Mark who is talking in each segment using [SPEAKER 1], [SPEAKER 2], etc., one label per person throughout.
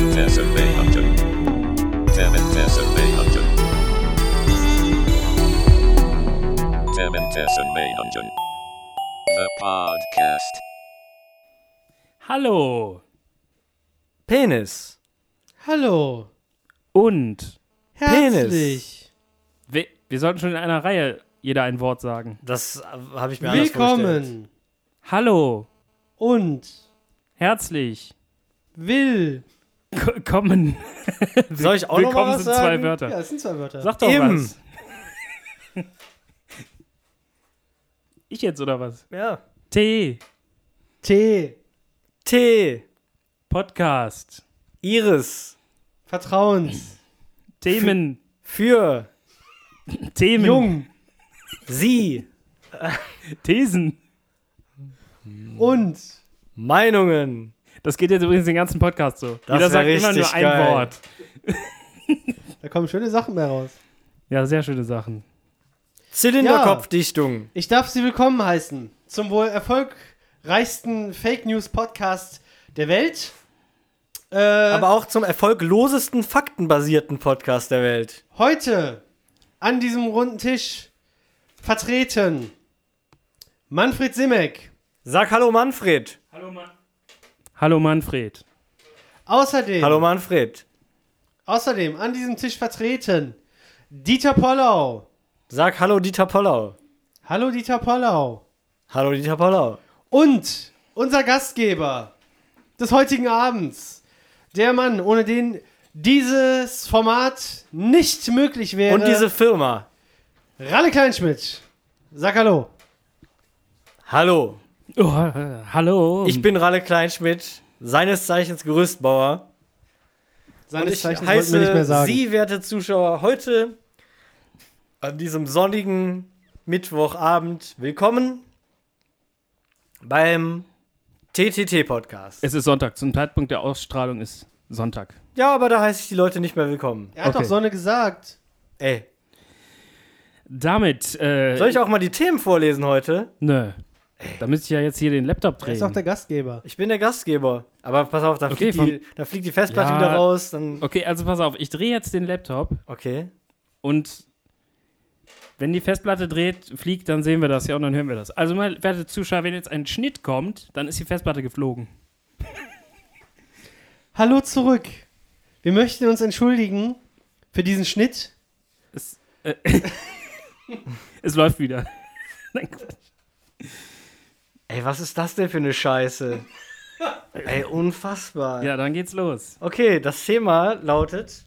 [SPEAKER 1] Messebeate. Tablet Messebeate. Tablet Messebeate. The podcast.
[SPEAKER 2] Hallo
[SPEAKER 3] Penis.
[SPEAKER 4] Hallo.
[SPEAKER 2] und
[SPEAKER 4] Herzlich.
[SPEAKER 2] wir, wir sollten schon in einer Reihe jeder ein Wort sagen.
[SPEAKER 3] Das äh, habe ich mir anders vorgestellt.
[SPEAKER 4] Willkommen
[SPEAKER 2] Hallo,
[SPEAKER 4] und
[SPEAKER 2] herzlich,
[SPEAKER 4] will.
[SPEAKER 2] K kommen.
[SPEAKER 3] Soll ich auch noch
[SPEAKER 2] Willkommen
[SPEAKER 3] mal was
[SPEAKER 2] sind
[SPEAKER 3] sagen?
[SPEAKER 2] zwei Wörter.
[SPEAKER 4] Ja, es sind zwei Wörter.
[SPEAKER 2] Sag doch
[SPEAKER 3] Im.
[SPEAKER 2] was. ich jetzt oder was?
[SPEAKER 3] Ja.
[SPEAKER 2] T,
[SPEAKER 4] T.
[SPEAKER 3] T.
[SPEAKER 2] Podcast,
[SPEAKER 3] Iris.
[SPEAKER 4] Vertrauens.
[SPEAKER 2] Themen,
[SPEAKER 3] Für.
[SPEAKER 2] Themen,
[SPEAKER 4] Jung.
[SPEAKER 3] Sie.
[SPEAKER 2] Thesen.
[SPEAKER 4] Und.
[SPEAKER 3] Meinungen.
[SPEAKER 2] Das geht jetzt übrigens den ganzen Podcast so.
[SPEAKER 3] Das
[SPEAKER 2] jeder
[SPEAKER 3] wär
[SPEAKER 2] sagt immer nur
[SPEAKER 3] richtig
[SPEAKER 2] ein
[SPEAKER 3] geil.
[SPEAKER 2] Wort.
[SPEAKER 4] Da kommen schöne Sachen mehr raus.
[SPEAKER 2] Ja, sehr schöne Sachen.
[SPEAKER 3] Zylinderkopfdichtung.
[SPEAKER 4] Ich darf Sie willkommen heißen zum wohl erfolgreichsten Fake News Podcast der Welt. Äh,
[SPEAKER 3] Aber auch zum erfolglosesten faktenbasierten Podcast der Welt.
[SPEAKER 4] heute an diesem runden Tisch vertreten Manfred Simek.
[SPEAKER 3] Sag Hallo Manfred.
[SPEAKER 2] Hallo, Hallo Manfred.
[SPEAKER 4] Außerdem.
[SPEAKER 3] Hallo Manfred.
[SPEAKER 4] Außerdem an diesem Tisch vertreten Dieter Pollau.
[SPEAKER 3] Sag Hallo Dieter Pollau.
[SPEAKER 4] Hallo Dieter Pollau.
[SPEAKER 3] Hallo Dieter Pollau.
[SPEAKER 4] Und unser Gastgeber des heutigen Abends. Der Mann, ohne den dieses Format nicht möglich wäre.
[SPEAKER 3] Und diese Firma.
[SPEAKER 4] Ralle Kleinschmidt. Sag hallo.
[SPEAKER 3] Hallo.
[SPEAKER 2] Oh, äh, hallo.
[SPEAKER 3] Ich bin Ralle Kleinschmidt, seines Zeichens Gerüstbauer. Und ich
[SPEAKER 4] Zeichens
[SPEAKER 3] heiße
[SPEAKER 4] wollten wir nicht mehr sagen.
[SPEAKER 3] Sie, werte Zuschauer, heute an diesem sonnigen Mittwochabend willkommen beim TTT-Podcast.
[SPEAKER 2] Es ist Sonntag. Zum Zeitpunkt der Ausstrahlung ist Sonntag.
[SPEAKER 3] Ja, aber da heiße ich die Leute nicht mehr willkommen.
[SPEAKER 4] er hat
[SPEAKER 2] Okay.
[SPEAKER 4] doch Sonne gesagt.
[SPEAKER 3] Ey,
[SPEAKER 2] Damit, äh.
[SPEAKER 3] soll ich auch mal die Themen vorlesen heute?
[SPEAKER 2] Nö. Da müsste ich ja jetzt hier den Laptop
[SPEAKER 4] Er ist doch der
[SPEAKER 2] drehen.
[SPEAKER 4] Gastgeber.
[SPEAKER 3] Ich bin der Gastgeber. Aber pass auf, da,
[SPEAKER 2] Okay,
[SPEAKER 3] fliegt, die, da fliegt die Festplatte
[SPEAKER 2] Ja.
[SPEAKER 3] wieder raus. Dann
[SPEAKER 2] Okay, also pass auf. Ich drehe jetzt den Laptop
[SPEAKER 3] okay.
[SPEAKER 2] und wenn die Festplatte dreht, fliegt, dann sehen wir das ja und dann hören wir das. Also, mal, werte Zuschauer, wenn jetzt ein Schnitt kommt, dann ist die Festplatte geflogen.
[SPEAKER 4] Hallo zurück. Wir möchten uns entschuldigen für diesen Schnitt.
[SPEAKER 2] Es, äh, es läuft wieder. Nein, Quatsch.
[SPEAKER 3] Ey, was ist das denn für eine Scheiße? Ey, unfassbar.
[SPEAKER 2] ja, dann geht's los.
[SPEAKER 3] Okay, das Thema lautet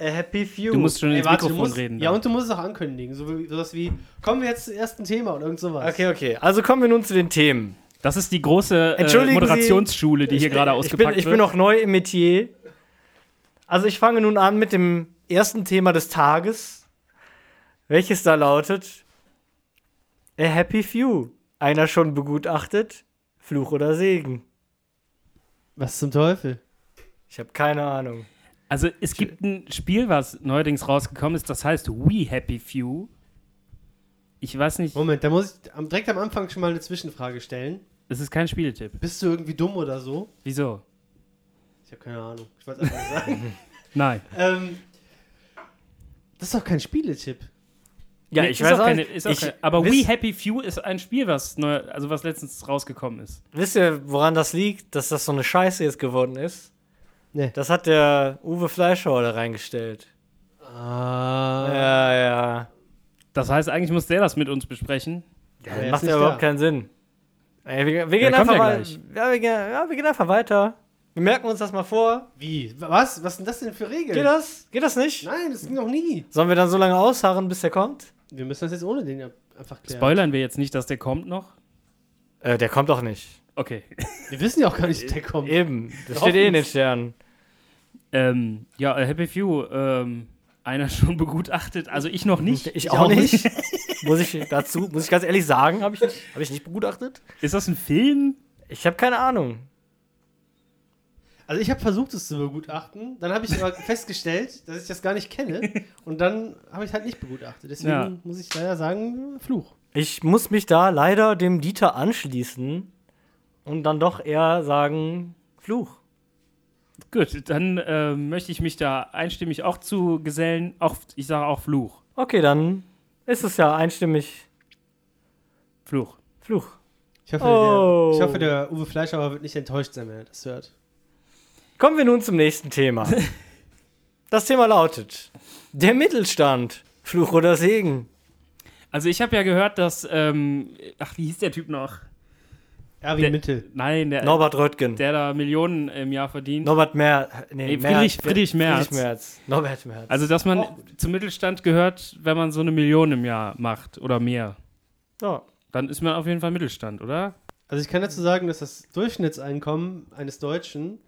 [SPEAKER 3] A Happy Few.
[SPEAKER 2] Du musst schon ins
[SPEAKER 4] du
[SPEAKER 2] Mikrofon
[SPEAKER 4] musst,
[SPEAKER 2] reden.
[SPEAKER 4] Ja,
[SPEAKER 2] dann.
[SPEAKER 4] und du musst es auch ankündigen. So, wie- sowas wie, kommen wir jetzt zum ersten Thema und irgend sowas.
[SPEAKER 3] Okay, okay. Also kommen wir nun zu den Themen.
[SPEAKER 2] das ist die große äh,
[SPEAKER 3] Entschuldigen Sie-
[SPEAKER 2] Moderationsschule, die hier gerade
[SPEAKER 3] ich bin,
[SPEAKER 2] ausgepackt
[SPEAKER 3] ich
[SPEAKER 2] wird.
[SPEAKER 3] bin noch neu im Metier. Also ich fange nun an mit dem ersten Thema des Tages, welches da lautet A Happy Few. Einer schon begutachtet, Fluch oder Segen.
[SPEAKER 4] Was zum Teufel?
[SPEAKER 3] Ich habe keine Ahnung.
[SPEAKER 2] Also es gibt ein Spiel, was neuerdings rausgekommen ist, das heißt We Happy Few. Ich weiß nicht,
[SPEAKER 4] Moment, da muss ich am, direkt am Anfang schon mal eine Zwischenfrage stellen.
[SPEAKER 2] es ist kein Spieletipp.
[SPEAKER 4] Bist du irgendwie dumm oder so?
[SPEAKER 2] Wieso?
[SPEAKER 4] Ich habe keine Ahnung. Ich wollte einfach nur sagen.
[SPEAKER 2] Nein.
[SPEAKER 4] ähm, das ist doch kein Spieletipp.
[SPEAKER 3] Ja,
[SPEAKER 2] Nee,
[SPEAKER 3] ich
[SPEAKER 2] ist
[SPEAKER 3] weiß
[SPEAKER 2] auch
[SPEAKER 3] auch
[SPEAKER 2] keine,
[SPEAKER 3] nicht.
[SPEAKER 2] ist auch
[SPEAKER 3] Ich-
[SPEAKER 2] keine, aber We
[SPEAKER 3] wisst-
[SPEAKER 2] Happy Few ist ein Spiel, was neu, also was letztens rausgekommen ist.
[SPEAKER 3] Wisst ihr, woran das liegt, dass das so eine Scheiße jetzt geworden ist?
[SPEAKER 4] Nee.
[SPEAKER 3] Das hat der Uwe Fleischhauer da reingestellt.
[SPEAKER 4] Ah,
[SPEAKER 3] Ja, ja.
[SPEAKER 2] Das heißt, eigentlich muss der das mit uns besprechen.
[SPEAKER 3] Ja,
[SPEAKER 4] Aber
[SPEAKER 3] das
[SPEAKER 4] er ist
[SPEAKER 3] Äh, macht
[SPEAKER 4] nicht
[SPEAKER 3] ja überhaupt
[SPEAKER 4] da.
[SPEAKER 3] keinen Sinn. Ey, wir, wir,
[SPEAKER 2] Ja,
[SPEAKER 3] gehen
[SPEAKER 2] kommt
[SPEAKER 3] einfach
[SPEAKER 2] ja
[SPEAKER 3] mal,
[SPEAKER 2] gleich.
[SPEAKER 3] ja, wir, gehen, ja, wir gehen einfach weiter. Wir merken uns das mal vor.
[SPEAKER 4] Wie? Was? Was sind das denn für Regeln?
[SPEAKER 3] Geht das? Geht das nicht?
[SPEAKER 4] Nein, das ging noch nie.
[SPEAKER 3] Sollen wir dann so lange ausharren, bis der kommt?
[SPEAKER 4] Wir müssen das jetzt ohne den ab- einfach klären.
[SPEAKER 2] Spoilern wir jetzt nicht, dass der kommt noch?
[SPEAKER 3] Äh, der kommt doch nicht.
[SPEAKER 2] Okay.
[SPEAKER 4] Wir wissen ja auch gar
[SPEAKER 3] Äh,
[SPEAKER 4] nicht, der kommt.
[SPEAKER 3] Eben. Das
[SPEAKER 4] hoffen
[SPEAKER 3] steht eh in den
[SPEAKER 4] es.
[SPEAKER 3] Sternen.
[SPEAKER 2] ähm, ja, äh, Happy Few, ähm, einer schon begutachtet, also ich noch nicht.
[SPEAKER 3] Ich auch nicht. muss ich dazu, muss ich ganz ehrlich sagen, habe ich, nicht- hab ich nicht begutachtet?
[SPEAKER 2] Ist das ein Film?
[SPEAKER 3] Ich habe keine Ahnung.
[SPEAKER 4] Also ich habe versucht, es zu begutachten. Dann habe ich aber festgestellt, dass ich das gar nicht kenne. Und dann habe ich halt nicht begutachtet. Deswegen
[SPEAKER 2] Ja.
[SPEAKER 4] muss ich leider sagen, Fluch.
[SPEAKER 3] Ich muss mich da leider dem Dieter anschließen und dann doch eher sagen, Fluch.
[SPEAKER 2] Gut, dann äh, möchte ich mich da einstimmig auch zu gesellen. Auch, ich sage auch Fluch.
[SPEAKER 3] Okay, dann ist es ja einstimmig
[SPEAKER 2] Fluch.
[SPEAKER 3] Fluch.
[SPEAKER 4] Ich hoffe,
[SPEAKER 3] Oh.
[SPEAKER 4] der, ich hoffe, der Uwe Fleischhauer wird nicht enttäuscht sein, wenn er das hört.
[SPEAKER 3] Kommen wir nun zum nächsten Thema. Das Thema lautet: Der Mittelstand, Fluch oder Segen?
[SPEAKER 2] Also ich habe ja gehört, dass, ähm, ach, wie hieß der Typ noch?
[SPEAKER 4] Erwin
[SPEAKER 2] Der-
[SPEAKER 4] Mittel.
[SPEAKER 2] Nein, der,
[SPEAKER 3] Norbert Röttgen.
[SPEAKER 2] Äh, der da Millionen im Jahr verdient.
[SPEAKER 3] Norbert Mer nee,
[SPEAKER 2] Nee, Friedrich-
[SPEAKER 3] Merz.
[SPEAKER 2] Friedrich Merz.
[SPEAKER 3] Friedrich Merz. Norbert Merz.
[SPEAKER 2] Also, dass man
[SPEAKER 4] Oh.
[SPEAKER 2] zum Mittelstand gehört, wenn man so eine Million im Jahr macht oder mehr.
[SPEAKER 3] ja.
[SPEAKER 2] Dann ist man auf jeden Fall Mittelstand, oder?
[SPEAKER 4] Also ich kann dazu sagen, dass das Durchschnittseinkommen eines Deutschen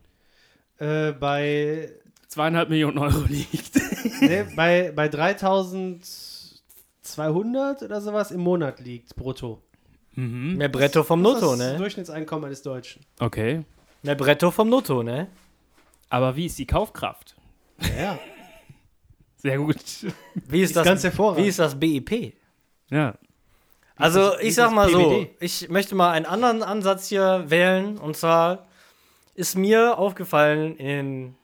[SPEAKER 4] äh, bei,
[SPEAKER 2] Zweieinhalb Millionen Euro liegt.
[SPEAKER 4] nee, bei, bei 3200 oder sowas im Monat liegt, brutto.
[SPEAKER 2] Mhm.
[SPEAKER 3] Mehr Bretto vom Noto,
[SPEAKER 4] das ist Das
[SPEAKER 3] ne?
[SPEAKER 4] Durchschnittseinkommen eines Deutschen.
[SPEAKER 2] Okay.
[SPEAKER 3] Mehr Bretto vom Noto, ne?
[SPEAKER 2] Aber wie ist die Kaufkraft?
[SPEAKER 4] Ja,
[SPEAKER 2] Sehr gut.
[SPEAKER 3] Wie ist,
[SPEAKER 4] Ist
[SPEAKER 3] das,
[SPEAKER 4] ganz hervorragend.
[SPEAKER 3] Wie ist das BIP?
[SPEAKER 2] Ja.
[SPEAKER 3] Also
[SPEAKER 4] das- wie
[SPEAKER 3] ich
[SPEAKER 4] ist
[SPEAKER 3] sag
[SPEAKER 4] das
[SPEAKER 3] mal so,
[SPEAKER 4] PBD?
[SPEAKER 3] ich möchte mal einen anderen Ansatz hier wählen. Und zwar ist mir aufgefallen in den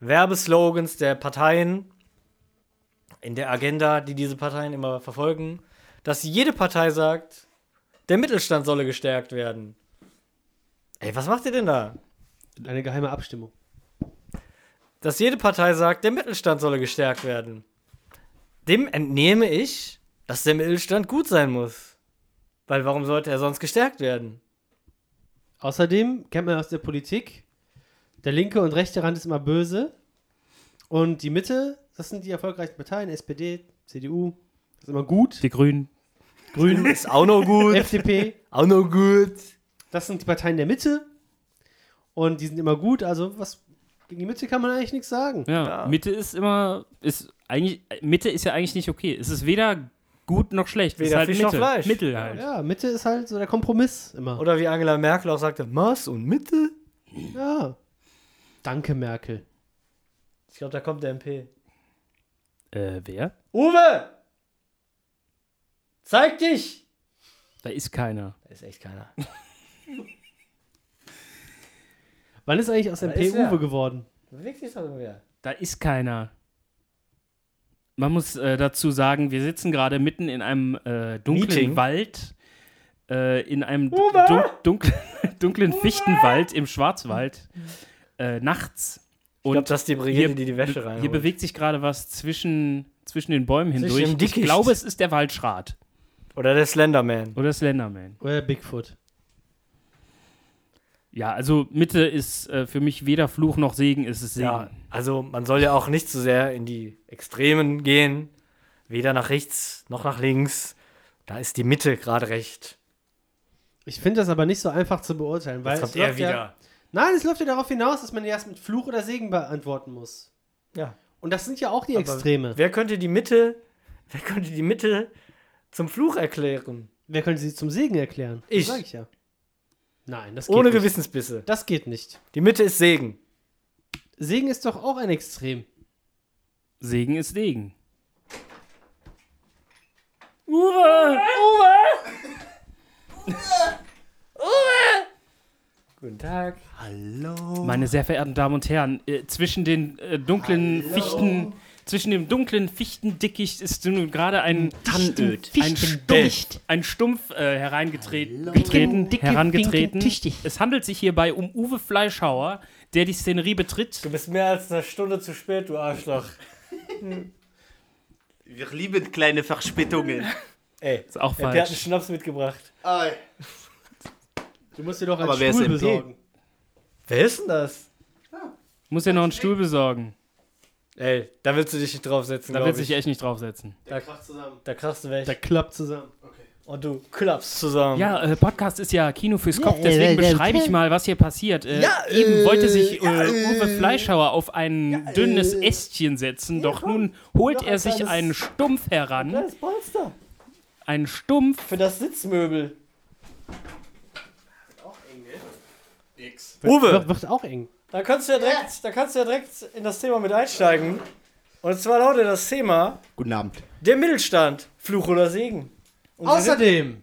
[SPEAKER 3] Werbeslogans der Parteien, in der Agenda, die diese Parteien immer verfolgen, dass jede Partei sagt, der Mittelstand solle gestärkt werden. Ey, was macht ihr denn da?
[SPEAKER 4] eine geheime Abstimmung.
[SPEAKER 3] dass jede Partei sagt, der Mittelstand solle gestärkt werden. Dem entnehme ich, dass der Mittelstand gut sein muss. Weil warum sollte er sonst gestärkt werden?
[SPEAKER 4] Außerdem kennt man aus der Politik, der linke und rechte Rand ist immer böse. Und die Mitte, das sind die erfolgreichen Parteien, SPD, CDU, das ist immer gut.
[SPEAKER 2] Die Grünen.
[SPEAKER 3] Grün ist auch noch gut.
[SPEAKER 4] FDP,
[SPEAKER 3] auch noch gut.
[SPEAKER 4] das sind die Parteien der Mitte. Und die sind immer gut, also was gegen die Mitte kann man eigentlich nichts sagen.
[SPEAKER 2] Ja.
[SPEAKER 3] Ja.
[SPEAKER 2] Mitte ist immer, ist eigentlich, Mitte ist ja eigentlich nicht okay. Es ist weder gut noch schlecht. es ist
[SPEAKER 3] Weder
[SPEAKER 2] halt
[SPEAKER 3] Fisch noch
[SPEAKER 2] Mitte.
[SPEAKER 3] Fleisch.
[SPEAKER 2] Mittel halt.
[SPEAKER 4] Ja, Mitte ist halt so der Kompromiss immer.
[SPEAKER 3] Oder wie Angela Merkel auch sagte, Maß und Mitte?
[SPEAKER 4] Ja. Danke, Merkel.
[SPEAKER 3] Ich glaube, da kommt der MP.
[SPEAKER 2] Äh, wer?
[SPEAKER 3] Uwe! Zeig dich!
[SPEAKER 2] Da ist keiner.
[SPEAKER 3] Da ist echt keiner.
[SPEAKER 4] Wann ist eigentlich aus dem
[SPEAKER 3] Da ist er.
[SPEAKER 4] PU geworden?
[SPEAKER 3] Bewegt sich doch immer wieder.
[SPEAKER 2] Da ist keiner. Man muss äh, dazu sagen, wir sitzen gerade mitten in einem äh, dunklen
[SPEAKER 3] Meeting.
[SPEAKER 2] Wald, äh, in einem dun dunklen, dunklen Fichtenwald im Schwarzwald, äh, nachts.
[SPEAKER 3] Ich
[SPEAKER 2] Und
[SPEAKER 3] glaube, das ist die Brigitte, die die Wäsche rein.
[SPEAKER 2] hier bewegt sich gerade was zwischen, zwischen den Bäumen
[SPEAKER 3] Zwischen
[SPEAKER 2] hindurch.
[SPEAKER 3] dem
[SPEAKER 2] Ich
[SPEAKER 3] Dickicht.
[SPEAKER 2] glaube, es ist der Waldschrat
[SPEAKER 3] Oder der Slenderman.
[SPEAKER 2] oder Slenderman.
[SPEAKER 4] Oder Bigfoot?
[SPEAKER 2] Ja, also Mitte ist äh, für mich weder Fluch noch Segen, ist es Segen.
[SPEAKER 3] Ja, also man soll ja auch nicht zu sehr in die Extremen gehen. Weder nach rechts noch nach links. Da ist die Mitte gerade recht.
[SPEAKER 4] Ich finde das aber nicht so einfach zu beurteilen, weil
[SPEAKER 3] Jetzt kommt
[SPEAKER 4] es läuft
[SPEAKER 3] er wieder.
[SPEAKER 4] Ja, nein, es läuft ja darauf hinaus, dass man erst mit Fluch oder Segen beantworten muss.
[SPEAKER 3] Ja.
[SPEAKER 4] Und das sind ja auch die
[SPEAKER 3] Aber
[SPEAKER 4] Extreme. Wer,
[SPEAKER 3] Wer könnte die Mitte, wer könnte die Mitte zum Fluch erklären?
[SPEAKER 4] könnte sie zum Segen erklären?
[SPEAKER 3] Ich.
[SPEAKER 4] Das sag ich ja. Nein, das geht
[SPEAKER 3] Ohne
[SPEAKER 4] nicht.
[SPEAKER 3] Gewissensbisse.
[SPEAKER 4] Das geht nicht.
[SPEAKER 3] Die Mitte ist Segen.
[SPEAKER 4] Segen ist doch auch ein Extrem.
[SPEAKER 2] Segen ist Segen.
[SPEAKER 3] Guten Tag.
[SPEAKER 2] Meine sehr verehrten Damen und Herren, äh, zwischen den äh, dunklen Fichten, zwischen dem dunklen Fichtendickicht ist nun gerade ein Tannöd, ein Stumpf, ein Stumpf äh, hereingetreten, getreten, herangetreten. Es handelt sich hierbei um Uwe Fleischhauer, der die Szenerie betritt.
[SPEAKER 3] Du bist mehr als eine Stunde zu spät, du Arschloch.
[SPEAKER 5] Wir lieben kleine Verspätungen.
[SPEAKER 3] Ey,
[SPEAKER 2] Ist auch
[SPEAKER 3] der hat einen
[SPEAKER 2] falsch.
[SPEAKER 3] Schnaps mitgebracht.
[SPEAKER 4] Du musst dir doch einen
[SPEAKER 5] Aber wer ist
[SPEAKER 4] Stuhl
[SPEAKER 5] MP?
[SPEAKER 4] besorgen.
[SPEAKER 3] Wer ist denn das?
[SPEAKER 2] Muss ja noch einen Stuhl besorgen.
[SPEAKER 3] Ey, da willst du dich nicht draufsetzen,
[SPEAKER 2] Da
[SPEAKER 3] glaub
[SPEAKER 2] wird
[SPEAKER 3] ich.
[SPEAKER 2] sich echt nicht draufsetzen.
[SPEAKER 4] Der kracht zusammen.
[SPEAKER 3] da krachst du weg.
[SPEAKER 4] Der klappt zusammen.
[SPEAKER 3] Und du klappst zusammen.
[SPEAKER 2] Ja, äh, Podcast ist ja Kino fürs Kopf, deswegen beschreibe ich mal, was hier passiert. Äh, eben wollte sich äh, Uwe Fleischhauer auf ein dünnes Ästchen setzen, doch nun holt er sich
[SPEAKER 3] kleines-
[SPEAKER 2] einen Stumpf heran.
[SPEAKER 3] Das Polster.
[SPEAKER 2] Einen Stumpf.
[SPEAKER 3] Für das Sitzmöbel. Uwe,
[SPEAKER 4] Wird, wird auch eng.
[SPEAKER 3] da kannst, du ja direkt, da kannst du ja direkt in das Thema mit einsteigen. Und zwar lautet das Thema
[SPEAKER 6] Guten Abend.
[SPEAKER 3] der Mittelstand, Fluch oder Segen. Und wir
[SPEAKER 4] Außerdem,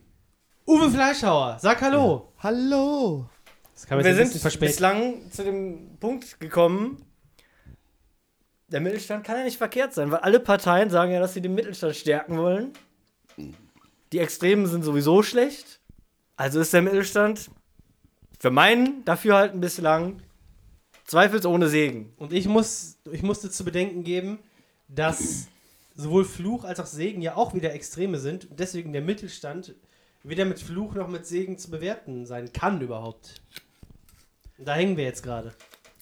[SPEAKER 4] Uwe Fleischhauer, sag Hallo.
[SPEAKER 6] Hallo.
[SPEAKER 4] Das kam jetzt
[SPEAKER 3] wir
[SPEAKER 4] ein bisschen
[SPEAKER 3] sind
[SPEAKER 4] verspätet.
[SPEAKER 3] bislang zu dem Punkt gekommen, der Mittelstand kann ja nicht verkehrt sein, weil alle Parteien sagen ja, dass sie den Mittelstand stärken wollen. Die Extremen sind sowieso schlecht. Also ist der Mittelstand für meinen halt Dafürhalten bislang zweifelsohne Segen.
[SPEAKER 4] Und ich, muss, ich musste zu bedenken geben, dass sowohl Fluch als auch Segen ja auch wieder Extreme sind. Und deswegen der Mittelstand weder mit Fluch noch mit Segen zu bewerten sein kann überhaupt. Und Da hängen wir jetzt gerade.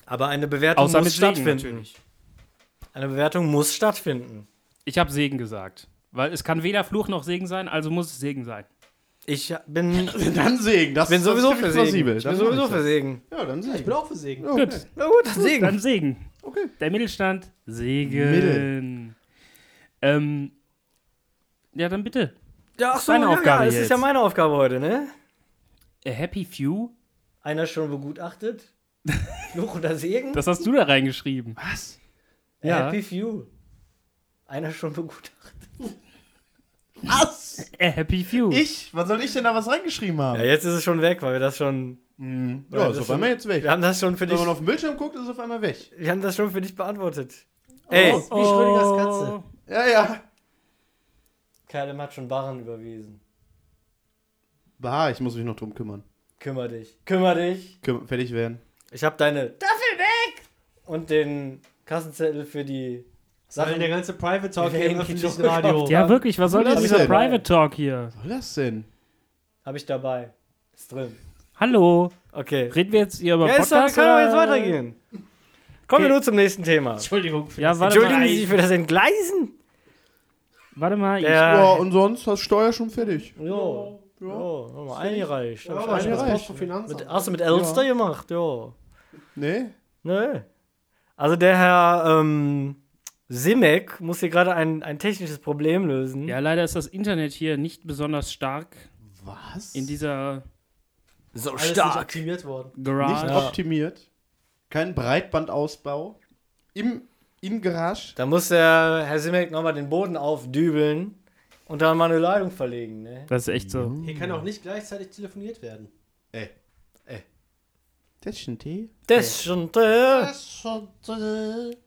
[SPEAKER 3] Aber eine Bewertung
[SPEAKER 2] Außer mit
[SPEAKER 3] muss
[SPEAKER 2] Segen
[SPEAKER 3] stattfinden.
[SPEAKER 2] natürlich.
[SPEAKER 3] Eine Bewertung muss stattfinden.
[SPEAKER 2] Ich habe Segen gesagt. Weil es kann weder Fluch noch Segen sein, also muss es Segen sein.
[SPEAKER 3] Ich bin,
[SPEAKER 6] Dann Segen. Das
[SPEAKER 3] bin
[SPEAKER 6] ist
[SPEAKER 3] sowieso
[SPEAKER 6] das
[SPEAKER 3] für Segen.
[SPEAKER 6] klingt plausibel.
[SPEAKER 3] Ich
[SPEAKER 6] Dann
[SPEAKER 3] bin
[SPEAKER 6] mach
[SPEAKER 3] sowieso
[SPEAKER 6] ich das.
[SPEAKER 3] für Segen.
[SPEAKER 6] Ja, dann Segen.
[SPEAKER 4] Ich bin auch für Segen.
[SPEAKER 6] okay.
[SPEAKER 2] Gut.
[SPEAKER 3] Na gut, Segen.
[SPEAKER 2] Dann Segen.
[SPEAKER 6] Okay.
[SPEAKER 2] Der Mittelstand. Segen.
[SPEAKER 6] Mittel.
[SPEAKER 2] Ähm, ja, dann bitte.
[SPEAKER 3] Ja, ach so,
[SPEAKER 2] Deine
[SPEAKER 3] ja,
[SPEAKER 2] Aufgabe
[SPEAKER 3] ja, das
[SPEAKER 2] jetzt.
[SPEAKER 3] ist ja meine Aufgabe heute, ne?
[SPEAKER 2] A happy Few.
[SPEAKER 3] Einer schon begutachtet. Fluch oder Segen?
[SPEAKER 2] Das hast du da reingeschrieben.
[SPEAKER 6] Was?
[SPEAKER 2] ja.
[SPEAKER 3] Happy Few. Einer schon begutachtet.
[SPEAKER 6] Was?
[SPEAKER 2] A happy Few.
[SPEAKER 6] Ich? Was soll ich denn da was reingeschrieben haben?
[SPEAKER 3] Ja, jetzt ist es schon weg, weil wir das schon.
[SPEAKER 6] Mhm.
[SPEAKER 3] Ja,
[SPEAKER 6] ja
[SPEAKER 3] das
[SPEAKER 6] ist auf einmal jetzt weg.
[SPEAKER 3] Wir haben das schon für dich.
[SPEAKER 6] Wenn man auf den Bildschirm guckt, ist es auf einmal weg.
[SPEAKER 3] Wir haben das schon für dich beantwortet. Ey,
[SPEAKER 4] Wie Schrödingers Katze.
[SPEAKER 6] Ja, ja.
[SPEAKER 3] Kerlem hat schon Barren überwiesen.
[SPEAKER 6] Bah, ich muss mich noch drum kümmern.
[SPEAKER 3] Kümmer dich. Kümmer dich.
[SPEAKER 6] Küm fertig werden.
[SPEAKER 3] Ich hab deine Tafel weg! Und den Kassenzettel für die
[SPEAKER 4] Weil der
[SPEAKER 3] Sachen.
[SPEAKER 4] ganze Private Talk
[SPEAKER 3] Wir
[SPEAKER 4] hier im
[SPEAKER 3] hängen
[SPEAKER 4] öffentlichen
[SPEAKER 3] schon
[SPEAKER 4] Radio.
[SPEAKER 3] auf
[SPEAKER 2] Ja, wirklich, was soll denn
[SPEAKER 6] Was
[SPEAKER 2] dieser
[SPEAKER 6] denn?
[SPEAKER 2] Private Talk hier?
[SPEAKER 6] Was soll das denn?
[SPEAKER 3] Hab ich dabei. Ist drin.
[SPEAKER 2] Hallo,
[SPEAKER 3] Okay.
[SPEAKER 2] reden wir jetzt hier über
[SPEAKER 3] Ja, ist doch,
[SPEAKER 2] Podcast?
[SPEAKER 3] kann doch jetzt
[SPEAKER 2] oder?
[SPEAKER 3] weitergehen. Kommen wir
[SPEAKER 2] Okay.
[SPEAKER 3] nun zum nächsten Thema.
[SPEAKER 4] Entschuldigung. Für
[SPEAKER 2] Ja, warte
[SPEAKER 3] Entschuldigen
[SPEAKER 2] mal,
[SPEAKER 3] Sie sich für das Entgleisen.
[SPEAKER 2] warte mal. Ich, oh,
[SPEAKER 3] Ja.
[SPEAKER 6] Ja, und sonst hast Steuer schon fertig.
[SPEAKER 3] Jo.
[SPEAKER 6] Ja.
[SPEAKER 3] Jo, haben wir eingereicht.
[SPEAKER 4] Ja,
[SPEAKER 3] Hab ich
[SPEAKER 4] aber ich
[SPEAKER 6] Ja,
[SPEAKER 4] hab
[SPEAKER 6] reicht.
[SPEAKER 4] das Post für Finanzamt.
[SPEAKER 3] Mit, hast du mit Elster gemacht, ja.
[SPEAKER 6] Nee?
[SPEAKER 3] Ne. Also der Herr ähm, Simek muss hier gerade ein, ein technisches Problem lösen.
[SPEAKER 2] ja, leider ist das Internet hier nicht besonders stark
[SPEAKER 6] Was?
[SPEAKER 2] in dieser
[SPEAKER 3] so
[SPEAKER 4] Alles nicht optimiert worden.
[SPEAKER 6] Nicht
[SPEAKER 2] Garage.
[SPEAKER 6] optimiert. Kein Breitbandausbau. Im, im Garage.
[SPEAKER 3] Da muss der Herr Simek nochmal den Boden aufdübeln und dann mal eine Leitung verlegen, ne?
[SPEAKER 2] Das ist echt so.
[SPEAKER 4] Hier kann
[SPEAKER 3] Hm.
[SPEAKER 4] auch nicht gleichzeitig telefoniert werden.
[SPEAKER 6] Ey. Ey. Das ist ein Tee?
[SPEAKER 3] Das ist schon der,
[SPEAKER 6] Das ist schon Tee.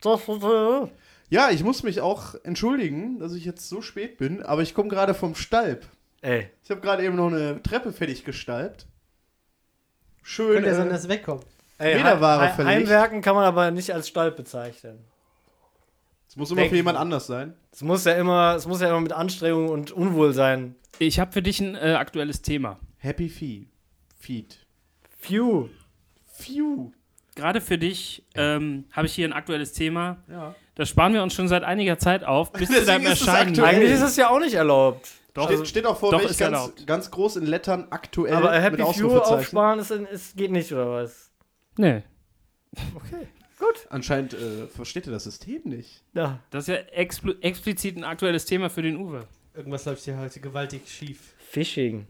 [SPEAKER 3] das ist schon der.
[SPEAKER 6] Ja, ich muss mich auch entschuldigen, dass ich jetzt so spät bin, aber ich komme gerade vom Stalb.
[SPEAKER 3] Ey,
[SPEAKER 6] Ich habe gerade eben noch eine Treppe fertig gestalbt. Schön.
[SPEAKER 4] Könnte ja sein,
[SPEAKER 6] Äh,
[SPEAKER 4] dass es wegkommt.
[SPEAKER 3] Ey,
[SPEAKER 6] Federware
[SPEAKER 3] Heim- Heim-
[SPEAKER 6] verlegt.
[SPEAKER 3] Heimwerken kann man aber nicht als Stall bezeichnen.
[SPEAKER 6] es muss immer
[SPEAKER 3] Denk-
[SPEAKER 6] für jemand anders sein.
[SPEAKER 3] Es muss ja immer, es muss ja immer mit Anstrengung und Unwohlsein.
[SPEAKER 2] Ich habe für dich ein äh, aktuelles Thema.
[SPEAKER 6] Happy Fee. Feed.
[SPEAKER 3] Phew.
[SPEAKER 6] Phew.
[SPEAKER 2] Gerade für dich ähm, habe ich hier ein aktuelles Thema.
[SPEAKER 6] Ja.
[SPEAKER 2] Das sparen wir uns schon seit einiger Zeit auf, bis zu
[SPEAKER 6] Deswegen
[SPEAKER 2] deinem
[SPEAKER 6] ist es
[SPEAKER 2] Erscheinen.
[SPEAKER 6] aktuell.
[SPEAKER 3] Eigentlich ist es ja auch nicht erlaubt.
[SPEAKER 6] Doch, steht, steht auch vor,
[SPEAKER 2] doch,
[SPEAKER 6] wenn ich
[SPEAKER 2] ist
[SPEAKER 6] ganz,
[SPEAKER 2] erlaubt.
[SPEAKER 6] ganz groß in Lettern aktuell
[SPEAKER 3] Aber äh,
[SPEAKER 6] mit
[SPEAKER 3] Happy Few
[SPEAKER 6] Ausrufezeichen.
[SPEAKER 3] aufsparen ist, ist, geht nicht, oder was?
[SPEAKER 2] Nee.
[SPEAKER 3] Okay.
[SPEAKER 6] Anscheinend äh, versteht ihr das System nicht.
[SPEAKER 3] Ja.
[SPEAKER 2] Das ist ja expl explizit ein aktuelles Thema für den Uwe.
[SPEAKER 4] Irgendwas läuft hier heute gewaltig schief.
[SPEAKER 3] Phishing.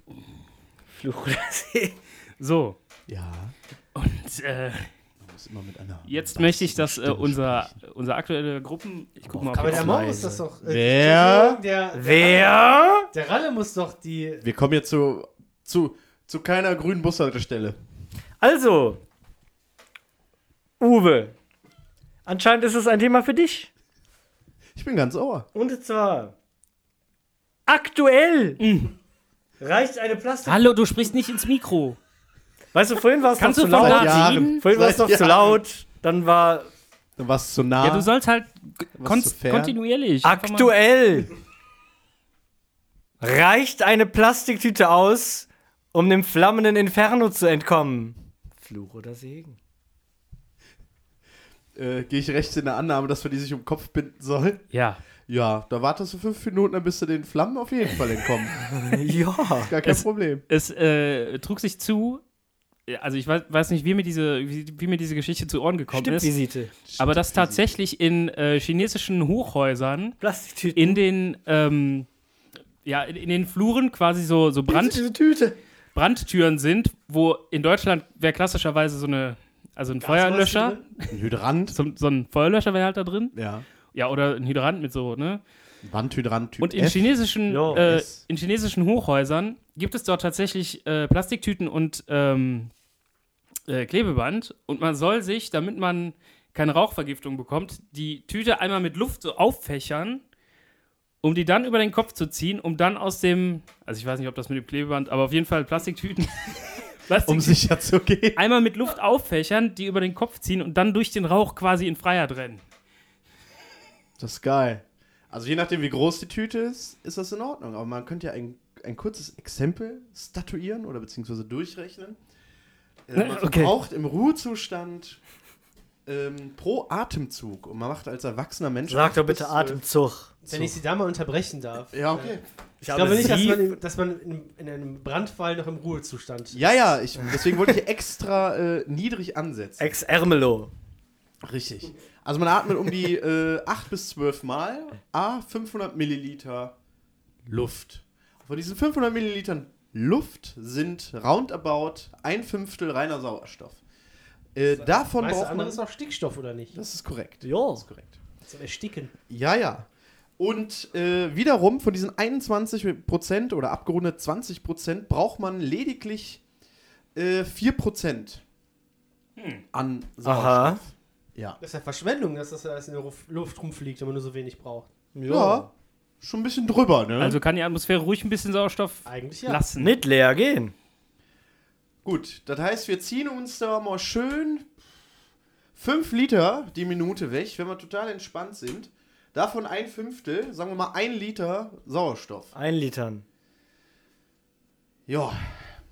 [SPEAKER 3] Fluch oder Segen.
[SPEAKER 2] So,
[SPEAKER 6] Ja,
[SPEAKER 2] und äh,
[SPEAKER 6] man muss immer mit einer.
[SPEAKER 2] jetzt möchte ich, dass äh, unser, unser aktueller Gruppen. Ich guck mal, ob
[SPEAKER 4] Aber
[SPEAKER 2] ich-
[SPEAKER 4] der Mau ist das doch. äh,
[SPEAKER 6] Wer?
[SPEAKER 4] Entschuldigung, Der,
[SPEAKER 3] Wer?
[SPEAKER 4] der Ralle muss doch die.
[SPEAKER 6] Wir kommen jetzt zu, zu, zu keiner grünen Bushaltestelle.
[SPEAKER 3] Also, Uwe, anscheinend ist es ein Thema für dich.
[SPEAKER 6] Ich bin ganz ohr.
[SPEAKER 3] Und zwar Mhm. aktuell reicht eine Plastik.
[SPEAKER 2] Hallo, du sprichst nicht ins Mikro.
[SPEAKER 3] Weißt du, vorhin war es noch
[SPEAKER 2] Kannst
[SPEAKER 3] zu
[SPEAKER 2] du von
[SPEAKER 3] laut.
[SPEAKER 2] da
[SPEAKER 6] Jahren.
[SPEAKER 2] reden?
[SPEAKER 3] Vorhin war es
[SPEAKER 6] Seit
[SPEAKER 3] noch zu
[SPEAKER 6] Jahren.
[SPEAKER 3] laut. Dann war
[SPEAKER 6] Dann war es zu nah.
[SPEAKER 2] Ja, du sollst halt kon
[SPEAKER 6] zu fair?
[SPEAKER 2] kontinuierlich. einfach mal-
[SPEAKER 3] Aktuell reicht eine Plastiktüte aus, um dem flammenden Inferno zu entkommen. Fluch oder Segen?
[SPEAKER 6] äh, Gehe ich rechts in der Annahme, dass wir die sich um den Kopf binden sollen?
[SPEAKER 2] Ja.
[SPEAKER 6] Ja, da wartest du fünf Minuten, dann bist du den Flammen auf jeden Fall entkommen.
[SPEAKER 3] ja.
[SPEAKER 6] Gar kein
[SPEAKER 2] Es-
[SPEAKER 6] Problem.
[SPEAKER 2] Es äh, trug sich zu. ja, Also ich weiß, weiß nicht, wie mir, diese, wie, wie mir diese Geschichte zu Ohren gekommen ist,
[SPEAKER 3] Stippvisite.
[SPEAKER 2] aber dass tatsächlich in äh, chinesischen Hochhäusern
[SPEAKER 3] Plastiktüte.
[SPEAKER 2] in den ähm, ja, in, in den Fluren quasi so, so Brand,
[SPEAKER 6] Diese Tüte.
[SPEAKER 2] Brandtüren sind, wo in Deutschland wäre klassischerweise so eine, also ein Feuerlöscher,
[SPEAKER 6] Ein Hydrant.
[SPEAKER 2] so, so ein Feuerlöscher wäre halt da drin.
[SPEAKER 6] Ja.
[SPEAKER 2] Ja, oder ein Hydrant mit so, ne?
[SPEAKER 6] Ein Wandhydrant Typ
[SPEAKER 2] Und in
[SPEAKER 6] F.
[SPEAKER 2] chinesischen,
[SPEAKER 3] Ja,
[SPEAKER 2] äh,
[SPEAKER 6] S.
[SPEAKER 2] in chinesischen Hochhäusern gibt es dort tatsächlich äh, Plastiktüten und ähm, äh, Klebeband. Und man soll sich, damit man keine Rauchvergiftung bekommt, die Tüte einmal mit Luft so auffächern, um die dann über den Kopf zu ziehen, um dann aus dem, also ich weiß nicht, ob das mit dem Klebeband, aber auf jeden Fall Plastiktüten. Plastiktüten
[SPEAKER 7] um sicher zu gehen.
[SPEAKER 2] einmal mit Luft auffächern, die über den Kopf ziehen und dann durch den Rauch quasi in Freiheit rennen.
[SPEAKER 6] Das ist geil. Also je nachdem, wie groß die Tüte ist, ist das in Ordnung. Aber man könnte ja ein, ein kurzes Exempel statuieren oder beziehungsweise durchrechnen. Äh, man
[SPEAKER 3] okay.
[SPEAKER 6] braucht im Ruhezustand ähm, pro Atemzug. Und man macht als erwachsener Mensch...
[SPEAKER 3] Sag doch
[SPEAKER 6] bis,
[SPEAKER 3] bitte
[SPEAKER 6] äh,
[SPEAKER 3] Atemzug.
[SPEAKER 4] Wenn ich sie da mal unterbrechen darf.
[SPEAKER 6] Ja, okay.
[SPEAKER 4] Ich glaube nicht, dass man, in, dass man in, in einem Brandfall noch im Ruhezustand
[SPEAKER 6] Ja, ja, ich, deswegen wollte ich extra äh, niedrig ansetzen.
[SPEAKER 3] Ex Ermelo.
[SPEAKER 6] Richtig. Also man atmet um die äh, 8 bis 12 Mal A 500 Milliliter Luft. Von diesen 500 Millilitern Luft sind roundabout ein Fünftel reiner Sauerstoff. Äh, davon
[SPEAKER 4] Weißt du,
[SPEAKER 6] braucht man...
[SPEAKER 4] andere ist auch Stickstoff, oder nicht?
[SPEAKER 6] Das ist korrekt.
[SPEAKER 3] Jo.
[SPEAKER 6] Das ist korrekt.
[SPEAKER 4] Zum Ersticken.
[SPEAKER 6] Ja, ja. Und äh, wiederum von diesen 21% oder abgerundet 20% braucht man lediglich äh, 4%
[SPEAKER 4] Hm.
[SPEAKER 6] an Sauerstoff.
[SPEAKER 3] Aha.
[SPEAKER 6] Ja.
[SPEAKER 4] Das ist ja Verschwendung, dass das alles in der Ruf- Luft rumfliegt, wenn man nur so wenig braucht.
[SPEAKER 6] ja. Schon ein bisschen drüber, ne?
[SPEAKER 2] Also kann die Atmosphäre ruhig ein bisschen Sauerstoff
[SPEAKER 4] Eigentlich ja.
[SPEAKER 2] lassen.
[SPEAKER 3] Mit leer gehen.
[SPEAKER 6] Gut, das heißt, wir ziehen uns da mal schön 5 Liter die Minute weg, wenn wir total entspannt sind. Davon ein Fünftel, sagen wir mal ein Liter Sauerstoff.
[SPEAKER 3] Ein Litern.
[SPEAKER 6] Ja.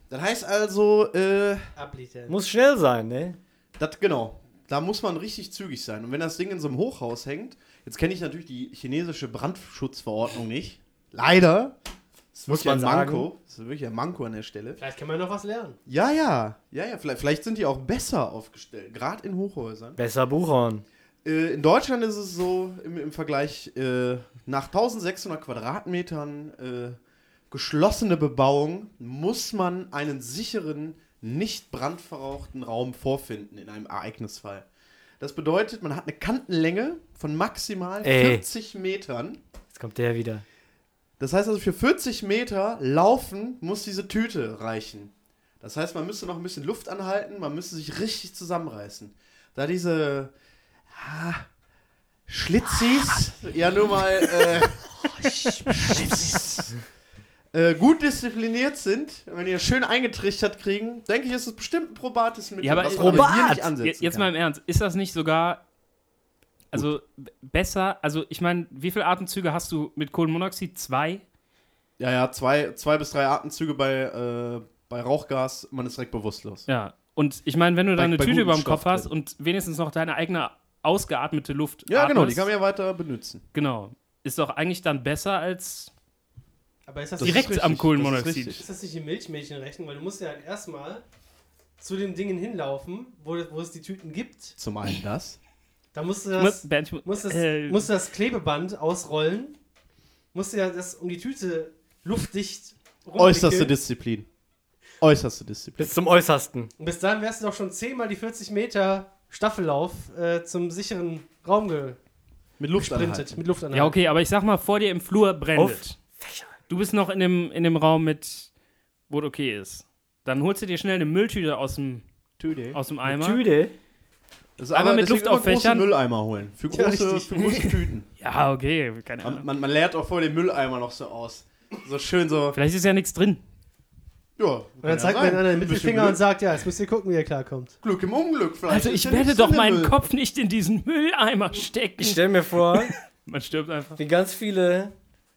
[SPEAKER 6] Das heißt also, äh,
[SPEAKER 4] Abliefern.
[SPEAKER 3] Muss schnell sein, ne?
[SPEAKER 6] Das, genau. Da muss man richtig zügig sein. Und wenn das Ding in so einem Hochhaus hängt, jetzt kenne ich natürlich die chinesische Brandschutzverordnung nicht. Leider. Das
[SPEAKER 3] Muss
[SPEAKER 6] ist wirklich
[SPEAKER 3] man
[SPEAKER 6] ein
[SPEAKER 3] sagen.
[SPEAKER 6] Manko. Das ist wirklich ein Manko an der Stelle.
[SPEAKER 4] Vielleicht kann man noch was lernen.
[SPEAKER 6] Ja, ja. Ja, ja. Vielleicht, vielleicht sind die auch besser aufgestellt. Gerade in Hochhäusern.
[SPEAKER 3] Besser Buchhorn.
[SPEAKER 6] Äh, in Deutschland ist es so, im, im Vergleich äh, nach 1600 Quadratmetern äh, geschlossene Bebauung muss man einen sicheren, nicht brandverrauchten Raum vorfinden in einem Ereignisfall. Das bedeutet, man hat eine Kantenlänge von maximal
[SPEAKER 3] Ey.
[SPEAKER 6] 40 Metern.
[SPEAKER 3] Jetzt kommt der wieder.
[SPEAKER 6] Das heißt also, für 40 Meter laufen muss diese Tüte reichen. Das heißt, man müsste noch ein bisschen Luft anhalten, man müsste sich richtig zusammenreißen. Da diese ah, Schlitzis ja nun mal äh, Schlitzis, äh, gut diszipliniert sind, wenn ihr schön eingetrichtert kriegen, denke ich, ist es bestimmt ein probates Mittel,
[SPEAKER 2] Ja, aber
[SPEAKER 6] was
[SPEAKER 2] probat!
[SPEAKER 6] man hier nicht
[SPEAKER 2] Jetzt,
[SPEAKER 6] ansetzen
[SPEAKER 2] jetzt mal
[SPEAKER 6] kann.
[SPEAKER 2] im Ernst, ist das nicht sogar also b- besser? Also ich meine, wie viele Atemzüge hast du mit Kohlenmonoxid? Zwei?
[SPEAKER 6] Ja, ja, zwei, zwei bis drei Atemzüge bei, äh, bei Rauchgas, man ist direkt bewusstlos.
[SPEAKER 2] Ja. Und ich meine, wenn du
[SPEAKER 6] Bei-
[SPEAKER 2] da eine
[SPEAKER 6] bei
[SPEAKER 2] Tüte
[SPEAKER 6] gutem
[SPEAKER 2] über dem
[SPEAKER 6] Stoff
[SPEAKER 2] Kopf hast
[SPEAKER 6] drin.
[SPEAKER 2] und wenigstens noch deine eigene ausgeatmete Luft
[SPEAKER 6] Ja, genau, die
[SPEAKER 2] atmest,
[SPEAKER 6] kann man ja weiter benutzen.
[SPEAKER 2] genau, ist doch eigentlich dann besser als
[SPEAKER 4] Aber ist das,
[SPEAKER 6] Das
[SPEAKER 4] nicht,
[SPEAKER 2] direkt
[SPEAKER 6] richtig,
[SPEAKER 2] am
[SPEAKER 6] das ist
[SPEAKER 2] Kohlenmonoxid.
[SPEAKER 6] richtig.
[SPEAKER 4] ist das nicht im Milchmädchenrechten? Weil du musst ja halt erstmal zu den Dingen hinlaufen, wo, wo es die Tüten gibt.
[SPEAKER 6] Zum einen das.
[SPEAKER 4] Da musst du
[SPEAKER 2] Muss-
[SPEAKER 4] das,
[SPEAKER 2] Bernd, ich mu-
[SPEAKER 4] musst das,
[SPEAKER 2] äh,
[SPEAKER 4] musst du das Klebeband ausrollen. Musst du ja das um die Tüte luftdicht rumwickeln.
[SPEAKER 6] Äußerste Disziplin. Äußerste Disziplin.
[SPEAKER 3] Bis zum Äußersten.
[SPEAKER 4] Und bis dahin wärst du doch schon zehnmal die 40 Meter Staffellauf äh, zum sicheren Raum
[SPEAKER 6] Mit Luft
[SPEAKER 4] gesprintet. Mit Luftanhalt.
[SPEAKER 2] Ja, okay, aber ich sag mal, vor dir im Flur brennt.
[SPEAKER 3] Auf
[SPEAKER 2] Du bist noch in dem, in dem Raum mit, wo es okay ist. Dann holst du dir schnell eine Mülltüte aus dem,
[SPEAKER 6] Tüde.
[SPEAKER 2] aus dem Eimer.
[SPEAKER 3] Tüde.
[SPEAKER 6] Also
[SPEAKER 2] Aber mit
[SPEAKER 6] deswegen
[SPEAKER 2] Luft
[SPEAKER 6] immer
[SPEAKER 2] auffächern.
[SPEAKER 6] große Mülleimer holen. Für
[SPEAKER 4] Ja,
[SPEAKER 6] große,
[SPEAKER 4] richtig.
[SPEAKER 6] für große Tüten.
[SPEAKER 2] Ja, okay, keine Ahnung.
[SPEAKER 6] Man, man, man leert auch vorher den Mülleimer noch so aus. So schön so.
[SPEAKER 2] Vielleicht ist ja nichts drin.
[SPEAKER 6] Ja,
[SPEAKER 4] Und dann zeigt man einander den Mittelfinger und sagt, ja, jetzt müsst ihr gucken, wie ihr klarkommt.
[SPEAKER 6] Glück im Unglück vielleicht.
[SPEAKER 2] Also
[SPEAKER 6] Ist
[SPEAKER 2] ich
[SPEAKER 6] ja
[SPEAKER 2] werde
[SPEAKER 6] nicht
[SPEAKER 2] doch
[SPEAKER 6] so der
[SPEAKER 2] meinen
[SPEAKER 6] Müll.
[SPEAKER 2] Kopf nicht in diesen Mülleimer stecken.
[SPEAKER 3] Ich stell mir vor,
[SPEAKER 2] Man stirbt einfach.
[SPEAKER 3] wie ganz viele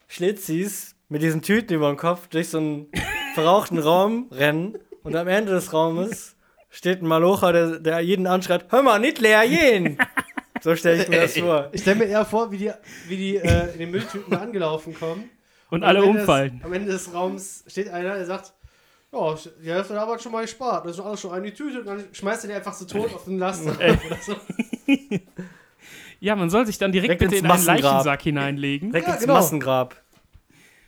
[SPEAKER 3] Schlitzis mit diesen Tüten über dem Kopf durch so einen verrauchten Raum rennen und am Ende des Raumes steht ein Malocher, der, der jeden anschreit, hör mal, nicht leer gehen. So stelle ich mir das vor.
[SPEAKER 4] Ich stelle mir eher vor, wie die, wie die äh, in den Mülltüten angelaufen kommen.
[SPEAKER 2] Und
[SPEAKER 4] am
[SPEAKER 2] alle
[SPEAKER 4] Ende
[SPEAKER 2] umfallen.
[SPEAKER 4] Des, am Ende des Raums steht einer, der sagt, ja, die Hälfte der Arbeit schon mal gespart. Das ist doch alles schon eine Tüte. Und dann schmeißt er die einfach so tot auf den Lasten. oder so.
[SPEAKER 2] Ja, man soll sich dann direkt
[SPEAKER 3] Direkt
[SPEAKER 2] bitte
[SPEAKER 3] ins
[SPEAKER 2] in einen
[SPEAKER 3] Massengrab.
[SPEAKER 2] Leichensack hineinlegen.
[SPEAKER 3] Direkt
[SPEAKER 6] Ja,
[SPEAKER 3] ins
[SPEAKER 6] genau.
[SPEAKER 3] Massengrab.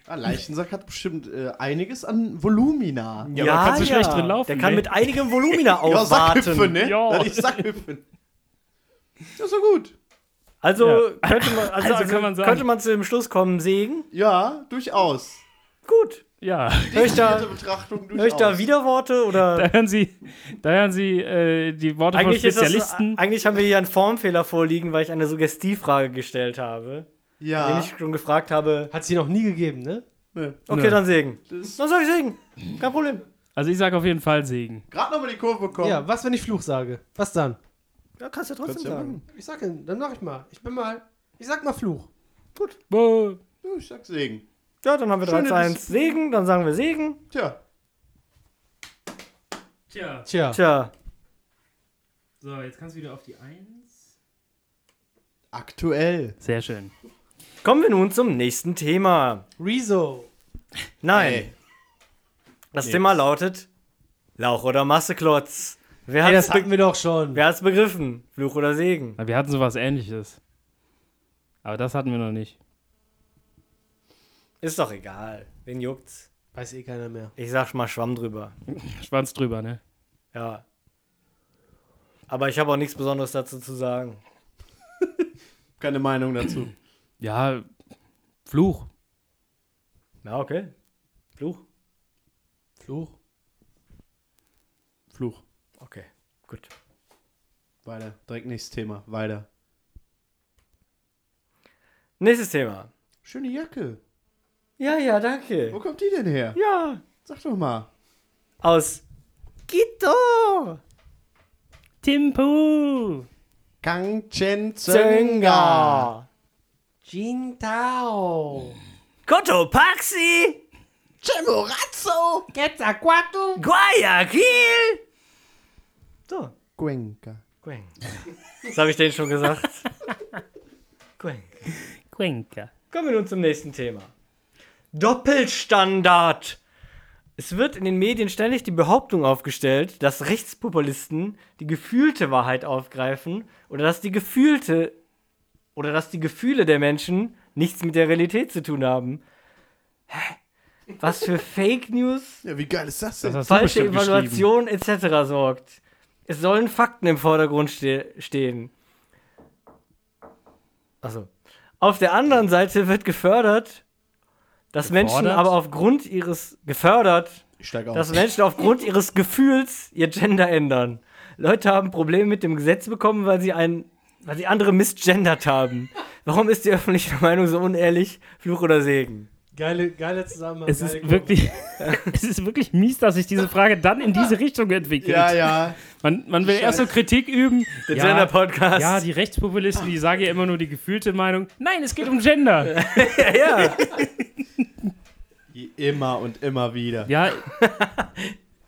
[SPEAKER 6] Ah, Leichensack hat bestimmt äh, einiges an Volumina.
[SPEAKER 2] Ja, aber kannst du schlecht drin laufen,
[SPEAKER 3] Der kann
[SPEAKER 2] ne?
[SPEAKER 3] mit einigem Volumina
[SPEAKER 6] Ja, Sackhüpfen,
[SPEAKER 3] aufwarten.
[SPEAKER 6] ne?
[SPEAKER 2] Ja.
[SPEAKER 6] Ja. Sackhüpfen. Das ist so gut.
[SPEAKER 3] Also,
[SPEAKER 2] Ja.
[SPEAKER 3] könnte man, also,
[SPEAKER 2] Also
[SPEAKER 3] also
[SPEAKER 2] kann man sagen-
[SPEAKER 3] könnte man zu dem Schluss kommen, Segen?
[SPEAKER 6] Ja, durchaus.
[SPEAKER 3] Gut.
[SPEAKER 2] Ja,
[SPEAKER 3] Hör ich da,
[SPEAKER 6] Dritte Betrachtung
[SPEAKER 3] hör ich da
[SPEAKER 6] durchaus.
[SPEAKER 3] Widerworte
[SPEAKER 2] da
[SPEAKER 3] oder?
[SPEAKER 2] hören Sie, da hören Sie äh, die Worte
[SPEAKER 3] Eigentlich,
[SPEAKER 2] von
[SPEAKER 3] ist das,
[SPEAKER 2] Spezialisten.
[SPEAKER 3] eigentlich haben wir hier einen Formfehler vorliegen, weil ich eine Suggestivfrage gestellt habe.
[SPEAKER 6] Ja.
[SPEAKER 3] Wenn ich schon gefragt habe,
[SPEAKER 4] Hat sie noch nie gegeben, ne?
[SPEAKER 6] Nee.
[SPEAKER 3] okay,
[SPEAKER 2] Nö.
[SPEAKER 3] dann Segen.
[SPEAKER 6] Das-
[SPEAKER 3] Dann soll ich Segen. Kein Problem.
[SPEAKER 2] also ich sage auf jeden Fall Segen.
[SPEAKER 6] Gerade nochmal die Kurve bekommen.
[SPEAKER 4] Ja, was, wenn ich Fluch sage? Was dann?
[SPEAKER 3] Ja, kannst du ja trotzdem
[SPEAKER 6] Kannst ja
[SPEAKER 3] sagen.
[SPEAKER 6] machen.
[SPEAKER 4] Ich sag, dann mach ich mal. Ich bin mal. Ich sag mal Fluch.
[SPEAKER 2] Buh.
[SPEAKER 6] Ja, ich sag Segen.
[SPEAKER 3] Ja, dann haben wir 3
[SPEAKER 6] Schöne
[SPEAKER 3] zu 1 Segen, dann sagen wir Segen.
[SPEAKER 6] Tja,
[SPEAKER 2] Tja,
[SPEAKER 4] Tja.
[SPEAKER 3] Tja,
[SPEAKER 2] so, jetzt kannst du wieder auf die Eins.
[SPEAKER 6] aktuell.
[SPEAKER 2] Sehr schön.
[SPEAKER 3] kommen wir nun zum nächsten Thema.
[SPEAKER 4] Rezo.
[SPEAKER 3] Nein,
[SPEAKER 6] Ey.
[SPEAKER 3] das
[SPEAKER 6] nix.
[SPEAKER 3] Thema lautet Lauch oder Masseklotz. Wer
[SPEAKER 4] Ey,
[SPEAKER 3] hat's,
[SPEAKER 4] das
[SPEAKER 3] be
[SPEAKER 4] hatten wir doch schon.
[SPEAKER 3] wer hat's begriffen? Fluch oder Segen?
[SPEAKER 2] Na, wir hatten sowas ähnliches. Aber das hatten wir noch nicht.
[SPEAKER 3] Ist doch egal. Wen juckt's?
[SPEAKER 4] Weiß eh keiner mehr.
[SPEAKER 3] Ich sag mal Schwamm drüber.
[SPEAKER 2] Schwanz drüber, ne?
[SPEAKER 3] Ja. Aber ich habe auch nichts Besonderes dazu zu sagen.
[SPEAKER 6] Keine Meinung dazu.
[SPEAKER 2] Ja, Fluch.
[SPEAKER 3] Ja, okay. Fluch?
[SPEAKER 4] Fluch.
[SPEAKER 6] Fluch.
[SPEAKER 3] Okay, gut.
[SPEAKER 6] Weiter. Direkt nächstes Thema. Weiter.
[SPEAKER 3] Nächstes Thema.
[SPEAKER 6] Schöne Jacke.
[SPEAKER 3] Ja, ja, danke.
[SPEAKER 6] Wo kommt die denn her?
[SPEAKER 3] Ja.
[SPEAKER 6] Sag doch mal.
[SPEAKER 3] Aus Quito.
[SPEAKER 2] Timpu!
[SPEAKER 6] Kang Chen Zönga.
[SPEAKER 3] Zönga.
[SPEAKER 4] Jin Tao.
[SPEAKER 3] Cotopaxi.
[SPEAKER 6] Chemorazzo.
[SPEAKER 4] Quetzalcoatl.
[SPEAKER 3] Guayaquil. So.
[SPEAKER 6] Cuenca.
[SPEAKER 3] Queng. Das habe ich denen schon gesagt. Queng.
[SPEAKER 2] Cuenca.
[SPEAKER 3] Kommen wir nun zum nächsten Thema. Doppelstandard. Es wird in den Medien ständig die Behauptung aufgestellt, dass Rechtspopulisten die gefühlte Wahrheit aufgreifen oder dass die gefühlte oder dass die Gefühle der Menschen nichts mit der Realität zu tun haben. Hä? Was für Fake News,
[SPEAKER 6] Ja, wie geil ist das denn?
[SPEAKER 2] Das hast du
[SPEAKER 3] falsche
[SPEAKER 2] bestimmt geschrieben.
[SPEAKER 3] Evaluation etc. sorgt. Es sollen Fakten im Vordergrund ste stehen. Achso. Auf der anderen Seite wird gefördert, dass Menschen
[SPEAKER 2] Hm. Gefordert?
[SPEAKER 3] aber aufgrund ihres gefördert,
[SPEAKER 6] ich steig
[SPEAKER 3] dass
[SPEAKER 6] aus.
[SPEAKER 3] Menschen aufgrund ihres Gefühls ihr Gender ändern. Leute haben Probleme mit dem Gesetz bekommen, weil sie ein, weil sie andere misgendert haben. Warum ist die öffentliche Meinung so unehrlich? Fluch oder Segen?
[SPEAKER 4] Geile, geiler Zusammenhang.
[SPEAKER 2] Es
[SPEAKER 4] geile
[SPEAKER 2] ist
[SPEAKER 4] Kurve.
[SPEAKER 2] wirklich, es ist wirklich mies, dass sich diese Frage dann in diese Richtung entwickelt.
[SPEAKER 6] Ja, ja.
[SPEAKER 2] Man, man will erst so Kritik üben.
[SPEAKER 3] Der Gender
[SPEAKER 2] Ja,
[SPEAKER 3] Podcast.
[SPEAKER 2] ja, die Rechtspopulisten, die sagen ja immer nur die gefühlte Meinung. Nein, es geht um Gender.
[SPEAKER 3] ja.
[SPEAKER 6] Immer und immer wieder.
[SPEAKER 2] Ja,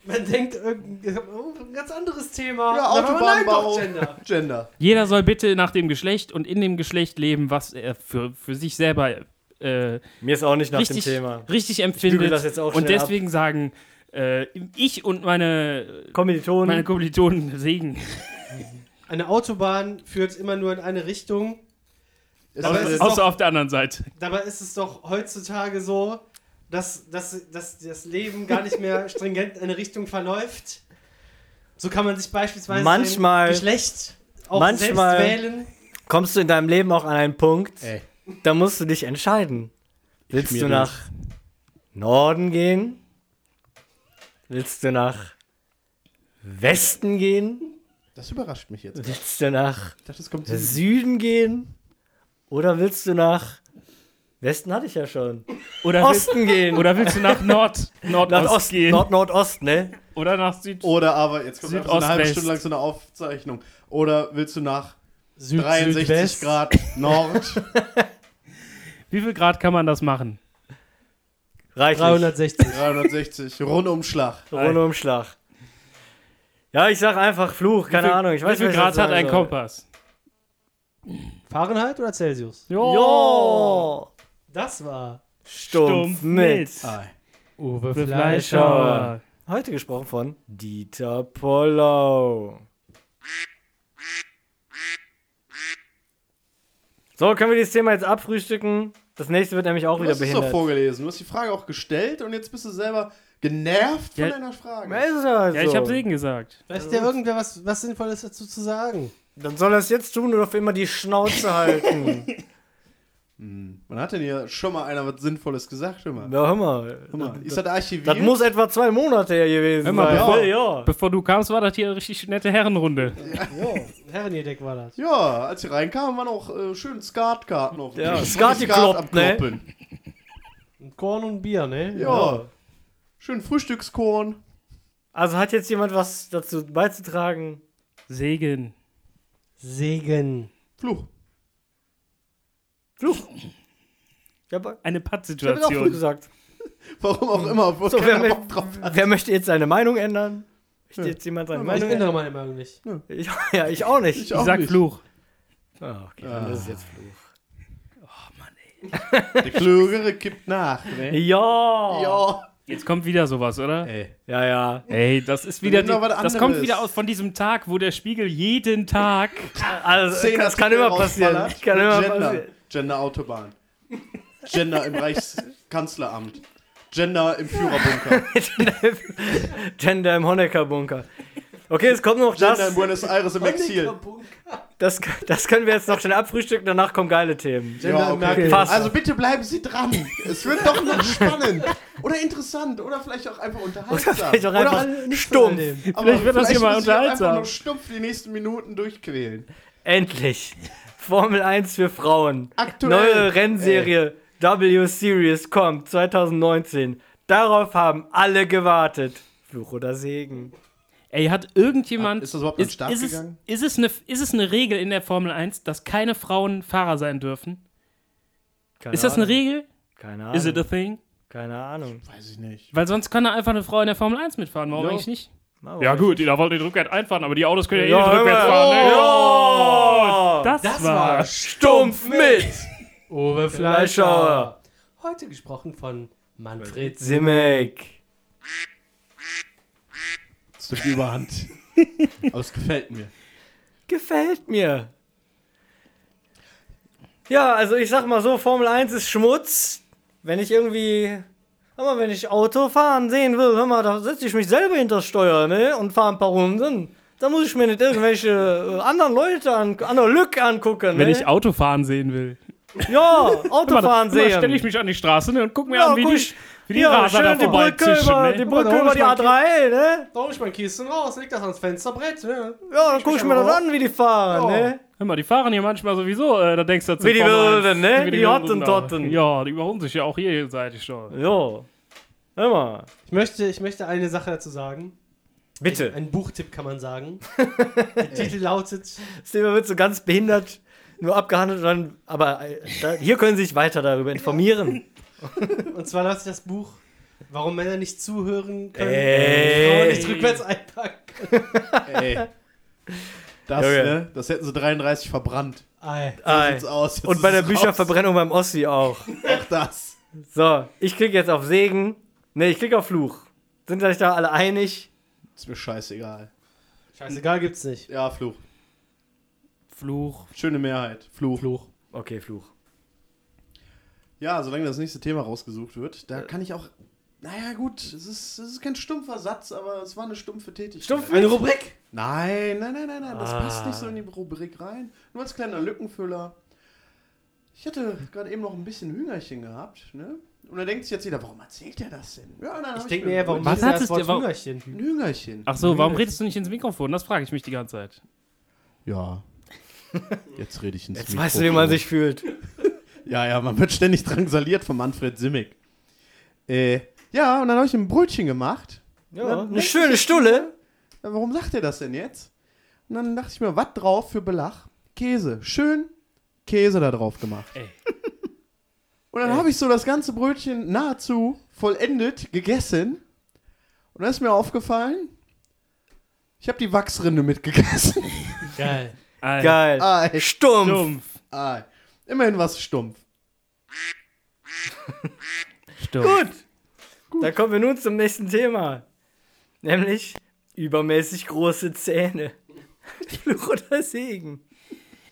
[SPEAKER 4] Man denkt, irgendein oh, ein ganz anderes Thema.
[SPEAKER 6] Ja,
[SPEAKER 4] Dann haben wir- nein, doch,
[SPEAKER 6] Autobahnbau.
[SPEAKER 4] Gender.
[SPEAKER 6] Gender.
[SPEAKER 2] jeder soll bitte nach dem Geschlecht und in dem Geschlecht leben, was er für, für sich selber äh,
[SPEAKER 3] Mir ist auch nicht nach
[SPEAKER 2] richtig,
[SPEAKER 3] dem Thema.
[SPEAKER 2] richtig
[SPEAKER 3] bügel
[SPEAKER 2] empfindet.
[SPEAKER 3] das jetzt auch
[SPEAKER 2] und
[SPEAKER 3] schnell ab.
[SPEAKER 2] deswegen sagen äh, ich und meine,
[SPEAKER 3] Kommilitonen.
[SPEAKER 2] meine Kommilitonen Segen.
[SPEAKER 4] Eine Autobahn führt immer nur in eine Richtung.
[SPEAKER 6] Es
[SPEAKER 4] Aber
[SPEAKER 6] heißt,
[SPEAKER 4] es ist-
[SPEAKER 2] Außer auf der anderen Seite.
[SPEAKER 4] Dabei ist es doch heutzutage so, dass, dass, dass das Leben gar nicht mehr stringent in eine Richtung verläuft. So kann man sich beispielsweise
[SPEAKER 3] Manchmal-
[SPEAKER 4] sein Geschlecht auch
[SPEAKER 3] manchmal-
[SPEAKER 4] selbst wählen.
[SPEAKER 3] Kommst du in deinem Leben auch an einen Punkt,
[SPEAKER 6] Ey.
[SPEAKER 3] da musst du dich entscheiden. Willst
[SPEAKER 6] mir
[SPEAKER 3] du nach Norden gehen? Willst du nach Westen gehen?
[SPEAKER 6] das überrascht mich jetzt. Ich
[SPEAKER 3] Willst du nach
[SPEAKER 6] dachte, es kommt zu
[SPEAKER 3] Süden gehen? Oder willst du nach Westen hatte ich ja schon.
[SPEAKER 2] Oder willst,
[SPEAKER 3] Osten gehen.
[SPEAKER 2] oder willst du nach Nord, Nordost
[SPEAKER 3] nach Osten,
[SPEAKER 2] gehen?
[SPEAKER 3] Nord, Nordost, ne?
[SPEAKER 2] Oder nach Süd.
[SPEAKER 6] Oder aber, jetzt kommt einfach so eine halbe
[SPEAKER 2] Südostwest.
[SPEAKER 6] Stunde lang so eine Aufzeichnung. Oder willst du nach
[SPEAKER 4] Süd,
[SPEAKER 6] 63
[SPEAKER 4] Südwest.
[SPEAKER 6] Grad Nord?
[SPEAKER 2] Wie viel Grad kann man das machen?
[SPEAKER 3] Reicht.
[SPEAKER 4] 360.
[SPEAKER 6] 360, Rundumschlag.
[SPEAKER 3] Rundumschlag. Ja, ich sag einfach Fluch, keine
[SPEAKER 2] Wie viel-
[SPEAKER 3] Ahnung. Ich weiß
[SPEAKER 2] Wie viel
[SPEAKER 3] nicht, was ich
[SPEAKER 2] Grad hat
[SPEAKER 3] sagen
[SPEAKER 2] ein
[SPEAKER 3] soll.
[SPEAKER 2] Kompass?
[SPEAKER 4] Fahrenheit oder Celsius?
[SPEAKER 2] Jo!
[SPEAKER 3] Jo!
[SPEAKER 4] Das war
[SPEAKER 3] Stumpf, mit.
[SPEAKER 4] Uwe
[SPEAKER 2] The
[SPEAKER 4] Fleisch.
[SPEAKER 2] Fleischer.
[SPEAKER 3] Heute gesprochen von Dieter Pollow. So, können wir dieses Thema jetzt abfrühstücken? Das nächste wird nämlich auch
[SPEAKER 6] Du
[SPEAKER 3] wieder
[SPEAKER 6] hast es doch
[SPEAKER 3] behindert.
[SPEAKER 6] vorgelesen. Du hast die Frage auch gestellt und jetzt bist du selber genervt von
[SPEAKER 2] Ja.
[SPEAKER 6] deiner Frage.
[SPEAKER 3] Ja, ist ja
[SPEAKER 2] Ja,
[SPEAKER 3] so.
[SPEAKER 2] ich habe Segen gesagt.
[SPEAKER 4] Weiß der irgendwer was, was Sinnvolles dazu zu sagen?
[SPEAKER 3] Dann soll er es jetzt tun oder für immer die Schnauze halten.
[SPEAKER 6] Wann hat denn hier schon mal einer was Sinnvolles gesagt? Hör mal.
[SPEAKER 3] Ja, hör mal.
[SPEAKER 6] Hör mal. Ist das archiviert?
[SPEAKER 3] Das muss etwa zwei Monate her gewesen
[SPEAKER 2] Hör mal,
[SPEAKER 3] sein.
[SPEAKER 2] bevor-
[SPEAKER 3] ja.
[SPEAKER 2] Bevor du kamst, war das hier eine richtig nette Herrenrunde.
[SPEAKER 4] Herrenjedeck war das.
[SPEAKER 6] ja, als sie reinkamen, waren auch äh, schön Skatkarten auf dem
[SPEAKER 3] Ja,
[SPEAKER 6] Tisch.
[SPEAKER 3] Skat
[SPEAKER 6] Schön
[SPEAKER 3] gekloppt, ne?
[SPEAKER 6] abkloppen.
[SPEAKER 4] Ein Korn und ein Bier, ne?
[SPEAKER 6] Ja. Schön Frühstückskorn.
[SPEAKER 3] Also hat jetzt jemand was dazu beizutragen?
[SPEAKER 2] Segen.
[SPEAKER 4] Segen.
[SPEAKER 6] Fluch.
[SPEAKER 3] Fluch. Ich habe
[SPEAKER 2] Eine
[SPEAKER 3] hab auch Fluch
[SPEAKER 2] Pattsituation.
[SPEAKER 3] gesagt.
[SPEAKER 6] Warum auch immer. Wo
[SPEAKER 3] So, wer,
[SPEAKER 6] keiner
[SPEAKER 3] mö-
[SPEAKER 6] Bock drauf hat.
[SPEAKER 3] wer möchte jetzt seine Meinung ändern? Möchte
[SPEAKER 6] Ja.
[SPEAKER 3] jetzt jemand seine
[SPEAKER 4] Ich
[SPEAKER 3] Meinung ändern?
[SPEAKER 4] ändere meine Meinung nicht.
[SPEAKER 3] Ich, ja, ich auch nicht.
[SPEAKER 6] Ich
[SPEAKER 2] Ich
[SPEAKER 6] auch
[SPEAKER 2] sag
[SPEAKER 6] nicht.
[SPEAKER 2] Fluch.
[SPEAKER 3] Ah, okay,
[SPEAKER 6] Ah.
[SPEAKER 3] das ist jetzt Fluch.
[SPEAKER 6] Der Klügere kippt nach. Ne?
[SPEAKER 3] Ja.
[SPEAKER 6] Ja.
[SPEAKER 2] Jetzt kommt wieder sowas, oder?
[SPEAKER 6] Ey.
[SPEAKER 3] Ja, ja.
[SPEAKER 2] Ey, das ist wieder.
[SPEAKER 6] nimm
[SPEAKER 2] Die,
[SPEAKER 6] doch was
[SPEAKER 2] das kommt
[SPEAKER 6] anderes.
[SPEAKER 2] wieder aus von diesem Tag, wo der Spiegel jeden Tag.
[SPEAKER 3] Also,
[SPEAKER 6] Zehn
[SPEAKER 3] das kann
[SPEAKER 6] Artikel
[SPEAKER 3] immer passieren.
[SPEAKER 6] rausballert
[SPEAKER 3] Kann
[SPEAKER 6] mit
[SPEAKER 3] immer
[SPEAKER 6] Gender.
[SPEAKER 3] passieren.
[SPEAKER 6] Gender Autobahn. Gender im Reichskanzleramt. Gender im Führerbunker.
[SPEAKER 3] Gender im Honecker-Bunker. Okay, es kommt noch
[SPEAKER 6] Gender in
[SPEAKER 3] das.
[SPEAKER 6] Buenos Aires im Exil.
[SPEAKER 3] Das, das können wir jetzt noch schnell abfrühstücken. Danach kommen geile Themen.
[SPEAKER 6] Ja, okay.
[SPEAKER 3] Merkel. Fast.
[SPEAKER 6] Also bitte bleiben Sie dran. Es wird doch noch spannend. Oder interessant. Oder vielleicht auch einfach unterhaltsam.
[SPEAKER 3] Vielleicht auch einfach stumpf.
[SPEAKER 6] Aber
[SPEAKER 2] Vielleicht wird das hier mal
[SPEAKER 6] muss ich auch
[SPEAKER 2] unterhaltsam.
[SPEAKER 6] Einfach nur stumpf die nächsten Minuten durchquälen.
[SPEAKER 3] Endlich. Formel 1 für Frauen.
[SPEAKER 6] Aktuell.
[SPEAKER 3] Neue Rennserie W Series kommt 2019. Darauf haben alle gewartet. Fluch oder Segen.
[SPEAKER 2] Ey, hat irgendjemand.
[SPEAKER 6] Ah, ist das überhaupt an den Start
[SPEAKER 2] ist,
[SPEAKER 6] gegangen?
[SPEAKER 2] Es, ist, es eine, ist es eine Regel in der Formel 1, dass keine Frauen Fahrer sein dürfen?
[SPEAKER 3] Keine
[SPEAKER 2] ist das eine
[SPEAKER 3] Ahnung.
[SPEAKER 2] Regel?
[SPEAKER 3] Keine
[SPEAKER 2] Is it
[SPEAKER 3] Ahnung.
[SPEAKER 2] a thing?
[SPEAKER 3] Keine Ahnung.
[SPEAKER 6] Weiß ich nicht.
[SPEAKER 2] Weil sonst kann da einfach eine Frau in der Formel 1 mitfahren. Warum
[SPEAKER 6] Ja.
[SPEAKER 2] eigentlich nicht?
[SPEAKER 3] Aber
[SPEAKER 2] Ja, gut, die da wollten den Rückwärts einfahren, aber die Autos können ja,
[SPEAKER 3] Ja,
[SPEAKER 2] eh nicht rückwärts
[SPEAKER 3] hör
[SPEAKER 2] fahren.
[SPEAKER 3] mal.
[SPEAKER 2] Ne?
[SPEAKER 3] Oh,
[SPEAKER 2] Das, war.
[SPEAKER 3] stumpf mit.
[SPEAKER 4] Uwe
[SPEAKER 3] Fleischhauer.
[SPEAKER 4] Fleischhauer. Heute gesprochen von Manfred Simm.
[SPEAKER 3] Simek.
[SPEAKER 6] Das ist die Überhand. Aber es gefällt mir.
[SPEAKER 3] Gefällt mir. Ja, also ich sag mal so, Formel 1 ist Schmutz. Wenn ich irgendwie, hör mal, wenn ich Auto fahren sehen will, hör mal, da setze ich mich selber hinter das Steuer, ne, und fahre ein paar Runden. Da muss ich mir nicht irgendwelche äh, anderen Leute an, anderen Lück angucken,
[SPEAKER 2] Wenn
[SPEAKER 3] ne?
[SPEAKER 2] ich Autofahren sehen will.
[SPEAKER 3] Ja,
[SPEAKER 2] Guck mal,
[SPEAKER 3] Autofahren
[SPEAKER 2] guck mal,
[SPEAKER 3] sehen.
[SPEAKER 2] stelle ich mich an die Straße ne, und guck mir
[SPEAKER 3] Ja,
[SPEAKER 2] an, wie
[SPEAKER 3] guck
[SPEAKER 2] die,
[SPEAKER 3] ich-
[SPEAKER 2] wie die
[SPEAKER 3] Hier,
[SPEAKER 2] Raser
[SPEAKER 3] schön
[SPEAKER 2] da
[SPEAKER 3] die
[SPEAKER 2] vorbei
[SPEAKER 3] Brücke
[SPEAKER 2] zischen.
[SPEAKER 3] über,
[SPEAKER 2] ne?
[SPEAKER 3] die,
[SPEAKER 4] da
[SPEAKER 3] Brücke
[SPEAKER 4] hol
[SPEAKER 3] über
[SPEAKER 4] ich
[SPEAKER 3] die
[SPEAKER 4] mein
[SPEAKER 3] A3, ne?
[SPEAKER 4] Da hol ich mein Kissen raus, leg das ans Fensterbrett. Ne?
[SPEAKER 3] Ja, dann guck ich mir das
[SPEAKER 4] aber
[SPEAKER 3] an, wie die fahren,
[SPEAKER 4] Ja.
[SPEAKER 3] ne?
[SPEAKER 2] Hör mal, die fahren hier manchmal sowieso, äh, da denkst du, das sind
[SPEAKER 3] Wie die
[SPEAKER 2] Formel 1,
[SPEAKER 3] Wilden, ne?
[SPEAKER 2] wie
[SPEAKER 3] Die
[SPEAKER 2] Wilden da.
[SPEAKER 3] Hottentotten.
[SPEAKER 2] Ja, die überholen sich ja auch jenseitig schon.
[SPEAKER 3] Jo. Hör mal.
[SPEAKER 4] Ich, möchte, ich möchte eine Sache dazu sagen.
[SPEAKER 3] Bitte.
[SPEAKER 4] Ein Buchtipp kann man sagen. Der Titel lautet
[SPEAKER 3] Thema wird so ganz behindert nur abgehandelt und dann, aber äh, da, hier können Sie sich weiter darüber informieren.
[SPEAKER 4] Und zwar lautet das Buch, warum Männer nicht zuhören können,
[SPEAKER 3] Ey.
[SPEAKER 4] Frauen nicht rückwärts einpacken können.
[SPEAKER 6] Ey. Das,
[SPEAKER 3] Junge.
[SPEAKER 6] ne? Das hätten sie 33 verbrannt.
[SPEAKER 4] Ei.
[SPEAKER 3] Ei.
[SPEAKER 6] Sieht's aus. Jetzt
[SPEAKER 3] Und bei
[SPEAKER 6] ist
[SPEAKER 3] der
[SPEAKER 6] es
[SPEAKER 3] Bücherverbrennung beim Ossi auch.
[SPEAKER 6] raus. Auch das.
[SPEAKER 3] So, ich klicke jetzt auf Segen. Ne, ich klicke auf Fluch. Sind sich da alle einig?
[SPEAKER 6] Ist mir scheißegal.
[SPEAKER 4] Scheißegal gibt's nicht.
[SPEAKER 6] Ja, Fluch.
[SPEAKER 2] Fluch.
[SPEAKER 6] Schöne Mehrheit. Fluch.
[SPEAKER 4] Fluch.
[SPEAKER 3] Okay, Fluch.
[SPEAKER 6] Ja, solange das nächste Thema rausgesucht wird, da kann ich auch. Naja, gut, es ist, es ist kein stumpfer Satz, aber es war eine stumpfe Tätigkeit.
[SPEAKER 3] Stumpf
[SPEAKER 4] Eine Rubrik.
[SPEAKER 6] Nein, nein, nein, nein, nein, das
[SPEAKER 3] Ah.
[SPEAKER 6] passt nicht so in die Rubrik rein. Nur als kleiner Lückenfüller. Ich hatte gerade eben noch ein bisschen Hüngerchen gehabt, ne? Und da denkt sich jetzt jeder, warum erzählt der das denn? Ja, dann hab
[SPEAKER 4] Ich denke mir,
[SPEAKER 6] mir
[SPEAKER 4] eher, warum
[SPEAKER 2] Was
[SPEAKER 4] ist das
[SPEAKER 2] hattest
[SPEAKER 4] Wort
[SPEAKER 2] du- warum-
[SPEAKER 6] ein
[SPEAKER 4] Hungerchen?
[SPEAKER 6] Hüngerchen.
[SPEAKER 2] Ach so, warum redest du nicht ins Mikrofon? Das frage ich mich die ganze Zeit.
[SPEAKER 6] Ja. Jetzt rede ich ins
[SPEAKER 3] Jetzt weißt du, wie man sich fühlt.
[SPEAKER 6] Ja, ja, man wird ständig drangsaliert von Manfred Simmig. Äh, ja, und dann habe ich ein Brötchen gemacht.
[SPEAKER 3] Ja, eine schöne Stulle.
[SPEAKER 6] Ja, Warum sagt ihr das denn jetzt? Und dann dachte ich mir, was drauf für Belach? Käse. Schön Käse da drauf gemacht.
[SPEAKER 2] Ey.
[SPEAKER 6] Und dann habe ich so das ganze Brötchen nahezu vollendet gegessen. Und dann ist mir aufgefallen, ich habe die Wachsrinde mitgegessen.
[SPEAKER 4] Geil.
[SPEAKER 2] Alter.
[SPEAKER 3] Geil.
[SPEAKER 6] Ei,
[SPEAKER 3] Stumpf.
[SPEAKER 2] Stumpf.
[SPEAKER 6] ei. Immerhin war es stumpf.
[SPEAKER 2] Stumpf.
[SPEAKER 3] Gut. Dann kommen wir nun zum nächsten Thema. Nämlich übermäßig große Zähne. Fluch oder Segen?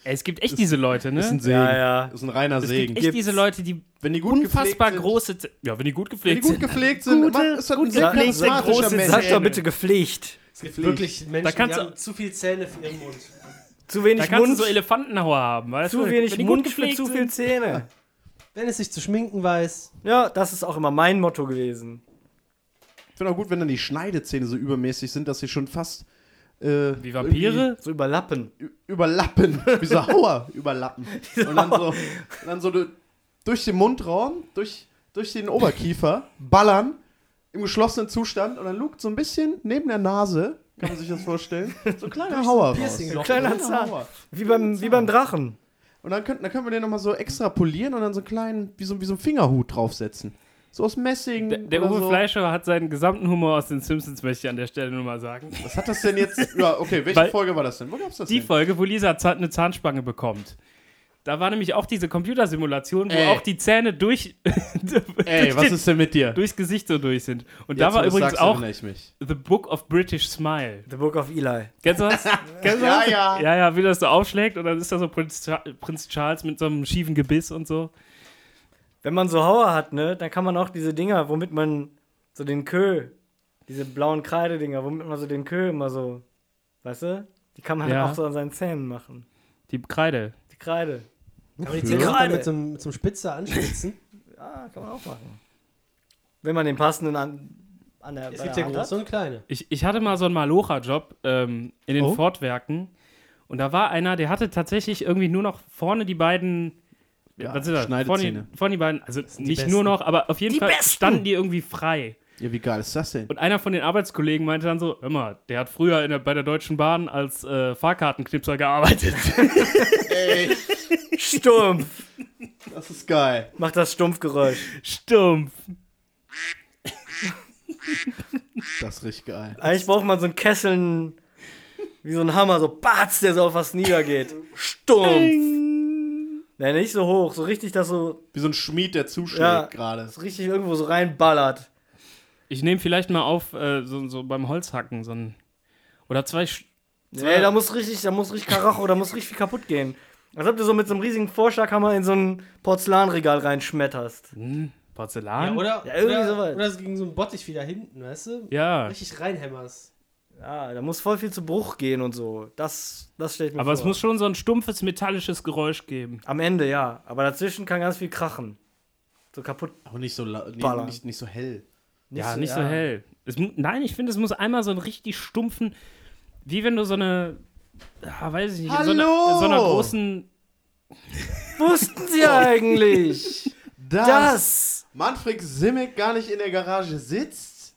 [SPEAKER 2] Ey, es gibt echt diese Leute, ne?
[SPEAKER 6] Ist ein
[SPEAKER 2] Es
[SPEAKER 6] Segen.
[SPEAKER 3] Ja, ja.
[SPEAKER 6] Ist ein reiner Segen.
[SPEAKER 2] gibt echt diese Leute, die
[SPEAKER 6] Wenn die gut
[SPEAKER 2] unfassbar
[SPEAKER 6] gepflegt
[SPEAKER 2] große. Z- Ja, wenn die gut
[SPEAKER 6] Sind, wenn die
[SPEAKER 2] gepflegt
[SPEAKER 6] gut
[SPEAKER 2] sind.
[SPEAKER 6] gepflegt sind,
[SPEAKER 2] Gute-
[SPEAKER 6] macht- ist das ein
[SPEAKER 2] gute
[SPEAKER 6] sehr
[SPEAKER 2] gepflegte
[SPEAKER 6] charismatischer
[SPEAKER 2] große
[SPEAKER 6] Mensch.
[SPEAKER 3] Sag doch bitte gepflegt.
[SPEAKER 4] Es gibt wirklich Menschen,
[SPEAKER 2] Da kannst
[SPEAKER 4] die
[SPEAKER 2] du-
[SPEAKER 4] haben zu viel Zähne für ihren Mund.
[SPEAKER 3] Zu
[SPEAKER 2] Da
[SPEAKER 3] wenig
[SPEAKER 2] kannst
[SPEAKER 3] Mund,
[SPEAKER 2] du so Elefantenhauer haben, weißt du?
[SPEAKER 3] zu wenig
[SPEAKER 2] Wenn die
[SPEAKER 3] Mund
[SPEAKER 2] gut
[SPEAKER 3] für
[SPEAKER 2] gepflegt
[SPEAKER 3] zu viel
[SPEAKER 2] sind.
[SPEAKER 3] Zähne.
[SPEAKER 4] Wenn es sich zu schminken weiß.
[SPEAKER 3] Ja, das ist auch immer mein Motto gewesen.
[SPEAKER 6] Ich finde auch gut, wenn dann die Schneidezähne so übermäßig sind, dass sie schon fast. Äh,
[SPEAKER 2] Wie Vampire?
[SPEAKER 3] So überlappen.
[SPEAKER 6] irgendwie ü- Überlappen. Wie so Hauer überlappen. Und dann so, dann so du- durch den Mundraum, durch, durch den Oberkiefer ballern im geschlossenen Zustand und dann lugt so ein bisschen neben der Nase, kann man sich das vorstellen, so ein kleiner Hauer raus.
[SPEAKER 4] Piercing-Loch.
[SPEAKER 3] Kleiner Zahn. Wie beim, wie beim Drachen.
[SPEAKER 6] Und dann, könnten, dann können wir den nochmal so extra polieren und dann so einen kleinen, wie so, wie so einen Fingerhut draufsetzen. So aus Messing.
[SPEAKER 2] Der, der
[SPEAKER 6] oder
[SPEAKER 2] Uwe
[SPEAKER 6] so.
[SPEAKER 2] Fleischer hat seinen gesamten Humor aus den Simpsons, möchte ich an der Stelle nur mal sagen.
[SPEAKER 6] Was hat das denn jetzt? Ja, okay, welche
[SPEAKER 2] Weil-
[SPEAKER 6] Folge war das denn? Wo gab's das
[SPEAKER 2] Die
[SPEAKER 6] denn?
[SPEAKER 2] Folge, wo Lisa Zahn- eine Zahnspange bekommt. Da war nämlich auch diese Computersimulation, wo
[SPEAKER 6] Ey.
[SPEAKER 2] auch die Zähne durch,
[SPEAKER 6] Ey,
[SPEAKER 2] durch
[SPEAKER 6] was
[SPEAKER 2] den-
[SPEAKER 6] ist denn mit dir?
[SPEAKER 2] durchs Gesicht so durch sind. Und
[SPEAKER 6] Jetzt,
[SPEAKER 2] da
[SPEAKER 6] wo
[SPEAKER 2] war
[SPEAKER 6] du's
[SPEAKER 2] übrigens
[SPEAKER 6] sagst,
[SPEAKER 2] auch
[SPEAKER 6] erinnere ich mich.
[SPEAKER 2] The Book of British Smile.
[SPEAKER 3] The Book of Eli.
[SPEAKER 2] Kennst du das? Kennst du
[SPEAKER 6] Ja,
[SPEAKER 2] das?
[SPEAKER 6] ja.
[SPEAKER 2] Ja, ja, wie das so aufschlägt und dann ist da so Prinz, Cha- Prinz Charles mit so einem schiefen Gebiss und so.
[SPEAKER 3] Wenn man so Hauer hat, ne, dann kann man auch diese Dinger, womit man so den Kö, diese blauen Kreidedinger, womit man so den Kö immer so, weißt du? Die kann man
[SPEAKER 2] Ja.
[SPEAKER 3] auch so an seinen Zähnen machen.
[SPEAKER 2] Die Kreide.
[SPEAKER 3] Die Kreide.
[SPEAKER 4] Kann man die
[SPEAKER 3] Ja.
[SPEAKER 4] Zähne auch dann mit so einem, mit so einem Spitzer anspitzen?
[SPEAKER 3] Ja, Ah, kann man auch machen. Wenn man den passenden an, an der,
[SPEAKER 4] Es
[SPEAKER 3] bei
[SPEAKER 4] gibt
[SPEAKER 3] der
[SPEAKER 4] ja
[SPEAKER 3] Hand
[SPEAKER 4] große
[SPEAKER 3] hat.
[SPEAKER 4] und kleine.
[SPEAKER 2] Ich, ich hatte mal so einen Malocha-Job ähm, in den
[SPEAKER 4] Oh.
[SPEAKER 2] Fortwerken. Und da war einer, der hatte tatsächlich irgendwie nur noch vorne die beiden.
[SPEAKER 6] Ja,
[SPEAKER 2] was sind das?
[SPEAKER 6] Schneidezähne.
[SPEAKER 2] Vorne, die- vorne die beiden. Also nicht
[SPEAKER 4] besten.
[SPEAKER 2] nur noch, aber auf jeden
[SPEAKER 3] Die
[SPEAKER 2] Fall
[SPEAKER 3] besten.
[SPEAKER 2] standen die irgendwie frei.
[SPEAKER 6] Ja, wie geil ist das denn?
[SPEAKER 2] Und einer von den Arbeitskollegen meinte dann so: Hör mal, der hat früher in der, bei der Deutschen Bahn als äh, Fahrkartenknipser gearbeitet.
[SPEAKER 6] Ey,
[SPEAKER 3] Stumpf.
[SPEAKER 6] das ist geil.
[SPEAKER 3] Macht das Stumpfgeräusch.
[SPEAKER 2] Stumpf.
[SPEAKER 6] Das ist richtig geil.
[SPEAKER 3] Eigentlich braucht man so einen Kesseln, wie so einen Hammer, so batz, der so auf was niedergeht. Stumpf. Ne, nicht so hoch, so richtig, dass so,
[SPEAKER 6] Wie so ein Schmied, der zuschlägt
[SPEAKER 3] Ja.
[SPEAKER 6] gerade.
[SPEAKER 3] so richtig irgendwo so reinballert.
[SPEAKER 2] Ich nehme vielleicht mal auf, äh, so, so beim Holzhacken, so ein. Oder zwei. Sch
[SPEAKER 3] Nee, da muss richtig, da muss richtig Karacho, da muss richtig viel kaputt gehen. Als ob du so mit so einem riesigen Vorschlaghammer in so ein Porzellanregal reinschmetterst.
[SPEAKER 2] hm,
[SPEAKER 4] Ja,
[SPEAKER 2] Porzellan?
[SPEAKER 4] oder,
[SPEAKER 3] Ja, irgendwie
[SPEAKER 4] oder,
[SPEAKER 3] sowas.
[SPEAKER 4] oder es ging so ein Bottich wieder hinten, weißt du?
[SPEAKER 2] Ja,
[SPEAKER 4] Richtig reinhämmerst.
[SPEAKER 3] Ja, da muss voll viel zu Bruch gehen und so. Das, das stelle ich mir
[SPEAKER 2] aber
[SPEAKER 3] vor.
[SPEAKER 2] es muss schon so ein stumpfes, metallisches Geräusch geben.
[SPEAKER 3] Am Ende, ja. Aber dazwischen kann ganz viel krachen. So kaputt.
[SPEAKER 6] Auch nicht so, la- nee,
[SPEAKER 3] Ballern.
[SPEAKER 6] nicht, nicht so hell.
[SPEAKER 2] ja, nicht so hell. Es, mu- nein, ich finde, es muss einmal so einen richtig stumpfen, wie wenn du so eine, ah, weiß ich nicht, in so, einer, in so einer
[SPEAKER 6] Hallo!
[SPEAKER 2] großen,
[SPEAKER 3] Wussten sie eigentlich?
[SPEAKER 6] Das,
[SPEAKER 3] das!
[SPEAKER 6] Manfred Simmek gar nicht in der Garage sitzt?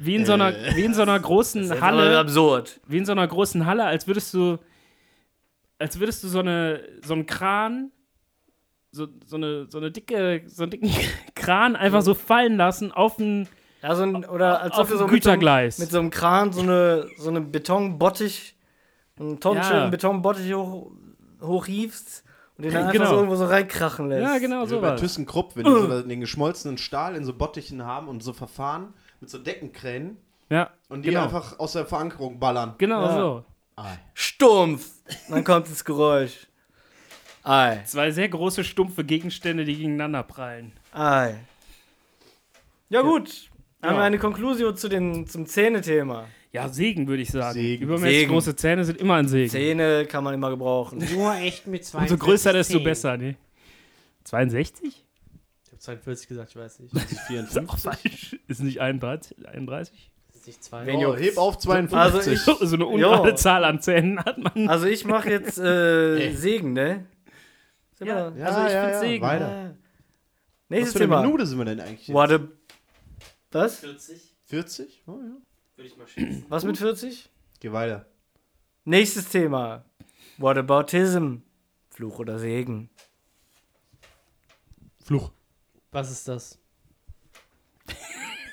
[SPEAKER 2] wie in so einer, wie in so einer großen
[SPEAKER 3] Aber
[SPEAKER 2] Halle,
[SPEAKER 3] absurd.
[SPEAKER 2] wie in so einer großen Halle, als würdest du, als würdest du so eine, so einen Kran, so, so eine, so eine dicke, so einen dicken Kran einfach so fallen lassen auf einen,
[SPEAKER 3] Ja, so ein, oder als
[SPEAKER 2] auf
[SPEAKER 3] ob du so
[SPEAKER 2] ein
[SPEAKER 3] mit so, einem,
[SPEAKER 2] Gütergleis.
[SPEAKER 3] mit so einem Kran so eine, so eine Betonbottich, einen
[SPEAKER 2] Ja.
[SPEAKER 3] tonnenschönen Betonbottich hoch, hochhiefst und den dann einfach
[SPEAKER 2] Genau.
[SPEAKER 3] so irgendwo so reinkrachen lässt.
[SPEAKER 2] ja, genau
[SPEAKER 6] Wie bei
[SPEAKER 2] sowas.
[SPEAKER 6] ThyssenKrupp, wenn die so da den geschmolzenen Stahl in so Bottichen haben und so verfahren mit so Deckenkränen
[SPEAKER 2] Ja,
[SPEAKER 6] und die
[SPEAKER 2] Genau.
[SPEAKER 6] einfach aus der Verankerung ballern.
[SPEAKER 2] genau
[SPEAKER 3] Ja.
[SPEAKER 2] so.
[SPEAKER 3] Stumpf! Dann kommt das Geräusch. Ei,
[SPEAKER 2] Zwei sehr große, stumpfe Gegenstände, die gegeneinander prallen.
[SPEAKER 3] ei. Ja, gut. Haben wir
[SPEAKER 2] Ja.
[SPEAKER 3] eine Konklusion zu den, zum Zähnethema.
[SPEAKER 2] Ja, Segen würde ich sagen.
[SPEAKER 6] Segen.
[SPEAKER 2] Übermäßig
[SPEAKER 3] Segen.
[SPEAKER 2] große Zähne sind immer ein Segen.
[SPEAKER 3] Zähne kann man immer gebrauchen.
[SPEAKER 4] Nur echt mit zwei.
[SPEAKER 2] Umso größer, desto besser, ne? 62?
[SPEAKER 4] Ich habe 42 gesagt, ich weiß nicht.
[SPEAKER 2] Ist auch falsch. Ist nicht 31? 31?
[SPEAKER 4] Das ist nicht zwei.
[SPEAKER 3] Wen
[SPEAKER 6] Oh,
[SPEAKER 3] juckt's?
[SPEAKER 6] heb auf 52.
[SPEAKER 3] Also ich,
[SPEAKER 2] So, so eine ungerade
[SPEAKER 3] Jo.
[SPEAKER 2] Zahl an Zähnen hat man.
[SPEAKER 3] also ich mache jetzt äh, Segen, ne? Sind wir
[SPEAKER 2] Ja.
[SPEAKER 3] da? äh,
[SPEAKER 2] also ich bin Segen.
[SPEAKER 6] Weiter. Was
[SPEAKER 3] Nächstes
[SPEAKER 6] für eine
[SPEAKER 3] Thema.
[SPEAKER 6] Minute sind wir denn eigentlich? Jetzt?
[SPEAKER 3] What a was?
[SPEAKER 4] 40
[SPEAKER 6] 40? Oh, ja.
[SPEAKER 4] würde ich mal schätzen.
[SPEAKER 3] Was mit 40?
[SPEAKER 6] Geh weiter.
[SPEAKER 3] Nächstes Thema. What aboutism? Fluch oder Segen?
[SPEAKER 6] Fluch.
[SPEAKER 4] Was ist das?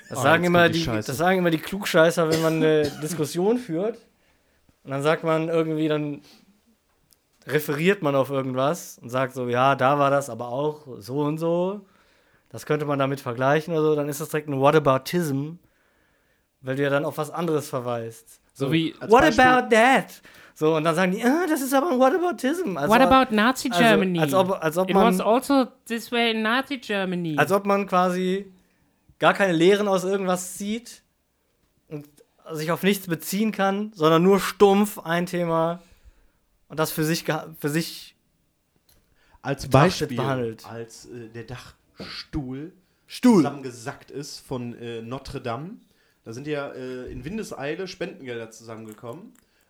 [SPEAKER 3] Das
[SPEAKER 6] Ah,
[SPEAKER 3] sagen,
[SPEAKER 6] jetzt
[SPEAKER 3] immer
[SPEAKER 6] kommt die
[SPEAKER 3] die,
[SPEAKER 6] Scheiße.
[SPEAKER 3] das sagen immer die Klugscheißer, wenn man eine Diskussion führt. Und dann sagt man irgendwie, dann referiert man auf irgendwas und sagt so, ja, da war das, aber auch so und so. Das könnte man damit vergleichen oder so. Dann ist das direkt ein Whataboutism, weil du ja dann auf was anderes verweist.
[SPEAKER 2] So wie.
[SPEAKER 6] als
[SPEAKER 3] What
[SPEAKER 6] Beispiel-
[SPEAKER 3] about that? So, und dann sagen die, ah, das ist aber ein Whataboutism. Also,
[SPEAKER 2] Nazi
[SPEAKER 3] also, Als ob, als ob man, Also,
[SPEAKER 2] also this way in Nazi Germany.
[SPEAKER 3] als ob man quasi gar keine Lehren aus irgendwas zieht und sich auf nichts beziehen kann, sondern nur stumpf ein Thema und das für sich, geha- für sich
[SPEAKER 6] Als
[SPEAKER 3] Betrachtet,
[SPEAKER 6] Beispiel,
[SPEAKER 3] behandelt.
[SPEAKER 6] als äh, der Dachstuhl
[SPEAKER 3] Stuhl.
[SPEAKER 6] zusammengesackt ist von äh, Notre Dame, da sind ja äh, in Windeseile Spendengelder zusammengekommen.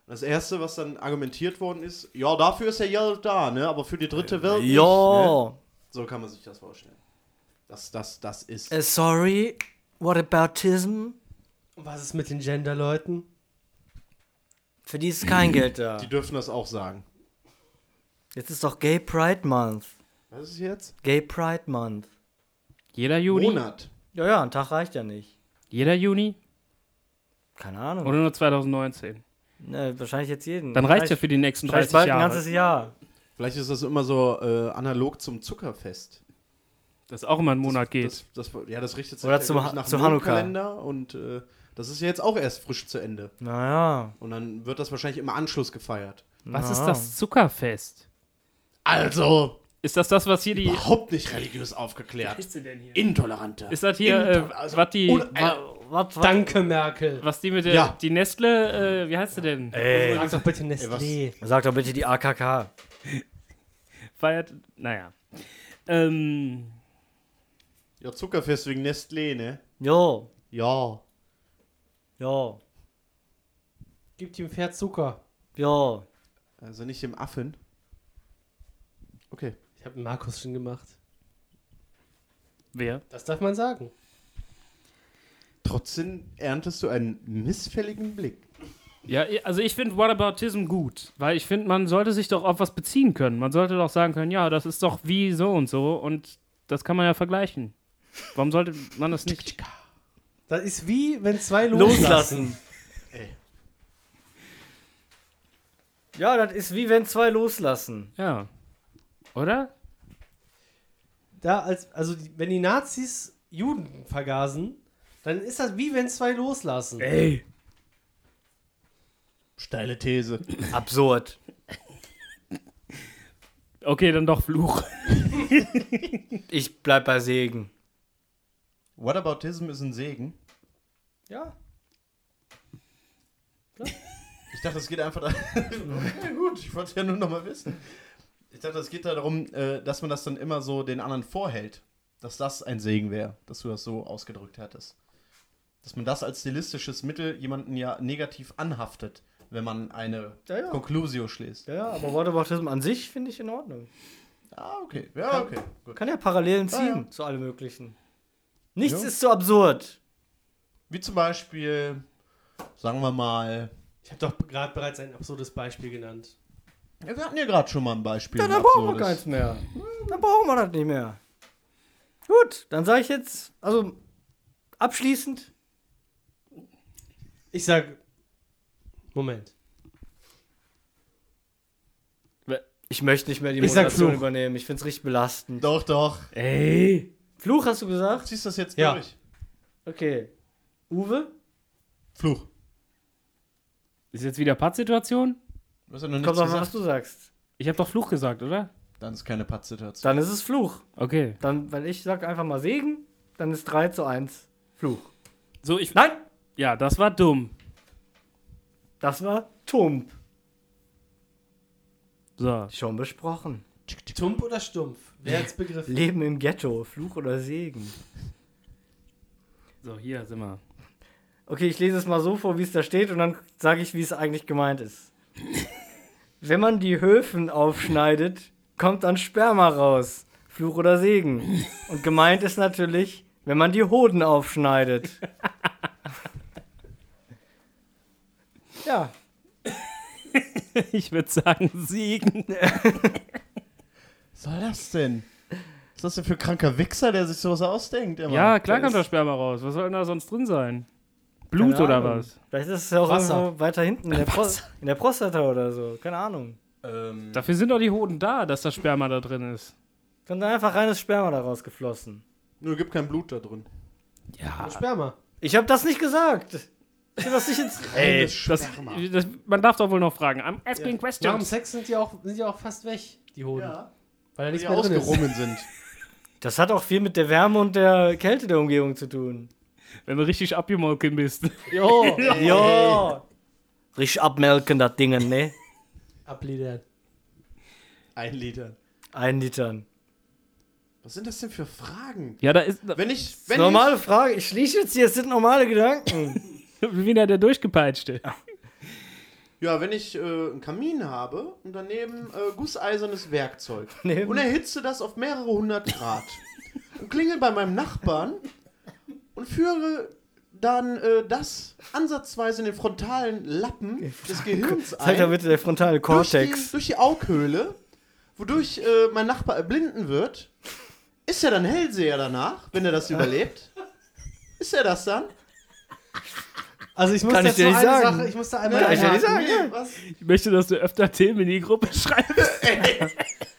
[SPEAKER 6] Und Das erste, was dann argumentiert worden ist, ja, dafür ist ja Geld da, ne? Aber für die dritte Welt. nicht, Ne?
[SPEAKER 3] Ja.
[SPEAKER 6] So kann man sich das vorstellen. Das, das, das ist.
[SPEAKER 3] Äh, sorry, what aboutism?
[SPEAKER 4] Und was ist mit den Gender-Leuten?
[SPEAKER 3] Für die ist kein Geld da.
[SPEAKER 6] Die dürfen das auch sagen.
[SPEAKER 3] Jetzt ist doch Gay Pride Month.
[SPEAKER 6] Was ist jetzt?
[SPEAKER 3] Gay Pride Month.
[SPEAKER 2] Jeder Juni?
[SPEAKER 6] Monat.
[SPEAKER 3] Ja, ja, ein Tag reicht ja nicht.
[SPEAKER 2] Jeder Juni?
[SPEAKER 3] Keine Ahnung.
[SPEAKER 2] Oder nur 2019?
[SPEAKER 3] Ne, wahrscheinlich jetzt jeden.
[SPEAKER 2] Dann reicht ja
[SPEAKER 3] Vielleicht-
[SPEAKER 2] für die nächsten
[SPEAKER 3] vielleicht
[SPEAKER 2] 30
[SPEAKER 3] bald
[SPEAKER 2] Jahre.
[SPEAKER 3] ein ganzes Jahr.
[SPEAKER 6] Vielleicht ist das immer so äh, analog zum Zuckerfest.
[SPEAKER 2] dass auch immer ein Monat geht.
[SPEAKER 6] Das, das, das, ja, das richtet sich
[SPEAKER 3] Oder
[SPEAKER 6] ja,
[SPEAKER 3] zum
[SPEAKER 6] glaub ich,
[SPEAKER 3] Ha-
[SPEAKER 6] nach
[SPEAKER 3] zum
[SPEAKER 6] dem
[SPEAKER 3] Hanukkah.
[SPEAKER 6] Kalender und äh, das ist ja jetzt auch erst frisch zu Ende.
[SPEAKER 3] Naja.
[SPEAKER 6] Und dann wird das wahrscheinlich im Anschluss gefeiert.
[SPEAKER 2] Was
[SPEAKER 3] na.
[SPEAKER 2] ist das Zuckerfest?
[SPEAKER 6] Also,
[SPEAKER 2] Ist das das, was hier die.
[SPEAKER 6] überhaupt nicht religiös aufgeklärt.
[SPEAKER 2] ist denn hier?
[SPEAKER 6] Intoleranter.
[SPEAKER 2] Ist das hier, äh,
[SPEAKER 6] Inter- also
[SPEAKER 2] was die.
[SPEAKER 6] un- äh,
[SPEAKER 3] Was, was?
[SPEAKER 4] Danke, Merkel.
[SPEAKER 2] Was die mit der.
[SPEAKER 6] Ja.
[SPEAKER 2] Die Nestle, äh, wie heißt sie denn?
[SPEAKER 3] Ey.
[SPEAKER 4] Also, Sag doch bitte Nestlé.
[SPEAKER 3] Sag doch bitte die AKK.
[SPEAKER 2] Feiert. Naja. Ähm,
[SPEAKER 6] äh, Ja, Zuckerfest wegen Nestlé, ne?
[SPEAKER 3] Jo,
[SPEAKER 6] Ja.
[SPEAKER 3] jo,
[SPEAKER 4] Gib dem Pferd Zucker.
[SPEAKER 3] jo.
[SPEAKER 6] Also nicht im Affen. Okay.
[SPEAKER 4] Ich habe Markus schon gemacht.
[SPEAKER 2] wer?
[SPEAKER 4] Das darf man sagen.
[SPEAKER 6] Trotzdem erntest du einen missfälligen Blick.
[SPEAKER 2] Ja, also ich finde Whataboutism gut, weil ich finde, man sollte sich doch auf was beziehen können. Man sollte doch sagen können, ja, das ist doch wie so und so und das kann man ja vergleichen. Warum sollte man das nicht?
[SPEAKER 4] Das ist wie, wenn zwei loslassen.
[SPEAKER 3] Loslassen. Ja, das ist wie wenn zwei loslassen.
[SPEAKER 2] Ja. Oder?
[SPEAKER 4] Da als, also, die- wenn die Nazis Juden vergasen, dann ist das wie, wenn zwei loslassen.
[SPEAKER 2] Ey.
[SPEAKER 6] Steile These.
[SPEAKER 3] Absurd.
[SPEAKER 2] Okay, dann doch Fluch.
[SPEAKER 3] Ich bleib bei Segen.
[SPEAKER 6] Whataboutism ist ein Segen.
[SPEAKER 4] Ja.
[SPEAKER 6] Ich dachte, es geht einfach. Da okay, gut, ich wollte es ja nur nochmal wissen. Ich dachte, es geht da darum, äh, dass man das dann immer so den anderen vorhält. Dass das ein Segen wäre, dass du das so ausgedrückt hättest. Dass man das als stilistisches Mittel jemanden ja negativ anhaftet, wenn man eine
[SPEAKER 3] Ja, ja.
[SPEAKER 6] Conclusio schließt.
[SPEAKER 3] Ja, aber Whataboutism an sich finde ich in Ordnung.
[SPEAKER 6] Ah, okay. Ja, okay.
[SPEAKER 3] Man
[SPEAKER 6] Gut.
[SPEAKER 3] kann ja Parallelen ziehen
[SPEAKER 6] Ja,
[SPEAKER 3] zu allem Möglichen. Nichts
[SPEAKER 6] Jo.
[SPEAKER 3] ist so absurd.
[SPEAKER 6] Wie zum Beispiel, sagen wir mal.
[SPEAKER 4] Ich habe doch gerade bereits ein absurdes Beispiel genannt.
[SPEAKER 6] Ja, wir hatten ja gerade schon mal ein Beispiel.
[SPEAKER 3] Ja, dann
[SPEAKER 6] ein
[SPEAKER 3] brauchen wir
[SPEAKER 6] absurdes.
[SPEAKER 3] keins mehr. Hm, Dann brauchen wir das nicht mehr. Gut, dann sage ich jetzt, also abschließend,
[SPEAKER 4] Ich sag. Moment.
[SPEAKER 3] ich möchte nicht mehr die
[SPEAKER 4] Ich sag
[SPEAKER 3] Moderation
[SPEAKER 4] Fluch.
[SPEAKER 3] übernehmen. Ich finde es richtig belastend.
[SPEAKER 6] Doch, doch.
[SPEAKER 2] Ey.
[SPEAKER 3] Fluch hast du gesagt?
[SPEAKER 6] Ziehst das jetzt
[SPEAKER 4] Ja.
[SPEAKER 6] durch.
[SPEAKER 3] Okay. Uwe?
[SPEAKER 6] Fluch.
[SPEAKER 2] Ist jetzt wieder Pattsituation?
[SPEAKER 6] Du hast ja noch nichts
[SPEAKER 3] Kommt auf an, was
[SPEAKER 6] gesagt.
[SPEAKER 3] du sagst.
[SPEAKER 2] Ich habe doch Fluch gesagt, oder?
[SPEAKER 6] Dann ist keine Pattsituation.
[SPEAKER 3] Dann ist es Fluch.
[SPEAKER 2] Okay.
[SPEAKER 3] Dann, weil ich sag einfach mal Segen, dann ist 3 zu 1 Fluch.
[SPEAKER 2] So, ich.
[SPEAKER 3] Nein,
[SPEAKER 2] Ja, das war dumm.
[SPEAKER 3] das war Tump.
[SPEAKER 2] So.
[SPEAKER 3] Schon besprochen.
[SPEAKER 4] Tump oder stumpf? Wer hat's begriffen?
[SPEAKER 3] Leben im Ghetto, Fluch oder Segen.
[SPEAKER 2] So, hier sind wir.
[SPEAKER 3] Okay, ich lese es mal so vor, wie es da steht, und dann sage ich, wie es eigentlich gemeint ist. Wenn man die Höfen aufschneidet, kommt dann Sperma raus. Fluch oder Segen. Und gemeint ist natürlich, wenn man die Hoden aufschneidet. Ja,
[SPEAKER 2] Ich würde sagen, Siegen.
[SPEAKER 6] Was soll das denn? Was ist das denn für ein kranker Wichser, der sich sowas ausdenkt? Immer?
[SPEAKER 2] Ja, klar
[SPEAKER 6] Der
[SPEAKER 2] kommt da
[SPEAKER 6] ist-
[SPEAKER 2] Sperma raus. Was soll denn da sonst drin sein? Blut
[SPEAKER 3] Keine
[SPEAKER 2] oder
[SPEAKER 3] Ahnung.
[SPEAKER 2] was?
[SPEAKER 3] vielleicht ist es ja auch
[SPEAKER 4] Wasser.
[SPEAKER 3] irgendwo weiter hinten in der, Pro in der Prostata oder so. Keine Ahnung.
[SPEAKER 6] Ähm,
[SPEAKER 2] Dafür sind doch die Hoden da, dass das Sperma da drin ist.
[SPEAKER 3] Kommt dann einfach reines Sperma daraus geflossen.
[SPEAKER 6] nur gibt kein Blut da drin.
[SPEAKER 2] Ja.
[SPEAKER 4] Sperma.
[SPEAKER 3] Ich habe das nicht gesagt. Ich hab das nicht ins.
[SPEAKER 6] Ey,
[SPEAKER 2] Das, das, man darf doch wohl noch fragen. I'm asking
[SPEAKER 4] Nach dem
[SPEAKER 2] questions.
[SPEAKER 4] Sex sind die auch, sind die auch fast weg, die Hoden.
[SPEAKER 6] Ja,
[SPEAKER 4] Weil da
[SPEAKER 6] die
[SPEAKER 4] nichts
[SPEAKER 6] ja
[SPEAKER 4] mehr drin ist.
[SPEAKER 6] ausgerungen sind.
[SPEAKER 3] Das hat auch viel mit der Wärme und der Kälte der Umgebung zu tun.
[SPEAKER 2] Wenn du richtig abgemolken bist.
[SPEAKER 3] Jo, jo. Richtig abmelken, das Ding, ne?
[SPEAKER 4] Abliedern.
[SPEAKER 6] Ein Liter.
[SPEAKER 3] Ein Litern.
[SPEAKER 6] Was sind das denn für Fragen?
[SPEAKER 2] Ja, da ist
[SPEAKER 6] Wenn ich, wenn
[SPEAKER 3] normale Frage. Ich schließe jetzt hier, es sind normale Gedanken.
[SPEAKER 2] wieder der durchgepeitschte.
[SPEAKER 6] ich, ja, wenn ich äh, einen Kamin habe und daneben äh, gusseisernes Werkzeug
[SPEAKER 3] Daneben.
[SPEAKER 6] und erhitze das auf mehrere hundert Grad und klingel bei meinem Nachbarn und führe dann äh, das ansatzweise in den frontalen Lappen des Gehirns
[SPEAKER 3] Seid da
[SPEAKER 6] ein,
[SPEAKER 3] bitte der frontale
[SPEAKER 6] durch die,
[SPEAKER 3] Kortex.
[SPEAKER 6] durch die Aughöhle, wodurch äh, mein Nachbar erblinden wird. Ist er dann Hellseher danach, wenn er das überlebt? Ist er das dann?
[SPEAKER 4] Also ich muss
[SPEAKER 3] Kann ich
[SPEAKER 4] dazu
[SPEAKER 3] dir nicht
[SPEAKER 4] eine
[SPEAKER 3] sagen.
[SPEAKER 4] Sache, ich muss da einmal
[SPEAKER 3] ich dir nicht
[SPEAKER 4] einhaken.
[SPEAKER 3] sagen.
[SPEAKER 6] Nee, was?
[SPEAKER 2] Ich möchte, dass du öfter Themen in die Gruppe schreibst.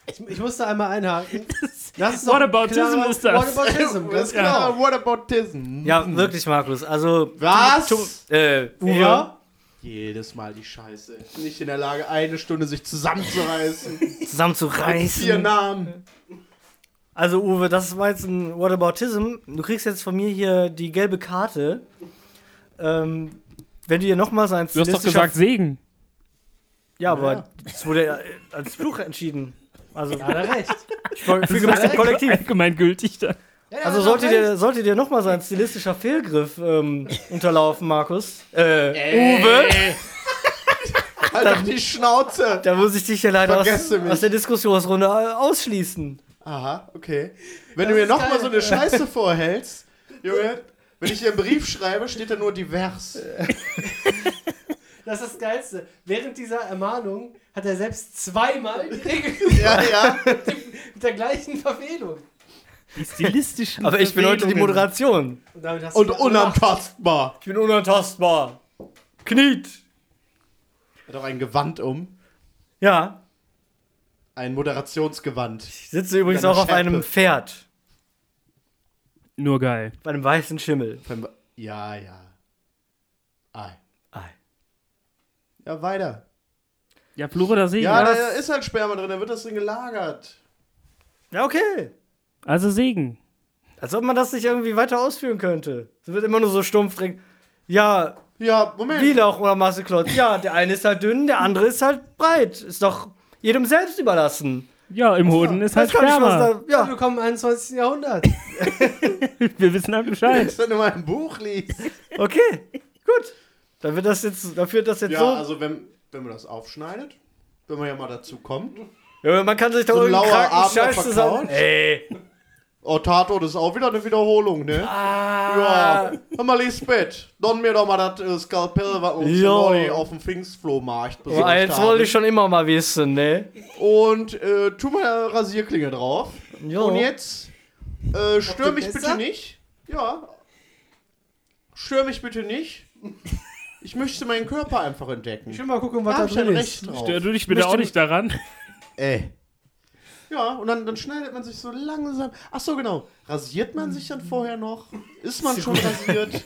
[SPEAKER 4] Ich, ich muss da einmal einhaken. Das ist
[SPEAKER 2] Whataboutism
[SPEAKER 4] klar-
[SPEAKER 2] ist das.
[SPEAKER 4] Whataboutism, ganz
[SPEAKER 6] Ganz
[SPEAKER 4] klar.
[SPEAKER 6] klar. What about Disney?
[SPEAKER 3] Ja, wirklich, Markus. Also,
[SPEAKER 6] Was?
[SPEAKER 3] äh, Uwe,
[SPEAKER 6] Ja. Jedes Mal die Scheiße. Nicht in der Lage, eine Stunde sich zusammenzureißen. Vier
[SPEAKER 3] zusammenzureißen.
[SPEAKER 6] Namen.
[SPEAKER 3] Also, Uwe, das war jetzt ein Whataboutism. Du kriegst jetzt von mir hier die gelbe Karte. Ähm, wenn du hier nochmal sein
[SPEAKER 2] Du hast doch gesagt Segen.
[SPEAKER 3] Ja, aber
[SPEAKER 6] Ja.
[SPEAKER 3] es wurde ja äh, als Fluch entschieden. Also,
[SPEAKER 4] Hat er recht.
[SPEAKER 3] ich wollte- füge mich dem Kollektiv.
[SPEAKER 2] Allgemeingültig. Da.
[SPEAKER 3] Also sollte dir, sollte dir nochmal so ein stilistischer Fehlgriff ähm, unterlaufen, Markus. Äh, Uwe,
[SPEAKER 6] Halt doch die Schnauze.
[SPEAKER 3] da muss ich dich ja leider aus,
[SPEAKER 6] Vergesse mich.
[SPEAKER 3] aus der Diskussionsrunde äh, ausschließen.
[SPEAKER 6] Aha, okay. Wenn du mir nochmal so eine Scheiße vorhältst, Junge, wenn ich dir einen Brief schreibe, steht da nur divers.
[SPEAKER 4] Das ist das Geilste. Während dieser Ermahnung hat er selbst zweimal die Regel
[SPEAKER 6] Ja, ja.
[SPEAKER 4] mit der gleichen Verfehlung.
[SPEAKER 2] Die stilistischen
[SPEAKER 3] Aber ich bin heute die
[SPEAKER 2] Verfehlungen.
[SPEAKER 3] Moderation.
[SPEAKER 4] Und, damit hast
[SPEAKER 6] Und
[SPEAKER 4] du gemacht.
[SPEAKER 6] unantastbar.
[SPEAKER 3] Ich bin unantastbar. Kniet.
[SPEAKER 6] Hat auch ein Gewand um.
[SPEAKER 3] Ja,
[SPEAKER 6] Ein Moderationsgewand.
[SPEAKER 3] ich sitze übrigens
[SPEAKER 6] Deine
[SPEAKER 3] auch auf
[SPEAKER 6] Schärpe.
[SPEAKER 3] einem Pferd.
[SPEAKER 2] Nur geil.
[SPEAKER 3] Auf einem weißen Schimmel.
[SPEAKER 6] Ja, ja. Ei.
[SPEAKER 3] Ei.
[SPEAKER 6] Ja, weiter.
[SPEAKER 2] Ja, Fluch oder Segen.
[SPEAKER 6] Ja,
[SPEAKER 2] oder?
[SPEAKER 6] da ist halt Sperma drin, da wird das drin gelagert.
[SPEAKER 3] Ja, okay.
[SPEAKER 2] also Segen.
[SPEAKER 3] Als ob man das nicht irgendwie weiter ausführen könnte. Es wird immer nur so stumpf drin. Ja,
[SPEAKER 6] Ja, Moment.
[SPEAKER 3] Bielauch oder Masseklotz. Ja, der eine ist halt dünn, der andere ist halt breit. Ist doch jedem selbst überlassen.
[SPEAKER 2] Ja, im Hoden ist halt
[SPEAKER 3] Das kann ich
[SPEAKER 2] Sperma.
[SPEAKER 3] was da, ja.
[SPEAKER 4] Willkommen im 21. Jahrhundert.
[SPEAKER 2] Wir wissen halt Bescheid.
[SPEAKER 6] Wenn du mal ein Buch liest.
[SPEAKER 3] Okay, gut. Dann wird das jetzt, dann führt das jetzt
[SPEAKER 6] Ja,
[SPEAKER 3] so.
[SPEAKER 6] also wenn, wenn man das aufschneidet, wenn man ja mal dazu kommt.
[SPEAKER 3] ja, man kann sich da
[SPEAKER 6] so ein
[SPEAKER 3] irgendeinen
[SPEAKER 6] lauer
[SPEAKER 3] kranken
[SPEAKER 6] Abend
[SPEAKER 3] Scheiß
[SPEAKER 6] auf der
[SPEAKER 3] zusammen.
[SPEAKER 6] Couch.
[SPEAKER 3] Ey.
[SPEAKER 6] Oh, Tatort ist auch wieder eine Wiederholung, ne? Ah. Ja. Hör mal, Lisbeth, donn mir doch mal das äh, Skalpell, was uns
[SPEAKER 3] Jo.
[SPEAKER 6] neu auf dem Pfingstflohmarkt
[SPEAKER 3] Oh,
[SPEAKER 6] besorgt
[SPEAKER 3] jetzt wollte ich schon immer mal wissen, ne?
[SPEAKER 6] Und äh, tu mal eine Rasierklinge drauf.
[SPEAKER 3] Jo.
[SPEAKER 6] Und jetzt äh, stör
[SPEAKER 4] dem
[SPEAKER 6] mich
[SPEAKER 4] Messer?
[SPEAKER 6] bitte nicht. Ja. Stör mich bitte nicht. Ich möchte meinen Körper einfach entdecken.
[SPEAKER 4] Ich will mal gucken,
[SPEAKER 6] Da
[SPEAKER 4] was
[SPEAKER 6] hab ich
[SPEAKER 4] da
[SPEAKER 6] ein
[SPEAKER 4] drin ist.
[SPEAKER 6] Recht drauf.
[SPEAKER 2] Stör du dich bitte auch nicht daran.
[SPEAKER 6] Ey. Ja, und dann, dann schneidet man sich so langsam. Ach so, genau. Rasiert man sich dann vorher noch? Ist man schon rasiert?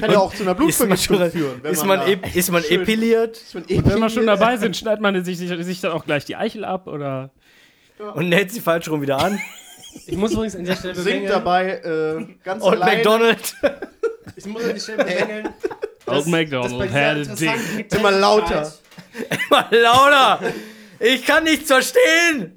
[SPEAKER 6] Kann ja auch zu einer
[SPEAKER 3] Ist man, schon,
[SPEAKER 6] Blutvergiftung führen. wenn
[SPEAKER 3] ist man,
[SPEAKER 6] da-
[SPEAKER 3] ep- ist man
[SPEAKER 6] schön-
[SPEAKER 3] epiliert
[SPEAKER 6] Ist man
[SPEAKER 2] Wenn wir schon
[SPEAKER 6] epiliert?
[SPEAKER 2] dabei sind, schneidet man sich, sich, sich dann auch gleich die Eichel ab oder.
[SPEAKER 3] und näht sie falsch rum wieder an.
[SPEAKER 4] Ich muss übrigens an der Stelle
[SPEAKER 6] Singt
[SPEAKER 4] bemängeln.
[SPEAKER 6] dabei äh, ganz
[SPEAKER 3] Und
[SPEAKER 6] allein.
[SPEAKER 3] McDonald.
[SPEAKER 4] Ich muss an der Stelle bemängeln.
[SPEAKER 2] Old
[SPEAKER 4] dass bei
[SPEAKER 2] McDonald
[SPEAKER 4] dieser
[SPEAKER 2] had a dick.
[SPEAKER 4] interessanten
[SPEAKER 6] Immer lauter.
[SPEAKER 3] Mal lauter. Ich kann nichts verstehen.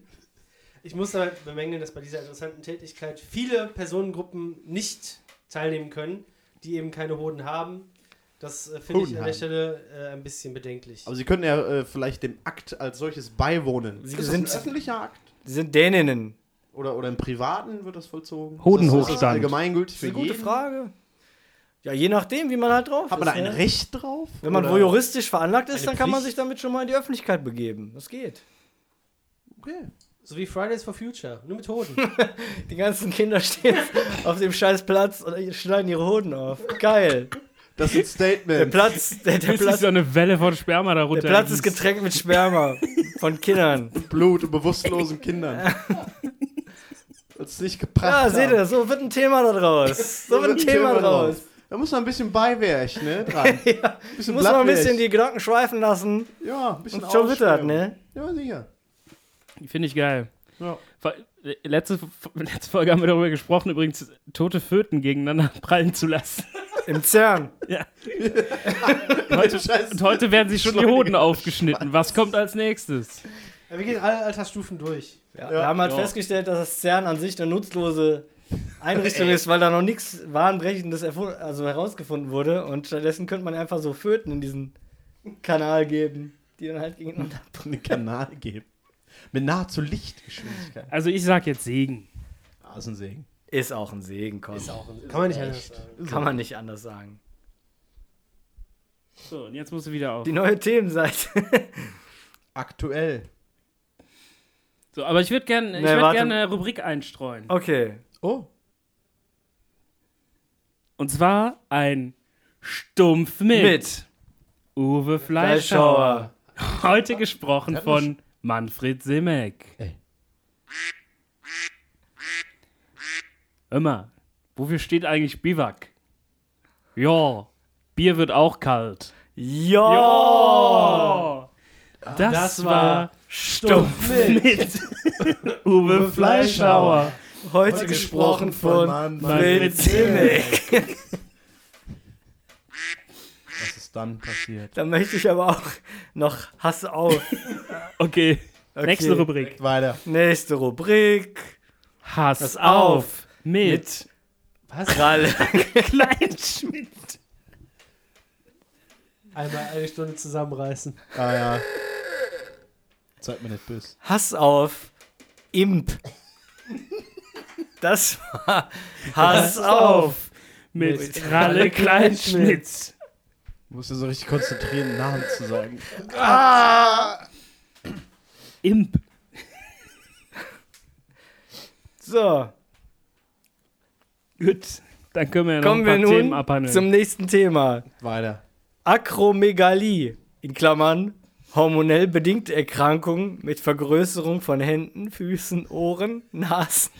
[SPEAKER 4] Ich muss aber bemängeln, dass bei dieser interessanten Tätigkeit viele Personengruppen nicht teilnehmen können, die eben keine Hoden haben. Das äh, finde ich
[SPEAKER 6] Hoden
[SPEAKER 4] an der
[SPEAKER 6] haben.
[SPEAKER 4] Stelle äh, ein bisschen bedenklich.
[SPEAKER 6] Aber sie können ja äh, vielleicht dem Akt als solches beiwohnen.
[SPEAKER 3] Sie
[SPEAKER 6] ist
[SPEAKER 3] sind-
[SPEAKER 6] das ein öffentlicher Akt?
[SPEAKER 3] Sie sind Däninnen.
[SPEAKER 6] Oder, oder im Privaten wird das vollzogen?
[SPEAKER 2] Hodenhochstand.
[SPEAKER 6] Ist das allgemeingültig für
[SPEAKER 3] Das ist eine gute
[SPEAKER 6] jeden?
[SPEAKER 3] Frage. Ja, je nachdem, wie man halt drauf
[SPEAKER 6] Hat man da
[SPEAKER 3] ist.
[SPEAKER 6] ein
[SPEAKER 3] ne?
[SPEAKER 6] Recht drauf?
[SPEAKER 3] Wenn man
[SPEAKER 6] Oder-
[SPEAKER 3] voyeuristisch veranlagt ist,
[SPEAKER 4] Eine
[SPEAKER 3] dann kann man sich
[SPEAKER 4] Pflicht?
[SPEAKER 3] damit schon mal in die Öffentlichkeit begeben. Das geht.
[SPEAKER 6] Okay.
[SPEAKER 4] so wie Fridays for Future, nur mit Hoden.
[SPEAKER 3] Die ganzen Kinder stehen auf dem scheiß Platz und schneiden ihre Hoden auf. Geil.
[SPEAKER 6] Das ist ein
[SPEAKER 3] Der
[SPEAKER 6] Statement.
[SPEAKER 3] Platz, der, der
[SPEAKER 2] Bis sich
[SPEAKER 3] Platz,
[SPEAKER 2] so
[SPEAKER 3] der
[SPEAKER 2] eine Welle von Sperma darunter.
[SPEAKER 3] Platz ist
[SPEAKER 2] gießt.
[SPEAKER 3] getränkt mit Sperma von Kindern.
[SPEAKER 6] Blut und bewusstlosen Kindern. Hat's nicht gebracht.
[SPEAKER 3] Ja,
[SPEAKER 6] haben.
[SPEAKER 3] seht ihr, so wird ein Thema da draus. So wird ein Thema draus.
[SPEAKER 6] Da muss man ein bisschen beiwerchen, ne? Dran.
[SPEAKER 3] Ja,
[SPEAKER 6] Bisschen
[SPEAKER 3] muss man ein
[SPEAKER 6] Blattwerch.
[SPEAKER 3] bisschen die Gedanken schweifen lassen.
[SPEAKER 6] Ja, ein bisschen
[SPEAKER 3] Und schon wird das,
[SPEAKER 6] aufschwimmen.
[SPEAKER 3] ne?
[SPEAKER 6] Ja, sicher.
[SPEAKER 2] Finde ich geil.
[SPEAKER 6] Ja.
[SPEAKER 2] Vor- äh, Letzte, letzte Folge haben wir darüber gesprochen, übrigens tote Föten gegeneinander prallen zu lassen.
[SPEAKER 3] Im CERN.
[SPEAKER 2] Heute,
[SPEAKER 6] Scheiße.
[SPEAKER 2] und heute werden sich schon die Hoden aufgeschnitten. Was kommt als nächstes?
[SPEAKER 4] Ja, wir gehen alle Altersstufen durch.
[SPEAKER 3] Ja, wir haben halt
[SPEAKER 6] Ja.
[SPEAKER 3] festgestellt, dass das CERN an sich eine nutzlose Einrichtung ist, weil da noch nichts Wahnbrechendes erfu- also herausgefunden wurde. Und stattdessen könnte man einfach so Föten in diesen Kanal geben, die dann halt gegeneinander.
[SPEAKER 6] Einen Kanal geben. Mit nahezu Lichtgeschwindigkeit.
[SPEAKER 2] Also ich sag jetzt Segen.
[SPEAKER 6] Rasensägen.
[SPEAKER 3] Ist auch ein Segen, komm. Ist auch
[SPEAKER 4] Kann man nicht anders sagen.
[SPEAKER 3] Kann man nicht anders sagen.
[SPEAKER 2] So, und jetzt musst du wieder auf.
[SPEAKER 3] Die neue Themenseite.
[SPEAKER 6] Aktuell.
[SPEAKER 2] So, aber ich würde gerne
[SPEAKER 3] Nee,
[SPEAKER 2] würd
[SPEAKER 3] warte.
[SPEAKER 2] gern eine Rubrik einstreuen.
[SPEAKER 3] Okay.
[SPEAKER 6] Oh.
[SPEAKER 2] Und zwar ein Stumpf mit,
[SPEAKER 3] Mit.
[SPEAKER 2] Uwe Fleischhauer.
[SPEAKER 3] Fleischhauer.
[SPEAKER 2] Heute gesprochen von Manfred Simek.
[SPEAKER 6] Ey.
[SPEAKER 2] Immer. Wofür steht eigentlich Biwak? Ja, Bier wird auch kalt.
[SPEAKER 3] Ja!
[SPEAKER 2] Das,
[SPEAKER 4] das
[SPEAKER 2] war
[SPEAKER 4] war
[SPEAKER 2] Stumpf mit Uwe Fleischhauer.
[SPEAKER 3] Heute, gesprochen von Manfred Zimmel.
[SPEAKER 6] Was ist dann passiert?
[SPEAKER 3] Da möchte ich aber auch noch Hass auf.
[SPEAKER 2] Okay,
[SPEAKER 3] Okay.
[SPEAKER 2] nächste Rubrik.
[SPEAKER 6] Weiter.
[SPEAKER 3] Nächste Rubrik.
[SPEAKER 2] Hass
[SPEAKER 3] Pass
[SPEAKER 2] auf
[SPEAKER 3] auf
[SPEAKER 2] mit,
[SPEAKER 3] Kralle.
[SPEAKER 2] Kleinschmidt.
[SPEAKER 4] Einmal eine Stunde zusammenreißen.
[SPEAKER 6] Ah ja. Seid mir nicht böse.
[SPEAKER 3] Hass auf Imp. Das war Hass auf.
[SPEAKER 2] Mit Kralle Kleinschmidt.
[SPEAKER 6] Musst du so richtig konzentrieren, Namen zu sagen.
[SPEAKER 2] Imp.
[SPEAKER 3] So,
[SPEAKER 2] Gut, dann können wir ja noch
[SPEAKER 3] kommen wir
[SPEAKER 2] Genau, ein paar Themen
[SPEAKER 3] nun
[SPEAKER 2] abhandeln.
[SPEAKER 3] zum nächsten Thema.
[SPEAKER 6] Weiter.
[SPEAKER 3] Akromegalie, in Klammern, hormonell bedingte Erkrankung mit Vergrößerung von Händen, Füßen, Ohren, Nasen,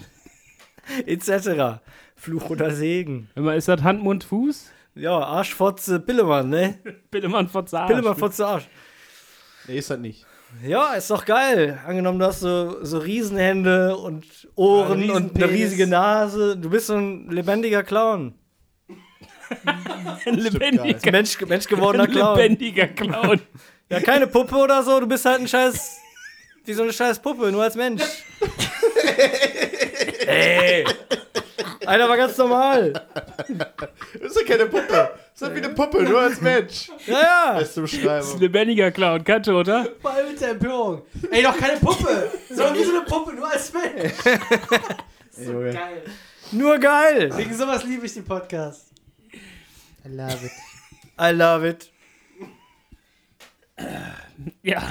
[SPEAKER 3] etc. Fluch oder Segen.
[SPEAKER 2] Hör mal, ist das Hand, Mund, Fuß?
[SPEAKER 3] Ja, Arschfotze, Pillemann, ne?
[SPEAKER 2] Bitte mal von Zahn.
[SPEAKER 3] Pillemann, Fotze, Arsch.
[SPEAKER 6] Nee, ist das nicht.
[SPEAKER 3] Ja, ist doch geil. Angenommen, du hast so, so Riesenhände und Ohren
[SPEAKER 4] Ja,
[SPEAKER 3] und eine
[SPEAKER 4] Riesenpenis.
[SPEAKER 3] riesige Nase. Du bist so ein lebendiger Clown.
[SPEAKER 2] Ein
[SPEAKER 3] Ein
[SPEAKER 2] lebendiger,
[SPEAKER 3] Mensch, Mensch gewordener
[SPEAKER 2] ein
[SPEAKER 3] Clown.
[SPEAKER 2] lebendiger Clown.
[SPEAKER 3] Ja, keine Puppe oder so. Du bist halt ein scheiß. Wie so eine scheiß Puppe, nur als Mensch. Ey! Einer war ganz normal.
[SPEAKER 6] Ist ja keine Puppe. Ist halt wie eine Puppe, nur als Mensch.
[SPEAKER 3] Ja, ja.
[SPEAKER 6] Beste Beschreibung.
[SPEAKER 2] Ein lebendiger Clown, Kante, oder?
[SPEAKER 4] Vor allem mit der Empörung. Ey, doch keine Puppe. Sondern wie so eine Puppe, nur als Mensch.
[SPEAKER 6] so geil.
[SPEAKER 4] Geil.
[SPEAKER 3] Nur geil.
[SPEAKER 4] Wegen sowas liebe ich den Podcast. I love it.
[SPEAKER 3] I love it.
[SPEAKER 2] Ja.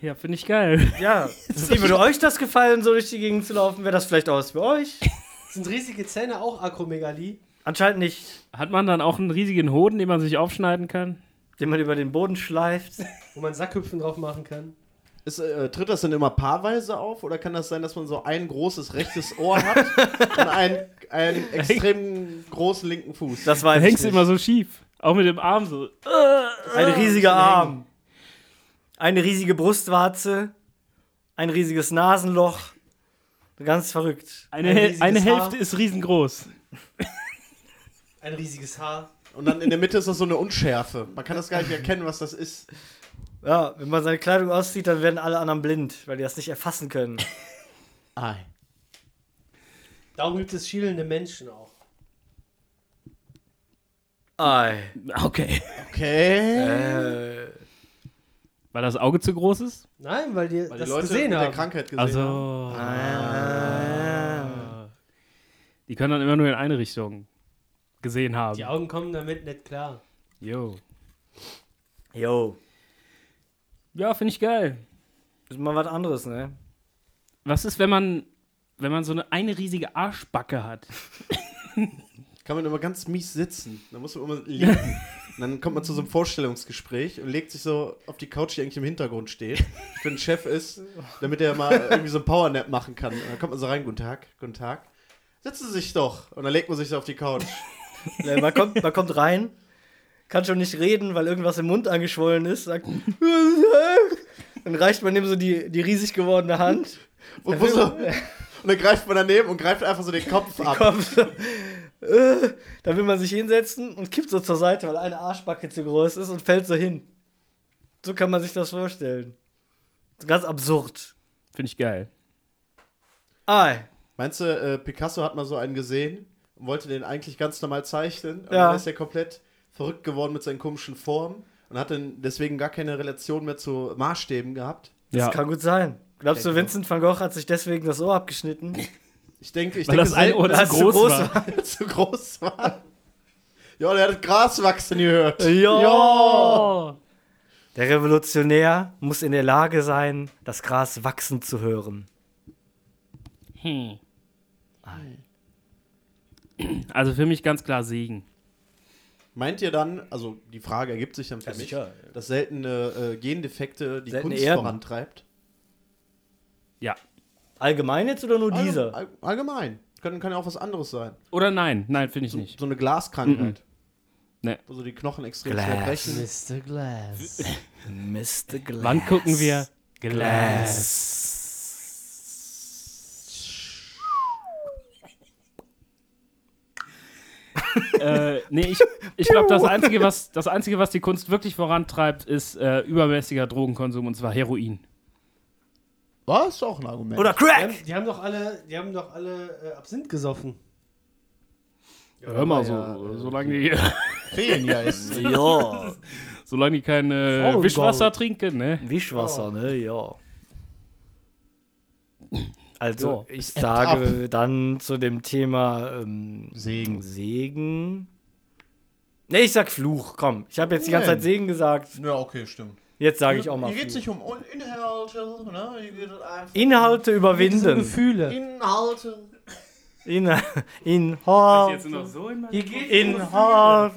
[SPEAKER 2] Ja, finde ich geil.
[SPEAKER 3] Ja. Wie würde euch das gefallen, so durch die Gegend zu laufen? Wäre das vielleicht auch was für euch?
[SPEAKER 4] Sind riesige Zähne auch Akromegalie?
[SPEAKER 3] Anscheinend nicht.
[SPEAKER 2] Hat man dann auch einen riesigen Hoden, den man sich aufschneiden kann?
[SPEAKER 3] Den man über den Boden schleift.
[SPEAKER 4] Wo man Sackhüpfen drauf machen kann.
[SPEAKER 6] Ist, äh, tritt das denn immer paarweise auf oder kann das sein, dass man so ein großes rechtes Ohr hat und einen, einen extrem großen linken Fuß?
[SPEAKER 3] Das weiß
[SPEAKER 2] Da
[SPEAKER 3] ich
[SPEAKER 2] hängst du
[SPEAKER 3] nicht.
[SPEAKER 2] immer so schief. Auch mit dem Arm so.
[SPEAKER 3] Ein riesiger Arm. Ah, Eine riesige Brustwarze. Ein riesiges Nasenloch. Ganz verrückt.
[SPEAKER 2] Eine,
[SPEAKER 4] Ein
[SPEAKER 2] Häl-
[SPEAKER 4] riesiges
[SPEAKER 2] eine
[SPEAKER 4] Haar.
[SPEAKER 2] Hälfte ist riesengroß.
[SPEAKER 4] Ein riesiges Haar.
[SPEAKER 6] Und dann in der Mitte ist das so eine Unschärfe. Man kann das gar nicht erkennen, was das ist.
[SPEAKER 3] Ja, wenn man seine Kleidung auszieht, dann werden alle anderen blind, weil die das nicht erfassen können.
[SPEAKER 6] Ei.
[SPEAKER 4] Darum gibt es schielende Menschen auch.
[SPEAKER 3] Ei.
[SPEAKER 2] Okay.
[SPEAKER 6] Okay.
[SPEAKER 3] Äh,
[SPEAKER 2] Weil das Auge zu groß ist?
[SPEAKER 4] Nein, weil die
[SPEAKER 6] Weil
[SPEAKER 4] das
[SPEAKER 6] die Leute
[SPEAKER 4] gesehen
[SPEAKER 6] mit der
[SPEAKER 4] haben.
[SPEAKER 6] Krankheit gesehen haben.
[SPEAKER 2] Also. Die können dann immer nur in eine Richtung gesehen haben.
[SPEAKER 4] Die Augen kommen damit nicht klar.
[SPEAKER 2] Jo.
[SPEAKER 3] yo.
[SPEAKER 2] Ja, finde ich geil.
[SPEAKER 3] Ist mal was anderes, ne?
[SPEAKER 2] Was ist, wenn man, wenn man so eine, eine riesige Arschbacke hat?
[SPEAKER 6] Kann man immer ganz mies sitzen. Dann muss man immer liegen. Und dann kommt man zu so einem Vorstellungsgespräch und legt sich so auf die Couch, die eigentlich im Hintergrund steht, für den Chef ist, damit er mal irgendwie so ein Powernap machen kann. Und dann kommt man so rein, guten Tag, guten Tag. Setzen Sie sich doch. Und dann legt man sich so auf die Couch.
[SPEAKER 3] Ne, Man kommt, man kommt rein, kann schon nicht reden, weil irgendwas im Mund angeschwollen ist, sagt. Dann reicht man ihm so die, die riesig gewordene Hand.
[SPEAKER 6] Und, wo so, und dann greift man daneben und greift einfach so den Kopf ab.
[SPEAKER 3] Kopf. Äh, da will man sich hinsetzen und kippt so zur Seite, weil eine Arschbacke zu groß ist und fällt so hin. So kann man sich das vorstellen. Ganz absurd.
[SPEAKER 2] Finde ich geil.
[SPEAKER 3] Ah,
[SPEAKER 6] Meinst du, äh, Picasso hat mal so einen gesehen und wollte den eigentlich ganz normal zeichnen? Und
[SPEAKER 3] Ja.
[SPEAKER 6] dann ist er komplett verrückt geworden mit seinen komischen Formen und hat dann deswegen gar keine Relation mehr zu Maßstäben gehabt.
[SPEAKER 3] das
[SPEAKER 2] Ja.
[SPEAKER 3] kann gut sein. Glaubst du,
[SPEAKER 6] Denke
[SPEAKER 3] Vincent van Gogh hat sich deswegen das Ohr abgeschnitten?
[SPEAKER 6] Ich denke, ich
[SPEAKER 2] Weil
[SPEAKER 6] denke,
[SPEAKER 2] das ein Ohr
[SPEAKER 6] Selten,
[SPEAKER 2] zu
[SPEAKER 3] Als
[SPEAKER 2] groß,
[SPEAKER 3] groß
[SPEAKER 2] war.
[SPEAKER 6] dass er zu groß war. Ja, der hat Gras wachsen gehört.
[SPEAKER 3] Ja! Der Revolutionär muss in der Lage sein, das Gras wachsen zu hören.
[SPEAKER 2] Hm. Also für mich ganz klar Segen.
[SPEAKER 6] Meint ihr dann, also die Frage ergibt sich dann für mich, dass seltene äh, Gendefekte die
[SPEAKER 3] Seltene
[SPEAKER 6] Kunst
[SPEAKER 3] Erden.
[SPEAKER 6] vorantreibt?
[SPEAKER 2] Ja.
[SPEAKER 3] Allgemein jetzt oder nur
[SPEAKER 6] Allgemein.
[SPEAKER 3] dieser?
[SPEAKER 6] All, allgemein. Kann, kann ja auch was anderes sein.
[SPEAKER 2] Oder nein? Nein, finde ich
[SPEAKER 6] So,
[SPEAKER 2] nicht.
[SPEAKER 6] so eine Glaskrankheit.
[SPEAKER 2] Nee.
[SPEAKER 6] Wo so die Knochen extrem
[SPEAKER 3] Glas.
[SPEAKER 6] schnell brechen.
[SPEAKER 4] Mr. Glass.
[SPEAKER 3] Mr. Glass.
[SPEAKER 2] Wann gucken wir? äh, nee, ich, ich glaube, das Einzige, was, das Einzige, was die Kunst wirklich vorantreibt, ist äh, übermäßiger Drogenkonsum und zwar Heroin.
[SPEAKER 6] Was? Ist auch ein Argument.
[SPEAKER 3] Oder
[SPEAKER 4] Die
[SPEAKER 3] Crack!
[SPEAKER 4] haben, die haben doch alle, die haben doch alle äh, Absinth gesoffen.
[SPEAKER 2] Hör mal, so,
[SPEAKER 6] ja,
[SPEAKER 2] solange, die,
[SPEAKER 6] Feen, ja. Ist,
[SPEAKER 3] Ja.
[SPEAKER 2] solange die kein äh,
[SPEAKER 4] Frauengaul.
[SPEAKER 2] Wischwasser trinken, ne?
[SPEAKER 4] Oh.
[SPEAKER 3] Wischwasser, ne? Ja. Also,
[SPEAKER 2] Ja.
[SPEAKER 3] ich sage dann zu dem Thema ähm,
[SPEAKER 6] Segen.
[SPEAKER 3] Segen. Nee, ich sag Fluch, komm. Ich habe jetzt die ganze
[SPEAKER 6] Nein.
[SPEAKER 3] Zeit Segen gesagt.
[SPEAKER 6] ja, okay, stimmt.
[SPEAKER 3] Jetzt sage ich auch mal.
[SPEAKER 6] Hier geht es
[SPEAKER 3] Fluch.
[SPEAKER 6] nicht um Un- Inhalte, ne? Hier geht es einfach
[SPEAKER 3] Inhalte überwinden.
[SPEAKER 4] Gefühle.
[SPEAKER 6] um Inhalte.
[SPEAKER 3] In, in Hor.
[SPEAKER 2] noch so in
[SPEAKER 4] Hier geht
[SPEAKER 3] In Hor.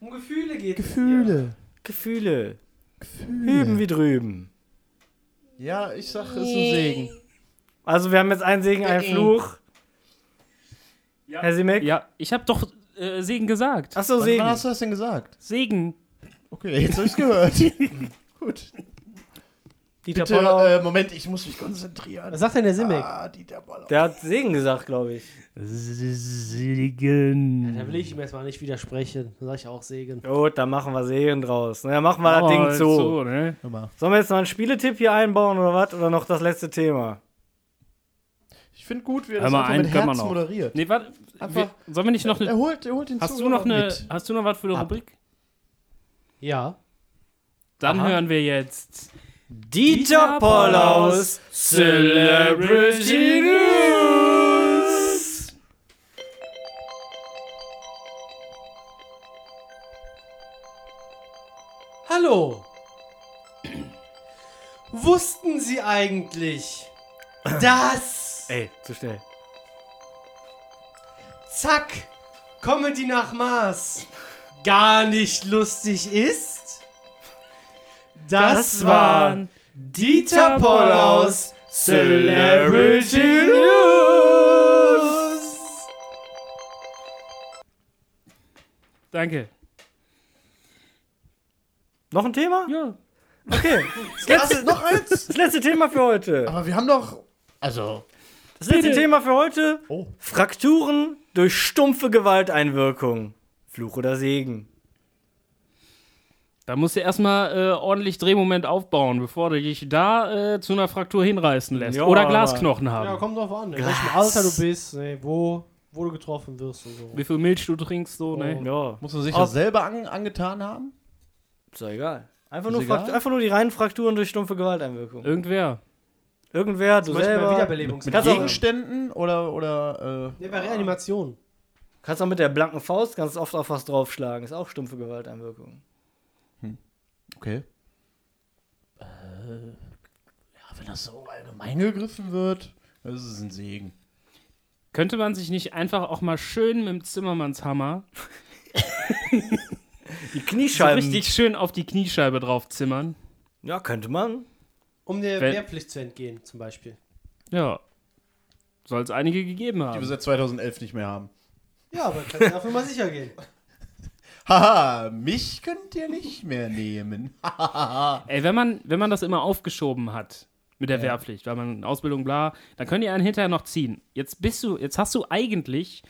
[SPEAKER 4] um Gefühle geht
[SPEAKER 5] Gefühle.
[SPEAKER 3] Gefühle. Hüben wie drüben.
[SPEAKER 6] Ja, ich sag, es ist ein Segen.
[SPEAKER 3] Also, wir haben jetzt einen Segen, einen Fluch.
[SPEAKER 2] Ja.
[SPEAKER 3] Herr Simek?
[SPEAKER 2] Ja, ich habe doch äh, Segen gesagt.
[SPEAKER 3] Achso,
[SPEAKER 6] Wann, wann
[SPEAKER 3] Segen.
[SPEAKER 6] hast du das denn gesagt?
[SPEAKER 2] Segen.
[SPEAKER 6] Okay, jetzt hab ich's gehört. Gut.
[SPEAKER 3] Dieter
[SPEAKER 6] Bitte,
[SPEAKER 3] Poller.
[SPEAKER 6] äh, Moment, ich muss mich konzentrieren.
[SPEAKER 4] Was sagt denn der Simek?
[SPEAKER 6] Ah, Dieter Boller.
[SPEAKER 3] Der hat Segen gesagt, glaube ich.
[SPEAKER 2] Segen.
[SPEAKER 4] Da will ich ihm jetzt mal nicht widersprechen. Da sage ich auch Segen.
[SPEAKER 3] Gut, dann machen wir Segen draus. Na, dann machen wir das Ding zu.
[SPEAKER 2] Oh, ne?
[SPEAKER 3] Sollen wir jetzt noch einen Spieletipp hier einbauen oder was? Oder noch das letzte Thema?
[SPEAKER 6] Ich finde gut, wie er
[SPEAKER 2] Hör
[SPEAKER 6] das
[SPEAKER 2] mal,
[SPEAKER 6] einfach
[SPEAKER 2] einen
[SPEAKER 6] mit
[SPEAKER 2] können wir
[SPEAKER 6] Herz
[SPEAKER 2] noch.
[SPEAKER 6] moderiert.
[SPEAKER 2] Nee, warte.
[SPEAKER 6] Einfach-
[SPEAKER 2] wir- Sollen wir nicht noch.
[SPEAKER 6] Er holt, er holt den
[SPEAKER 2] Hast du
[SPEAKER 6] Zuhörer
[SPEAKER 2] noch eine.
[SPEAKER 6] mit.
[SPEAKER 2] Hast du noch was für eine Rubrik?
[SPEAKER 4] Ja.
[SPEAKER 2] Dann
[SPEAKER 4] Aha.
[SPEAKER 2] hören wir jetzt.
[SPEAKER 3] Dieter
[SPEAKER 2] Pollaus
[SPEAKER 3] Celebrity News!
[SPEAKER 4] Hallo. Wussten Sie eigentlich, dass
[SPEAKER 3] Ey, zu schnell.
[SPEAKER 4] Zack Comedy nach Mars gar nicht lustig ist? Das, war Dieter Pollaus Celebrity News.
[SPEAKER 2] Danke.
[SPEAKER 3] Noch ein Thema?
[SPEAKER 2] Ja.
[SPEAKER 3] Okay. Das letzte,
[SPEAKER 6] Noch eins?
[SPEAKER 3] das letzte Thema für heute.
[SPEAKER 6] Aber wir haben doch. Also.
[SPEAKER 3] Das letzte
[SPEAKER 2] Bitte.
[SPEAKER 3] Thema für heute.
[SPEAKER 6] Oh.
[SPEAKER 3] Frakturen durch stumpfe Gewalteinwirkung. Fluch oder Segen?
[SPEAKER 2] Da musst du erstmal äh, ordentlich Drehmoment aufbauen, bevor du dich da äh, zu einer Fraktur hinreißen lässt.
[SPEAKER 3] Ja,
[SPEAKER 2] Oder
[SPEAKER 3] aber-
[SPEAKER 2] Glasknochen haben.
[SPEAKER 4] Ja, kommt drauf an, in welchem Alter du bist, ne, wo, wo du getroffen wirst und so.
[SPEAKER 2] Wie viel Milch du trinkst, so, ne?
[SPEAKER 3] Ja,
[SPEAKER 6] Muss man sich
[SPEAKER 3] das
[SPEAKER 6] selber angetan haben?
[SPEAKER 3] ist doch egal. Einfach nur,
[SPEAKER 6] egal?
[SPEAKER 3] Frakt- einfach nur die reinen Frakturen durch stumpfe Gewalteinwirkung.
[SPEAKER 2] Irgendwer.
[SPEAKER 3] Irgendwer, du
[SPEAKER 4] Beispiel bei
[SPEAKER 3] selber. Mit-
[SPEAKER 4] Wiederbelebungs-
[SPEAKER 3] mit
[SPEAKER 4] Kannst
[SPEAKER 6] Also,
[SPEAKER 4] auch-
[SPEAKER 6] Gegenständen oder. oder
[SPEAKER 4] Nee, bei Reanimation.
[SPEAKER 3] Kannst auch mit der blanken Faust ganz oft auf was draufschlagen. Ist auch stumpfe Gewalteinwirkung.
[SPEAKER 6] okay. Äh, ja, wenn das so allgemein gegriffen wird, das ist ein Segen.
[SPEAKER 2] Könnte man sich nicht einfach auch mal schön mit dem Zimmermannshammer
[SPEAKER 3] Die
[SPEAKER 2] so
[SPEAKER 3] Kniescheiben.
[SPEAKER 2] richtig schön auf die Kniescheibe drauf zimmern?
[SPEAKER 3] Ja, könnte man.
[SPEAKER 4] Um der
[SPEAKER 2] Wenn-
[SPEAKER 4] Wehrpflicht zu entgehen, zum Beispiel.
[SPEAKER 2] Ja. Soll es einige gegeben
[SPEAKER 6] Die wir
[SPEAKER 2] haben.
[SPEAKER 6] seit 2011 nicht mehr haben.
[SPEAKER 4] Ja, aber kannst du dafür mal sicher gehen.
[SPEAKER 6] Haha, mich könnt ihr nicht mehr nehmen.
[SPEAKER 2] Ey, wenn man, wenn man das immer aufgeschoben hat mit der Wehrpflicht, weil man Ausbildung bla, dann können die einen hinterher noch ziehen. Jetzt bist du, jetzt hast du eigentlich,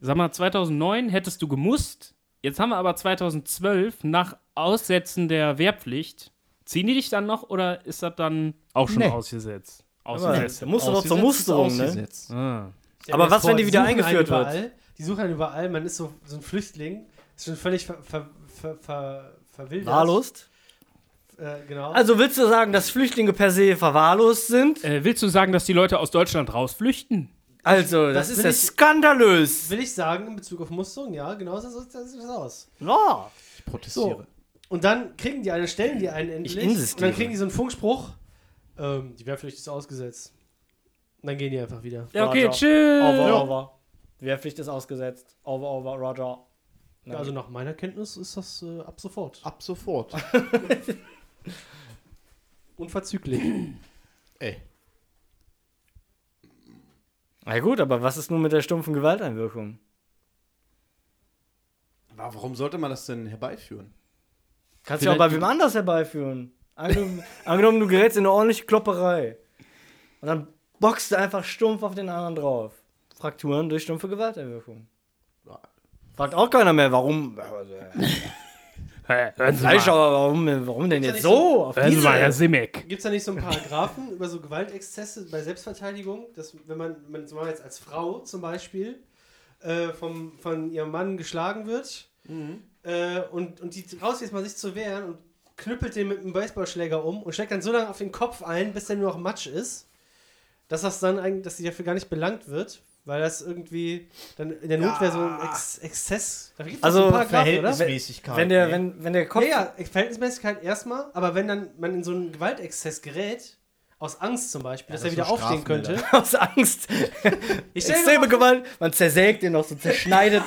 [SPEAKER 2] sag mal, 2009 hättest du gemusst. Jetzt haben wir aber 2012 nach Aussetzen der Wehrpflicht Ziehen die dich dann noch oder ist das dann auch schon
[SPEAKER 7] Nee.
[SPEAKER 2] ausgesetzt?
[SPEAKER 3] Aber
[SPEAKER 2] Ausgesetzt.
[SPEAKER 3] da musst du doch
[SPEAKER 7] Ausgesetzt
[SPEAKER 3] zur
[SPEAKER 7] ist
[SPEAKER 3] Musterung, ne?
[SPEAKER 7] ausgesetzt.
[SPEAKER 2] Ah.
[SPEAKER 4] Stell dir
[SPEAKER 3] Aber
[SPEAKER 4] das
[SPEAKER 3] was, wenn die wieder
[SPEAKER 4] suchen einen
[SPEAKER 3] eingeführt wird?
[SPEAKER 4] überall, Die suchen einen überall, man ist so, so ein Flüchtling, ist schon völlig ver, ver, ver, ver, verwildert.
[SPEAKER 3] Wahlust?
[SPEAKER 4] Äh, genau.
[SPEAKER 3] Also willst du sagen, dass Flüchtlinge per se verwahrlost sind?
[SPEAKER 2] Äh, willst du sagen, dass die Leute aus Deutschland rausflüchten?
[SPEAKER 3] Also, das,
[SPEAKER 4] Das
[SPEAKER 3] ist
[SPEAKER 4] will
[SPEAKER 3] ja
[SPEAKER 4] ich-
[SPEAKER 3] skandalös.
[SPEAKER 4] Will ich sagen, in Bezug auf Musterung, ja, genau so sieht das aus.
[SPEAKER 3] Ja.
[SPEAKER 7] Ich protestiere.
[SPEAKER 4] Und dann kriegen die einen, stellen die einen endlich. und
[SPEAKER 3] insistiere.
[SPEAKER 4] dann kriegen die so einen Funkspruch, ähm, die Wehrpflicht ist ausgesetzt. Und dann gehen die einfach wieder.
[SPEAKER 2] Ja, okay,
[SPEAKER 3] Roger.
[SPEAKER 2] tschüss.
[SPEAKER 3] Over, over. Wehrpflicht ist ausgesetzt. Over, over, Roger. Nein.
[SPEAKER 4] Also nach meiner Kenntnis ist das äh, ab sofort.
[SPEAKER 6] Ab sofort.
[SPEAKER 4] Unverzüglich.
[SPEAKER 7] Ey.
[SPEAKER 3] Na gut, aber was ist nun mit der stumpfen Gewalteinwirkung?
[SPEAKER 6] Wa- Warum sollte man das denn herbeiführen?
[SPEAKER 3] Kannst du ja auch bei wem anders herbeiführen. Angenommen, angenommen, du gerätst in eine ordentliche Klopperei. Und dann boxt du einfach stumpf auf den anderen drauf. Frakturen durch stumpfe Gewalterwirkung. Fragt auch keiner mehr, warum. Also, ja.
[SPEAKER 2] Hä, hören Sie
[SPEAKER 3] Fleisch,
[SPEAKER 2] mal.
[SPEAKER 3] aber warum, warum denn jetzt
[SPEAKER 4] nicht
[SPEAKER 3] so? Auf
[SPEAKER 2] Hören Sie
[SPEAKER 3] diese?
[SPEAKER 2] mal, Herr Simek.
[SPEAKER 4] Gibt es da nicht so einen Paragraphen über so Gewaltexzesse bei Selbstverteidigung, dass wenn man, man so jetzt als Frau zum Beispiel äh, vom, von ihrem Mann geschlagen wird äh, und, und die rausgeht, mal sich zu wehren und knüppelt den mit einem Baseballschläger um und schlägt dann so lange auf den Kopf ein, bis der nur noch Matsch ist, dass das dann eigentlich, dass sie dafür gar nicht belangt wird, weil das irgendwie dann in der Notwehr so ein Ex Exzess. Da gibt's doch
[SPEAKER 3] Also
[SPEAKER 4] so einen Paragraphen, oder?
[SPEAKER 5] Verhältnismäßigkeit.
[SPEAKER 3] Wenn der,
[SPEAKER 5] ne?
[SPEAKER 3] wenn, wenn der Kopf.
[SPEAKER 4] Ja, ja, Verhältnismäßigkeit erstmal, aber wenn dann man in so einen Gewaltexzess gerät, aus Angst zum Beispiel, dass er
[SPEAKER 7] das
[SPEAKER 4] wieder
[SPEAKER 7] ist so
[SPEAKER 4] aufstehen
[SPEAKER 7] Strafmilder.
[SPEAKER 4] könnte.
[SPEAKER 3] Aus Angst.
[SPEAKER 4] Ich stell mir
[SPEAKER 3] Extreme Gewalt. Man zersägt den noch so, zerschneidet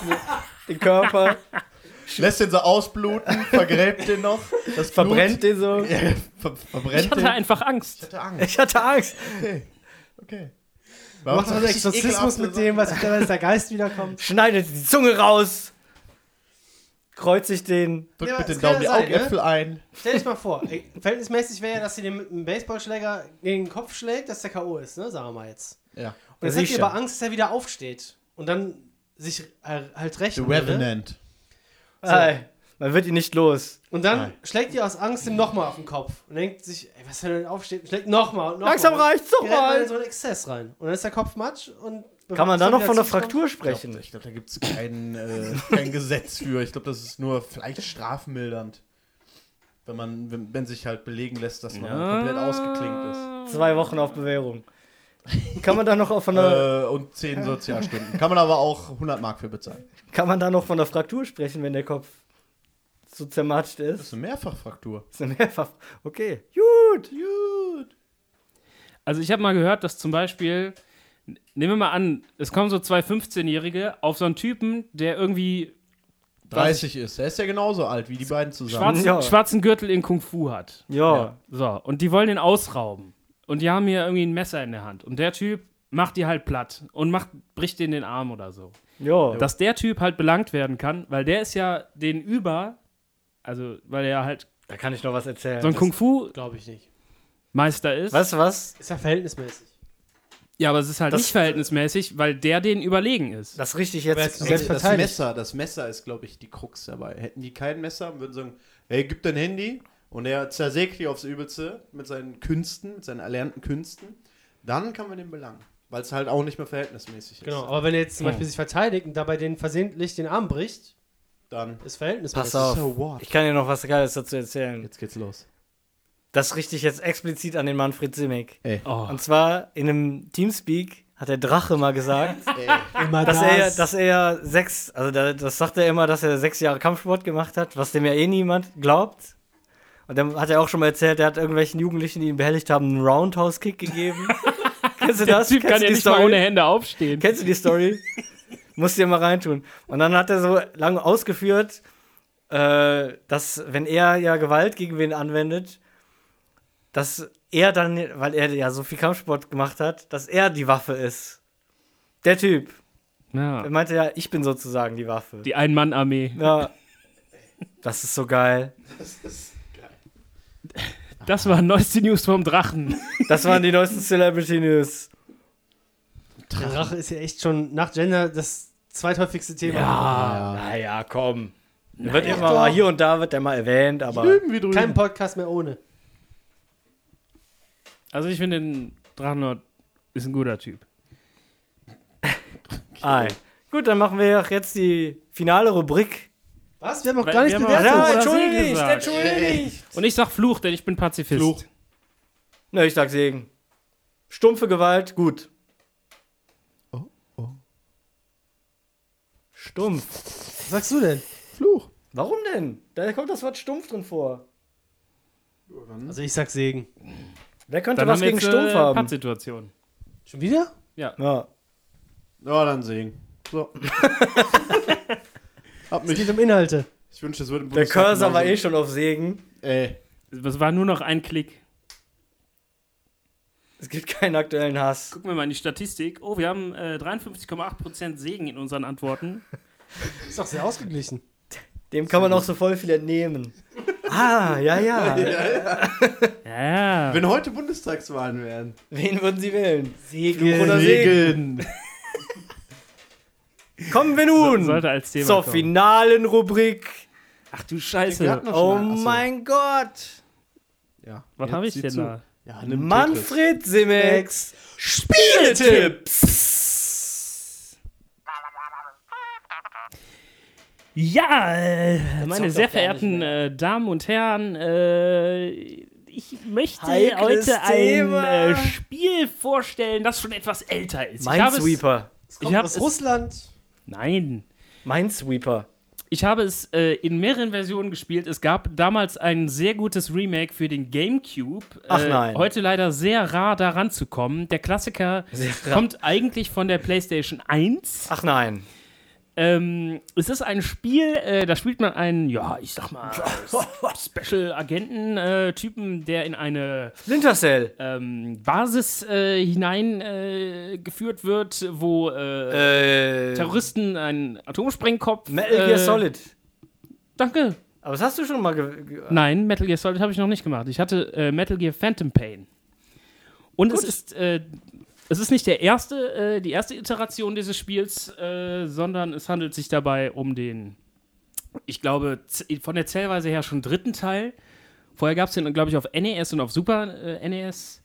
[SPEAKER 3] den Körper,
[SPEAKER 7] Lässt den so ausbluten, vergräbt den noch.
[SPEAKER 6] Das
[SPEAKER 3] verbrennt den so.
[SPEAKER 7] Ver
[SPEAKER 2] Ich
[SPEAKER 7] verbrennt
[SPEAKER 2] hatte einfach Angst.
[SPEAKER 7] hatte Angst.
[SPEAKER 3] Ich hatte Angst.
[SPEAKER 7] Okay. Okay.
[SPEAKER 4] mal, Macht so einen Exorzismus
[SPEAKER 7] ne?
[SPEAKER 4] mit dem, was dass der Geist wiederkommt.
[SPEAKER 3] Schneidet die Zunge raus. Kreuzigt den.
[SPEAKER 7] Drückt
[SPEAKER 4] Ja,
[SPEAKER 7] mit
[SPEAKER 4] das
[SPEAKER 7] den
[SPEAKER 4] kann
[SPEAKER 7] Daumen die
[SPEAKER 4] ja sein, ne?
[SPEAKER 7] Augäpfel ein.
[SPEAKER 4] Stell dich mal vor, ey, verhältnismäßig wäre ja, dass sie den mit einem Baseballschläger gegen den Kopf schlägt, dass der K.O. ist, ne? Sagen wir mal jetzt.
[SPEAKER 7] Ja.
[SPEAKER 4] Und jetzt hat sie
[SPEAKER 3] Sicher.
[SPEAKER 4] aber Angst, dass er wieder aufsteht und dann sich äh, halt
[SPEAKER 7] The
[SPEAKER 4] rechnen würde.
[SPEAKER 7] Revenant.
[SPEAKER 3] Ei, man wird ihn nicht los.
[SPEAKER 4] Und dann
[SPEAKER 7] Nein.
[SPEAKER 4] schlägt die aus Angst ihm nochmal auf den Kopf und denkt sich, ey, was wenn er denn aufsteht? Und schlägt nochmal und nochmal.
[SPEAKER 3] Langsam reicht's doch
[SPEAKER 4] Gerät man in
[SPEAKER 3] mal.
[SPEAKER 4] so einen Exzess rein. Und dann ist der Kopf matsch und.
[SPEAKER 3] Kann man da noch
[SPEAKER 4] wieder
[SPEAKER 3] von einer
[SPEAKER 4] Zustand?
[SPEAKER 3] Fraktur
[SPEAKER 7] Ich
[SPEAKER 3] sprechen?
[SPEAKER 7] glaube, glaub, da gibt es kein, äh, kein Gesetz für. Ich glaube, das ist nur vielleicht strafmildernd. Wenn man, wenn, wenn sich halt belegen lässt, dass man komplett ausgeklinkt ist.
[SPEAKER 3] Zwei Wochen auf Bewährung. Kann man da noch auf von einer,
[SPEAKER 7] Äh, und 10 Sozialstunden. Kann man aber auch 100 Mark für bezahlen.
[SPEAKER 3] kann man da noch von einer Fraktur sprechen, wenn der Kopf so zermatscht
[SPEAKER 7] Das
[SPEAKER 3] ist?
[SPEAKER 7] ist eine Mehrfachfraktur.
[SPEAKER 3] Ist eine mehrfach. Okay. Gut.
[SPEAKER 7] Gut.
[SPEAKER 2] Also ich habe mal gehört, dass zum Beispiel, n- nehmen wir mal an, es kommen so zwei 15-Jährige auf so einen Typen, der irgendwie
[SPEAKER 7] 30 ist. Er ist ja genauso alt wie die beiden zusammen.
[SPEAKER 2] schwarzen,
[SPEAKER 3] Ja.
[SPEAKER 2] schwarzen Gürtel in Kung Fu hat.
[SPEAKER 3] Ja.
[SPEAKER 2] So, und die wollen den ausrauben. Und die haben hier irgendwie ein Messer in der Hand. Und der Typ macht die halt platt und macht, bricht denen den Arm oder so.
[SPEAKER 3] Ja.
[SPEAKER 2] Dass der Typ halt belangt werden kann, weil der ist ja den über, also weil er halt
[SPEAKER 3] Da kann ich noch was erzählen.
[SPEAKER 2] so ein Kung-Fu-Meister
[SPEAKER 4] Glaube ich nicht.
[SPEAKER 2] ist.
[SPEAKER 3] Weißt du was?
[SPEAKER 4] Ist ja verhältnismäßig.
[SPEAKER 2] Ja, aber es ist halt
[SPEAKER 3] Das-
[SPEAKER 2] nicht verhältnismäßig, weil der den überlegen ist.
[SPEAKER 3] Das richtig
[SPEAKER 4] Wer ist
[SPEAKER 3] jetzt.
[SPEAKER 4] selbst
[SPEAKER 6] das
[SPEAKER 4] verteidigt.
[SPEAKER 6] Messer, das Messer ist, glaube ich, die Krux dabei. Hätten die kein Messer, würden sagen, hey, gib dein Handy und er zersägt die aufs Übelste mit seinen Künsten, mit seinen erlernten Künsten, dann kann man den belangen. Weil es halt auch nicht mehr verhältnismäßig ist.
[SPEAKER 4] Genau, aber wenn er jetzt zum Beispiel sich verteidigt und dabei den versehentlich den Arm bricht,
[SPEAKER 6] Dann.
[SPEAKER 4] ist verhältnismäßig.
[SPEAKER 3] Pass auf.
[SPEAKER 6] So what?
[SPEAKER 3] Ich kann dir noch was Geiles dazu erzählen.
[SPEAKER 6] Jetzt geht's los.
[SPEAKER 3] Das richte ich jetzt explizit an den Manfred Simek.
[SPEAKER 2] Oh.
[SPEAKER 3] Und zwar in einem Teamspeak hat der Drache mal gesagt,
[SPEAKER 4] Immer
[SPEAKER 3] dass er, dass er sechs, also da, das sagt er immer, dass er sechs Jahre Kampfsport gemacht hat, was dem ja eh niemand glaubt. Und dann hat er auch schon mal erzählt, er hat irgendwelchen Jugendlichen, die ihn behelligt haben, einen Roundhouse-Kick gegeben. Kennst du das?
[SPEAKER 2] Der Typ
[SPEAKER 3] Kennst
[SPEAKER 2] kann
[SPEAKER 3] du
[SPEAKER 2] ja
[SPEAKER 3] die
[SPEAKER 2] nicht mal
[SPEAKER 3] Story?
[SPEAKER 2] ohne Hände aufstehen.
[SPEAKER 3] Kennst du die Story? Musst dir mal reintun. Und dann hat er so lange ausgeführt, äh, dass wenn er ja Gewalt gegen wen anwendet, dass er dann, weil er ja so viel Kampfsport gemacht hat, dass er die Waffe ist. Der Typ.
[SPEAKER 2] Ja.
[SPEAKER 3] Er meinte ja, ich bin sozusagen die Waffe.
[SPEAKER 2] Die Ein-Mann-Armee.
[SPEAKER 3] ja. Das ist so geil.
[SPEAKER 2] Das waren neueste News vom Drachen.
[SPEAKER 3] Das waren die neuesten Celebrity News.
[SPEAKER 4] Der Drache ist ja echt schon nach Gender das zweithäufigste Thema.
[SPEAKER 3] Ah, naja, komm. Wird immer mal hier und da wird er mal erwähnt, aber
[SPEAKER 7] Wie drüben.
[SPEAKER 4] Kein Podcast mehr ohne.
[SPEAKER 2] Also ich finde, den Drachenlord ist ein guter Typ.
[SPEAKER 3] Ei. Gut, dann machen wir doch jetzt die finale Rubrik.
[SPEAKER 4] Was? Wir haben auch
[SPEAKER 2] Weil
[SPEAKER 4] gar nichts
[SPEAKER 2] wir haben
[SPEAKER 4] bewertet.
[SPEAKER 2] auch-
[SPEAKER 4] oder?
[SPEAKER 2] oder Sie gesagt.
[SPEAKER 3] entschuldigt.
[SPEAKER 2] Und ich sag Fluch, denn ich bin Pazifist.
[SPEAKER 7] Fluch.
[SPEAKER 3] Ne, ich sag Segen. Stumpfe Gewalt, gut. Stumpf.
[SPEAKER 4] Was sagst du denn?
[SPEAKER 7] Fluch.
[SPEAKER 3] Warum denn? Da kommt das Wort stumpf drin vor.
[SPEAKER 4] Also ich sag Segen.
[SPEAKER 3] Wer könnte
[SPEAKER 2] Dann
[SPEAKER 3] was
[SPEAKER 2] haben wir
[SPEAKER 3] gegen
[SPEAKER 2] jetzt
[SPEAKER 3] stumpf
[SPEAKER 2] äh,
[SPEAKER 3] haben?
[SPEAKER 2] Pattsituation.
[SPEAKER 4] Schon wieder?
[SPEAKER 3] Ja.
[SPEAKER 6] Ja, dann singen. So. Hab
[SPEAKER 4] Es
[SPEAKER 6] mich.
[SPEAKER 4] geht um Inhalte.
[SPEAKER 6] Ich wünsche, es würde im
[SPEAKER 3] Der
[SPEAKER 6] Bundestag
[SPEAKER 3] Cursor war eh
[SPEAKER 6] genauso-
[SPEAKER 3] schon auf Segen.
[SPEAKER 6] Ey.
[SPEAKER 2] Es war nur noch ein Klick.
[SPEAKER 3] Es gibt keinen aktuellen Hass.
[SPEAKER 2] Gucken wir mal in die Statistik. Oh, wir haben äh, 53,8% Segen in unseren Antworten.
[SPEAKER 4] Ist doch sehr ausgeglichen.
[SPEAKER 3] Dem kann man auch so voll viel entnehmen. Ah, ja, ja.
[SPEAKER 2] Ja.
[SPEAKER 6] Wenn heute Bundestagswahlen wären.
[SPEAKER 3] Wen würden Sie wählen?
[SPEAKER 4] Segen.
[SPEAKER 3] Fluch oder Segen. Kommen wir nun
[SPEAKER 2] sollte als Thema
[SPEAKER 3] zur
[SPEAKER 2] kommen.
[SPEAKER 3] finalen Rubrik.
[SPEAKER 2] Ach du
[SPEAKER 6] Wir hatten
[SPEAKER 2] Scheiße.
[SPEAKER 6] noch
[SPEAKER 3] Oh
[SPEAKER 6] schon eine- achso.
[SPEAKER 3] mein Gott.
[SPEAKER 6] Ja.
[SPEAKER 2] Was
[SPEAKER 6] Jetzt
[SPEAKER 2] habe ich
[SPEAKER 6] sieh
[SPEAKER 2] denn
[SPEAKER 6] zu.
[SPEAKER 2] da?
[SPEAKER 6] Ja, nimm Tetris.
[SPEAKER 3] Manfred Simex Spieltipps.
[SPEAKER 2] Ja, äh, meine
[SPEAKER 3] zockt
[SPEAKER 2] sehr
[SPEAKER 3] doch gar
[SPEAKER 2] verehrten
[SPEAKER 3] nicht mehr.
[SPEAKER 2] äh, Damen und Herren, äh, ich möchte
[SPEAKER 3] Heikles
[SPEAKER 2] heute ein
[SPEAKER 3] Thema.
[SPEAKER 2] äh, Spiel vorstellen, das schon etwas älter ist. Ich habe es-
[SPEAKER 3] Minesweeper.
[SPEAKER 2] Ich habe
[SPEAKER 4] aus
[SPEAKER 2] es-
[SPEAKER 4] Russland.
[SPEAKER 2] Nein.
[SPEAKER 3] Minesweeper.
[SPEAKER 2] Ich habe es äh, in mehreren Versionen gespielt. Es gab damals ein sehr gutes Remake für den GameCube.
[SPEAKER 3] Ach
[SPEAKER 2] äh,
[SPEAKER 3] nein.
[SPEAKER 2] Heute leider sehr rar daran zu kommen. Der Klassiker
[SPEAKER 3] rar.
[SPEAKER 2] kommt eigentlich von der PlayStation 1.
[SPEAKER 3] Ach nein.
[SPEAKER 2] Ähm, es ist ein Spiel, äh, da spielt man einen, ja, ich sag mal, Special-Agenten-Typen, der in eine
[SPEAKER 3] Splinter Cell.
[SPEAKER 2] ähm, Basis äh, hineingeführt äh, geführt wird, wo äh,
[SPEAKER 3] Äh,
[SPEAKER 2] Terroristen einen Atomsprengkopf.
[SPEAKER 3] Metal Gear
[SPEAKER 2] äh,
[SPEAKER 3] Solid.
[SPEAKER 2] Danke.
[SPEAKER 3] Aber das hast du schon mal ge ge
[SPEAKER 2] Nein, Metal Gear Solid habe ich noch nicht gemacht. Ich hatte äh, Metal Gear Phantom Pain. Und es ist, äh, es ist nicht der erste, äh, die erste Iteration dieses Spiels, äh, sondern es handelt sich dabei um den, ich glaube, z- von der Zählweise her schon dritten Teil. Vorher gab es den, glaube ich, auf NES und auf Super äh, NES.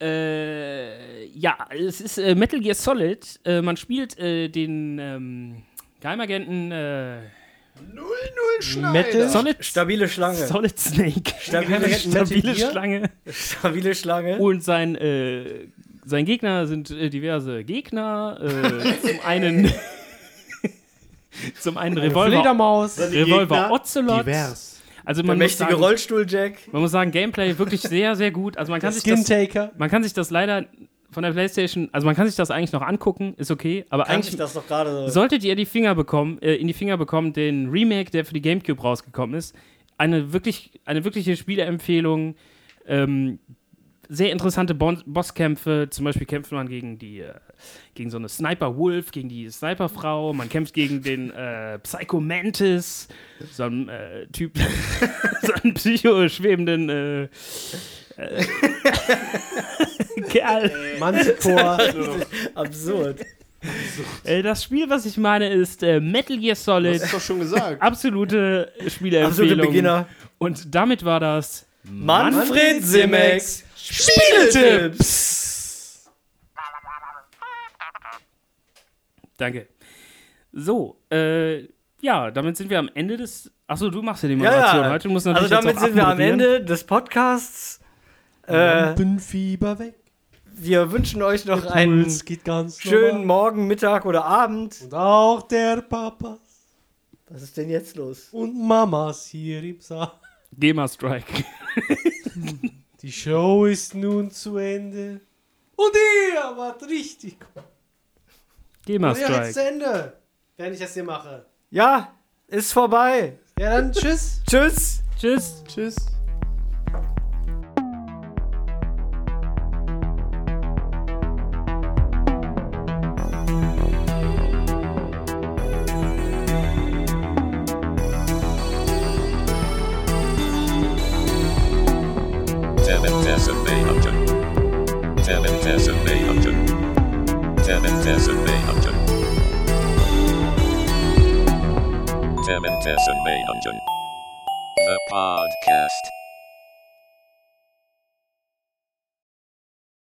[SPEAKER 2] Äh, ja, es ist äh, Metal Gear Solid. Äh, man spielt äh, den ähm, Geheimagenten äh,
[SPEAKER 4] Metal.
[SPEAKER 2] Solid
[SPEAKER 3] Stabile Schlange.
[SPEAKER 2] Solid Snake.
[SPEAKER 3] Stabile,
[SPEAKER 2] Stabile Schlange.
[SPEAKER 3] stabile Schlange.
[SPEAKER 2] Und sein, äh, sein Gegner sind äh, diverse Gegner. Äh, zum einen. zum einen Revolver,
[SPEAKER 4] Fledermaus.
[SPEAKER 2] Revolver
[SPEAKER 6] Gegner
[SPEAKER 2] Ocelot.
[SPEAKER 6] Divers.
[SPEAKER 2] Also
[SPEAKER 3] Der
[SPEAKER 2] man muss,
[SPEAKER 3] mächtige
[SPEAKER 2] sagen,
[SPEAKER 3] Rollstuhl-Jack.
[SPEAKER 2] man muss sagen, Gameplay wirklich sehr, sehr gut. Also man kann, sich das,
[SPEAKER 4] Skintaker.
[SPEAKER 2] man kann sich das leider von der Playstation, also man kann sich das eigentlich noch angucken, ist okay, aber
[SPEAKER 3] Kann ich
[SPEAKER 2] eigentlich
[SPEAKER 3] das doch gerade so.
[SPEAKER 2] solltet ihr die Finger bekommen, äh, in die Finger bekommen, den Remake, der für die GameCube rausgekommen ist. Eine, wirklich, eine wirkliche Spieleempfehlung. Ähm, sehr interessante bon Bosskämpfe. Zum Beispiel kämpft man gegen die äh, gegen so eine Sniper Wolf, gegen die Sniperfrau. Man kämpft gegen den äh, Psycho Mantis, so einen äh, Typ, so einen psychoschwebenden äh, äh, Kerl.
[SPEAKER 4] Manticore.
[SPEAKER 3] Absurd.
[SPEAKER 2] Äh, das Spiel, was ich meine, ist äh, Metal Gear Solid.
[SPEAKER 6] Das ist doch schon gesagt.
[SPEAKER 2] absolute
[SPEAKER 3] Absolute
[SPEAKER 2] Spieleempfehlung.
[SPEAKER 3] Beginner.
[SPEAKER 2] Und damit war das
[SPEAKER 3] Manfred Simex. Spieletipps.
[SPEAKER 2] Danke. So, äh, ja, damit sind wir am Ende des. Achso, du machst ja die
[SPEAKER 3] Ja,
[SPEAKER 2] Moderation
[SPEAKER 3] ja.
[SPEAKER 2] heute. Muss
[SPEAKER 3] Also
[SPEAKER 2] natürlich
[SPEAKER 3] damit
[SPEAKER 2] jetzt auch
[SPEAKER 3] sind wir am
[SPEAKER 2] abmoderieren.
[SPEAKER 3] Ende des Podcasts. Äh,
[SPEAKER 4] Lampenfieber weg.
[SPEAKER 3] wir wünschen euch noch einen
[SPEAKER 4] Puls geht ganz
[SPEAKER 3] schönen
[SPEAKER 4] normal.
[SPEAKER 3] Morgen, Mittag oder Abend.
[SPEAKER 4] Und auch der Papa
[SPEAKER 3] Was ist denn jetzt los?
[SPEAKER 4] und Mamas hier im Saal.
[SPEAKER 2] GEMA Strike.
[SPEAKER 4] Die Show ist nun zu Ende. Und ihr wart richtig gut.
[SPEAKER 2] GEMA
[SPEAKER 4] Und ja, jetzt zu
[SPEAKER 2] Strike.
[SPEAKER 4] Ende, wenn ich das hier mache.
[SPEAKER 3] Ja, ist vorbei.
[SPEAKER 4] Ja, dann tschüss.
[SPEAKER 3] Tschüss.
[SPEAKER 2] Tschüss.
[SPEAKER 6] Tschüss.
[SPEAKER 1] Seven thousand eight hundred. Seven thousand eight hundred. Seven thousand eight hundred. Seven thousand eight hundred. The podcast.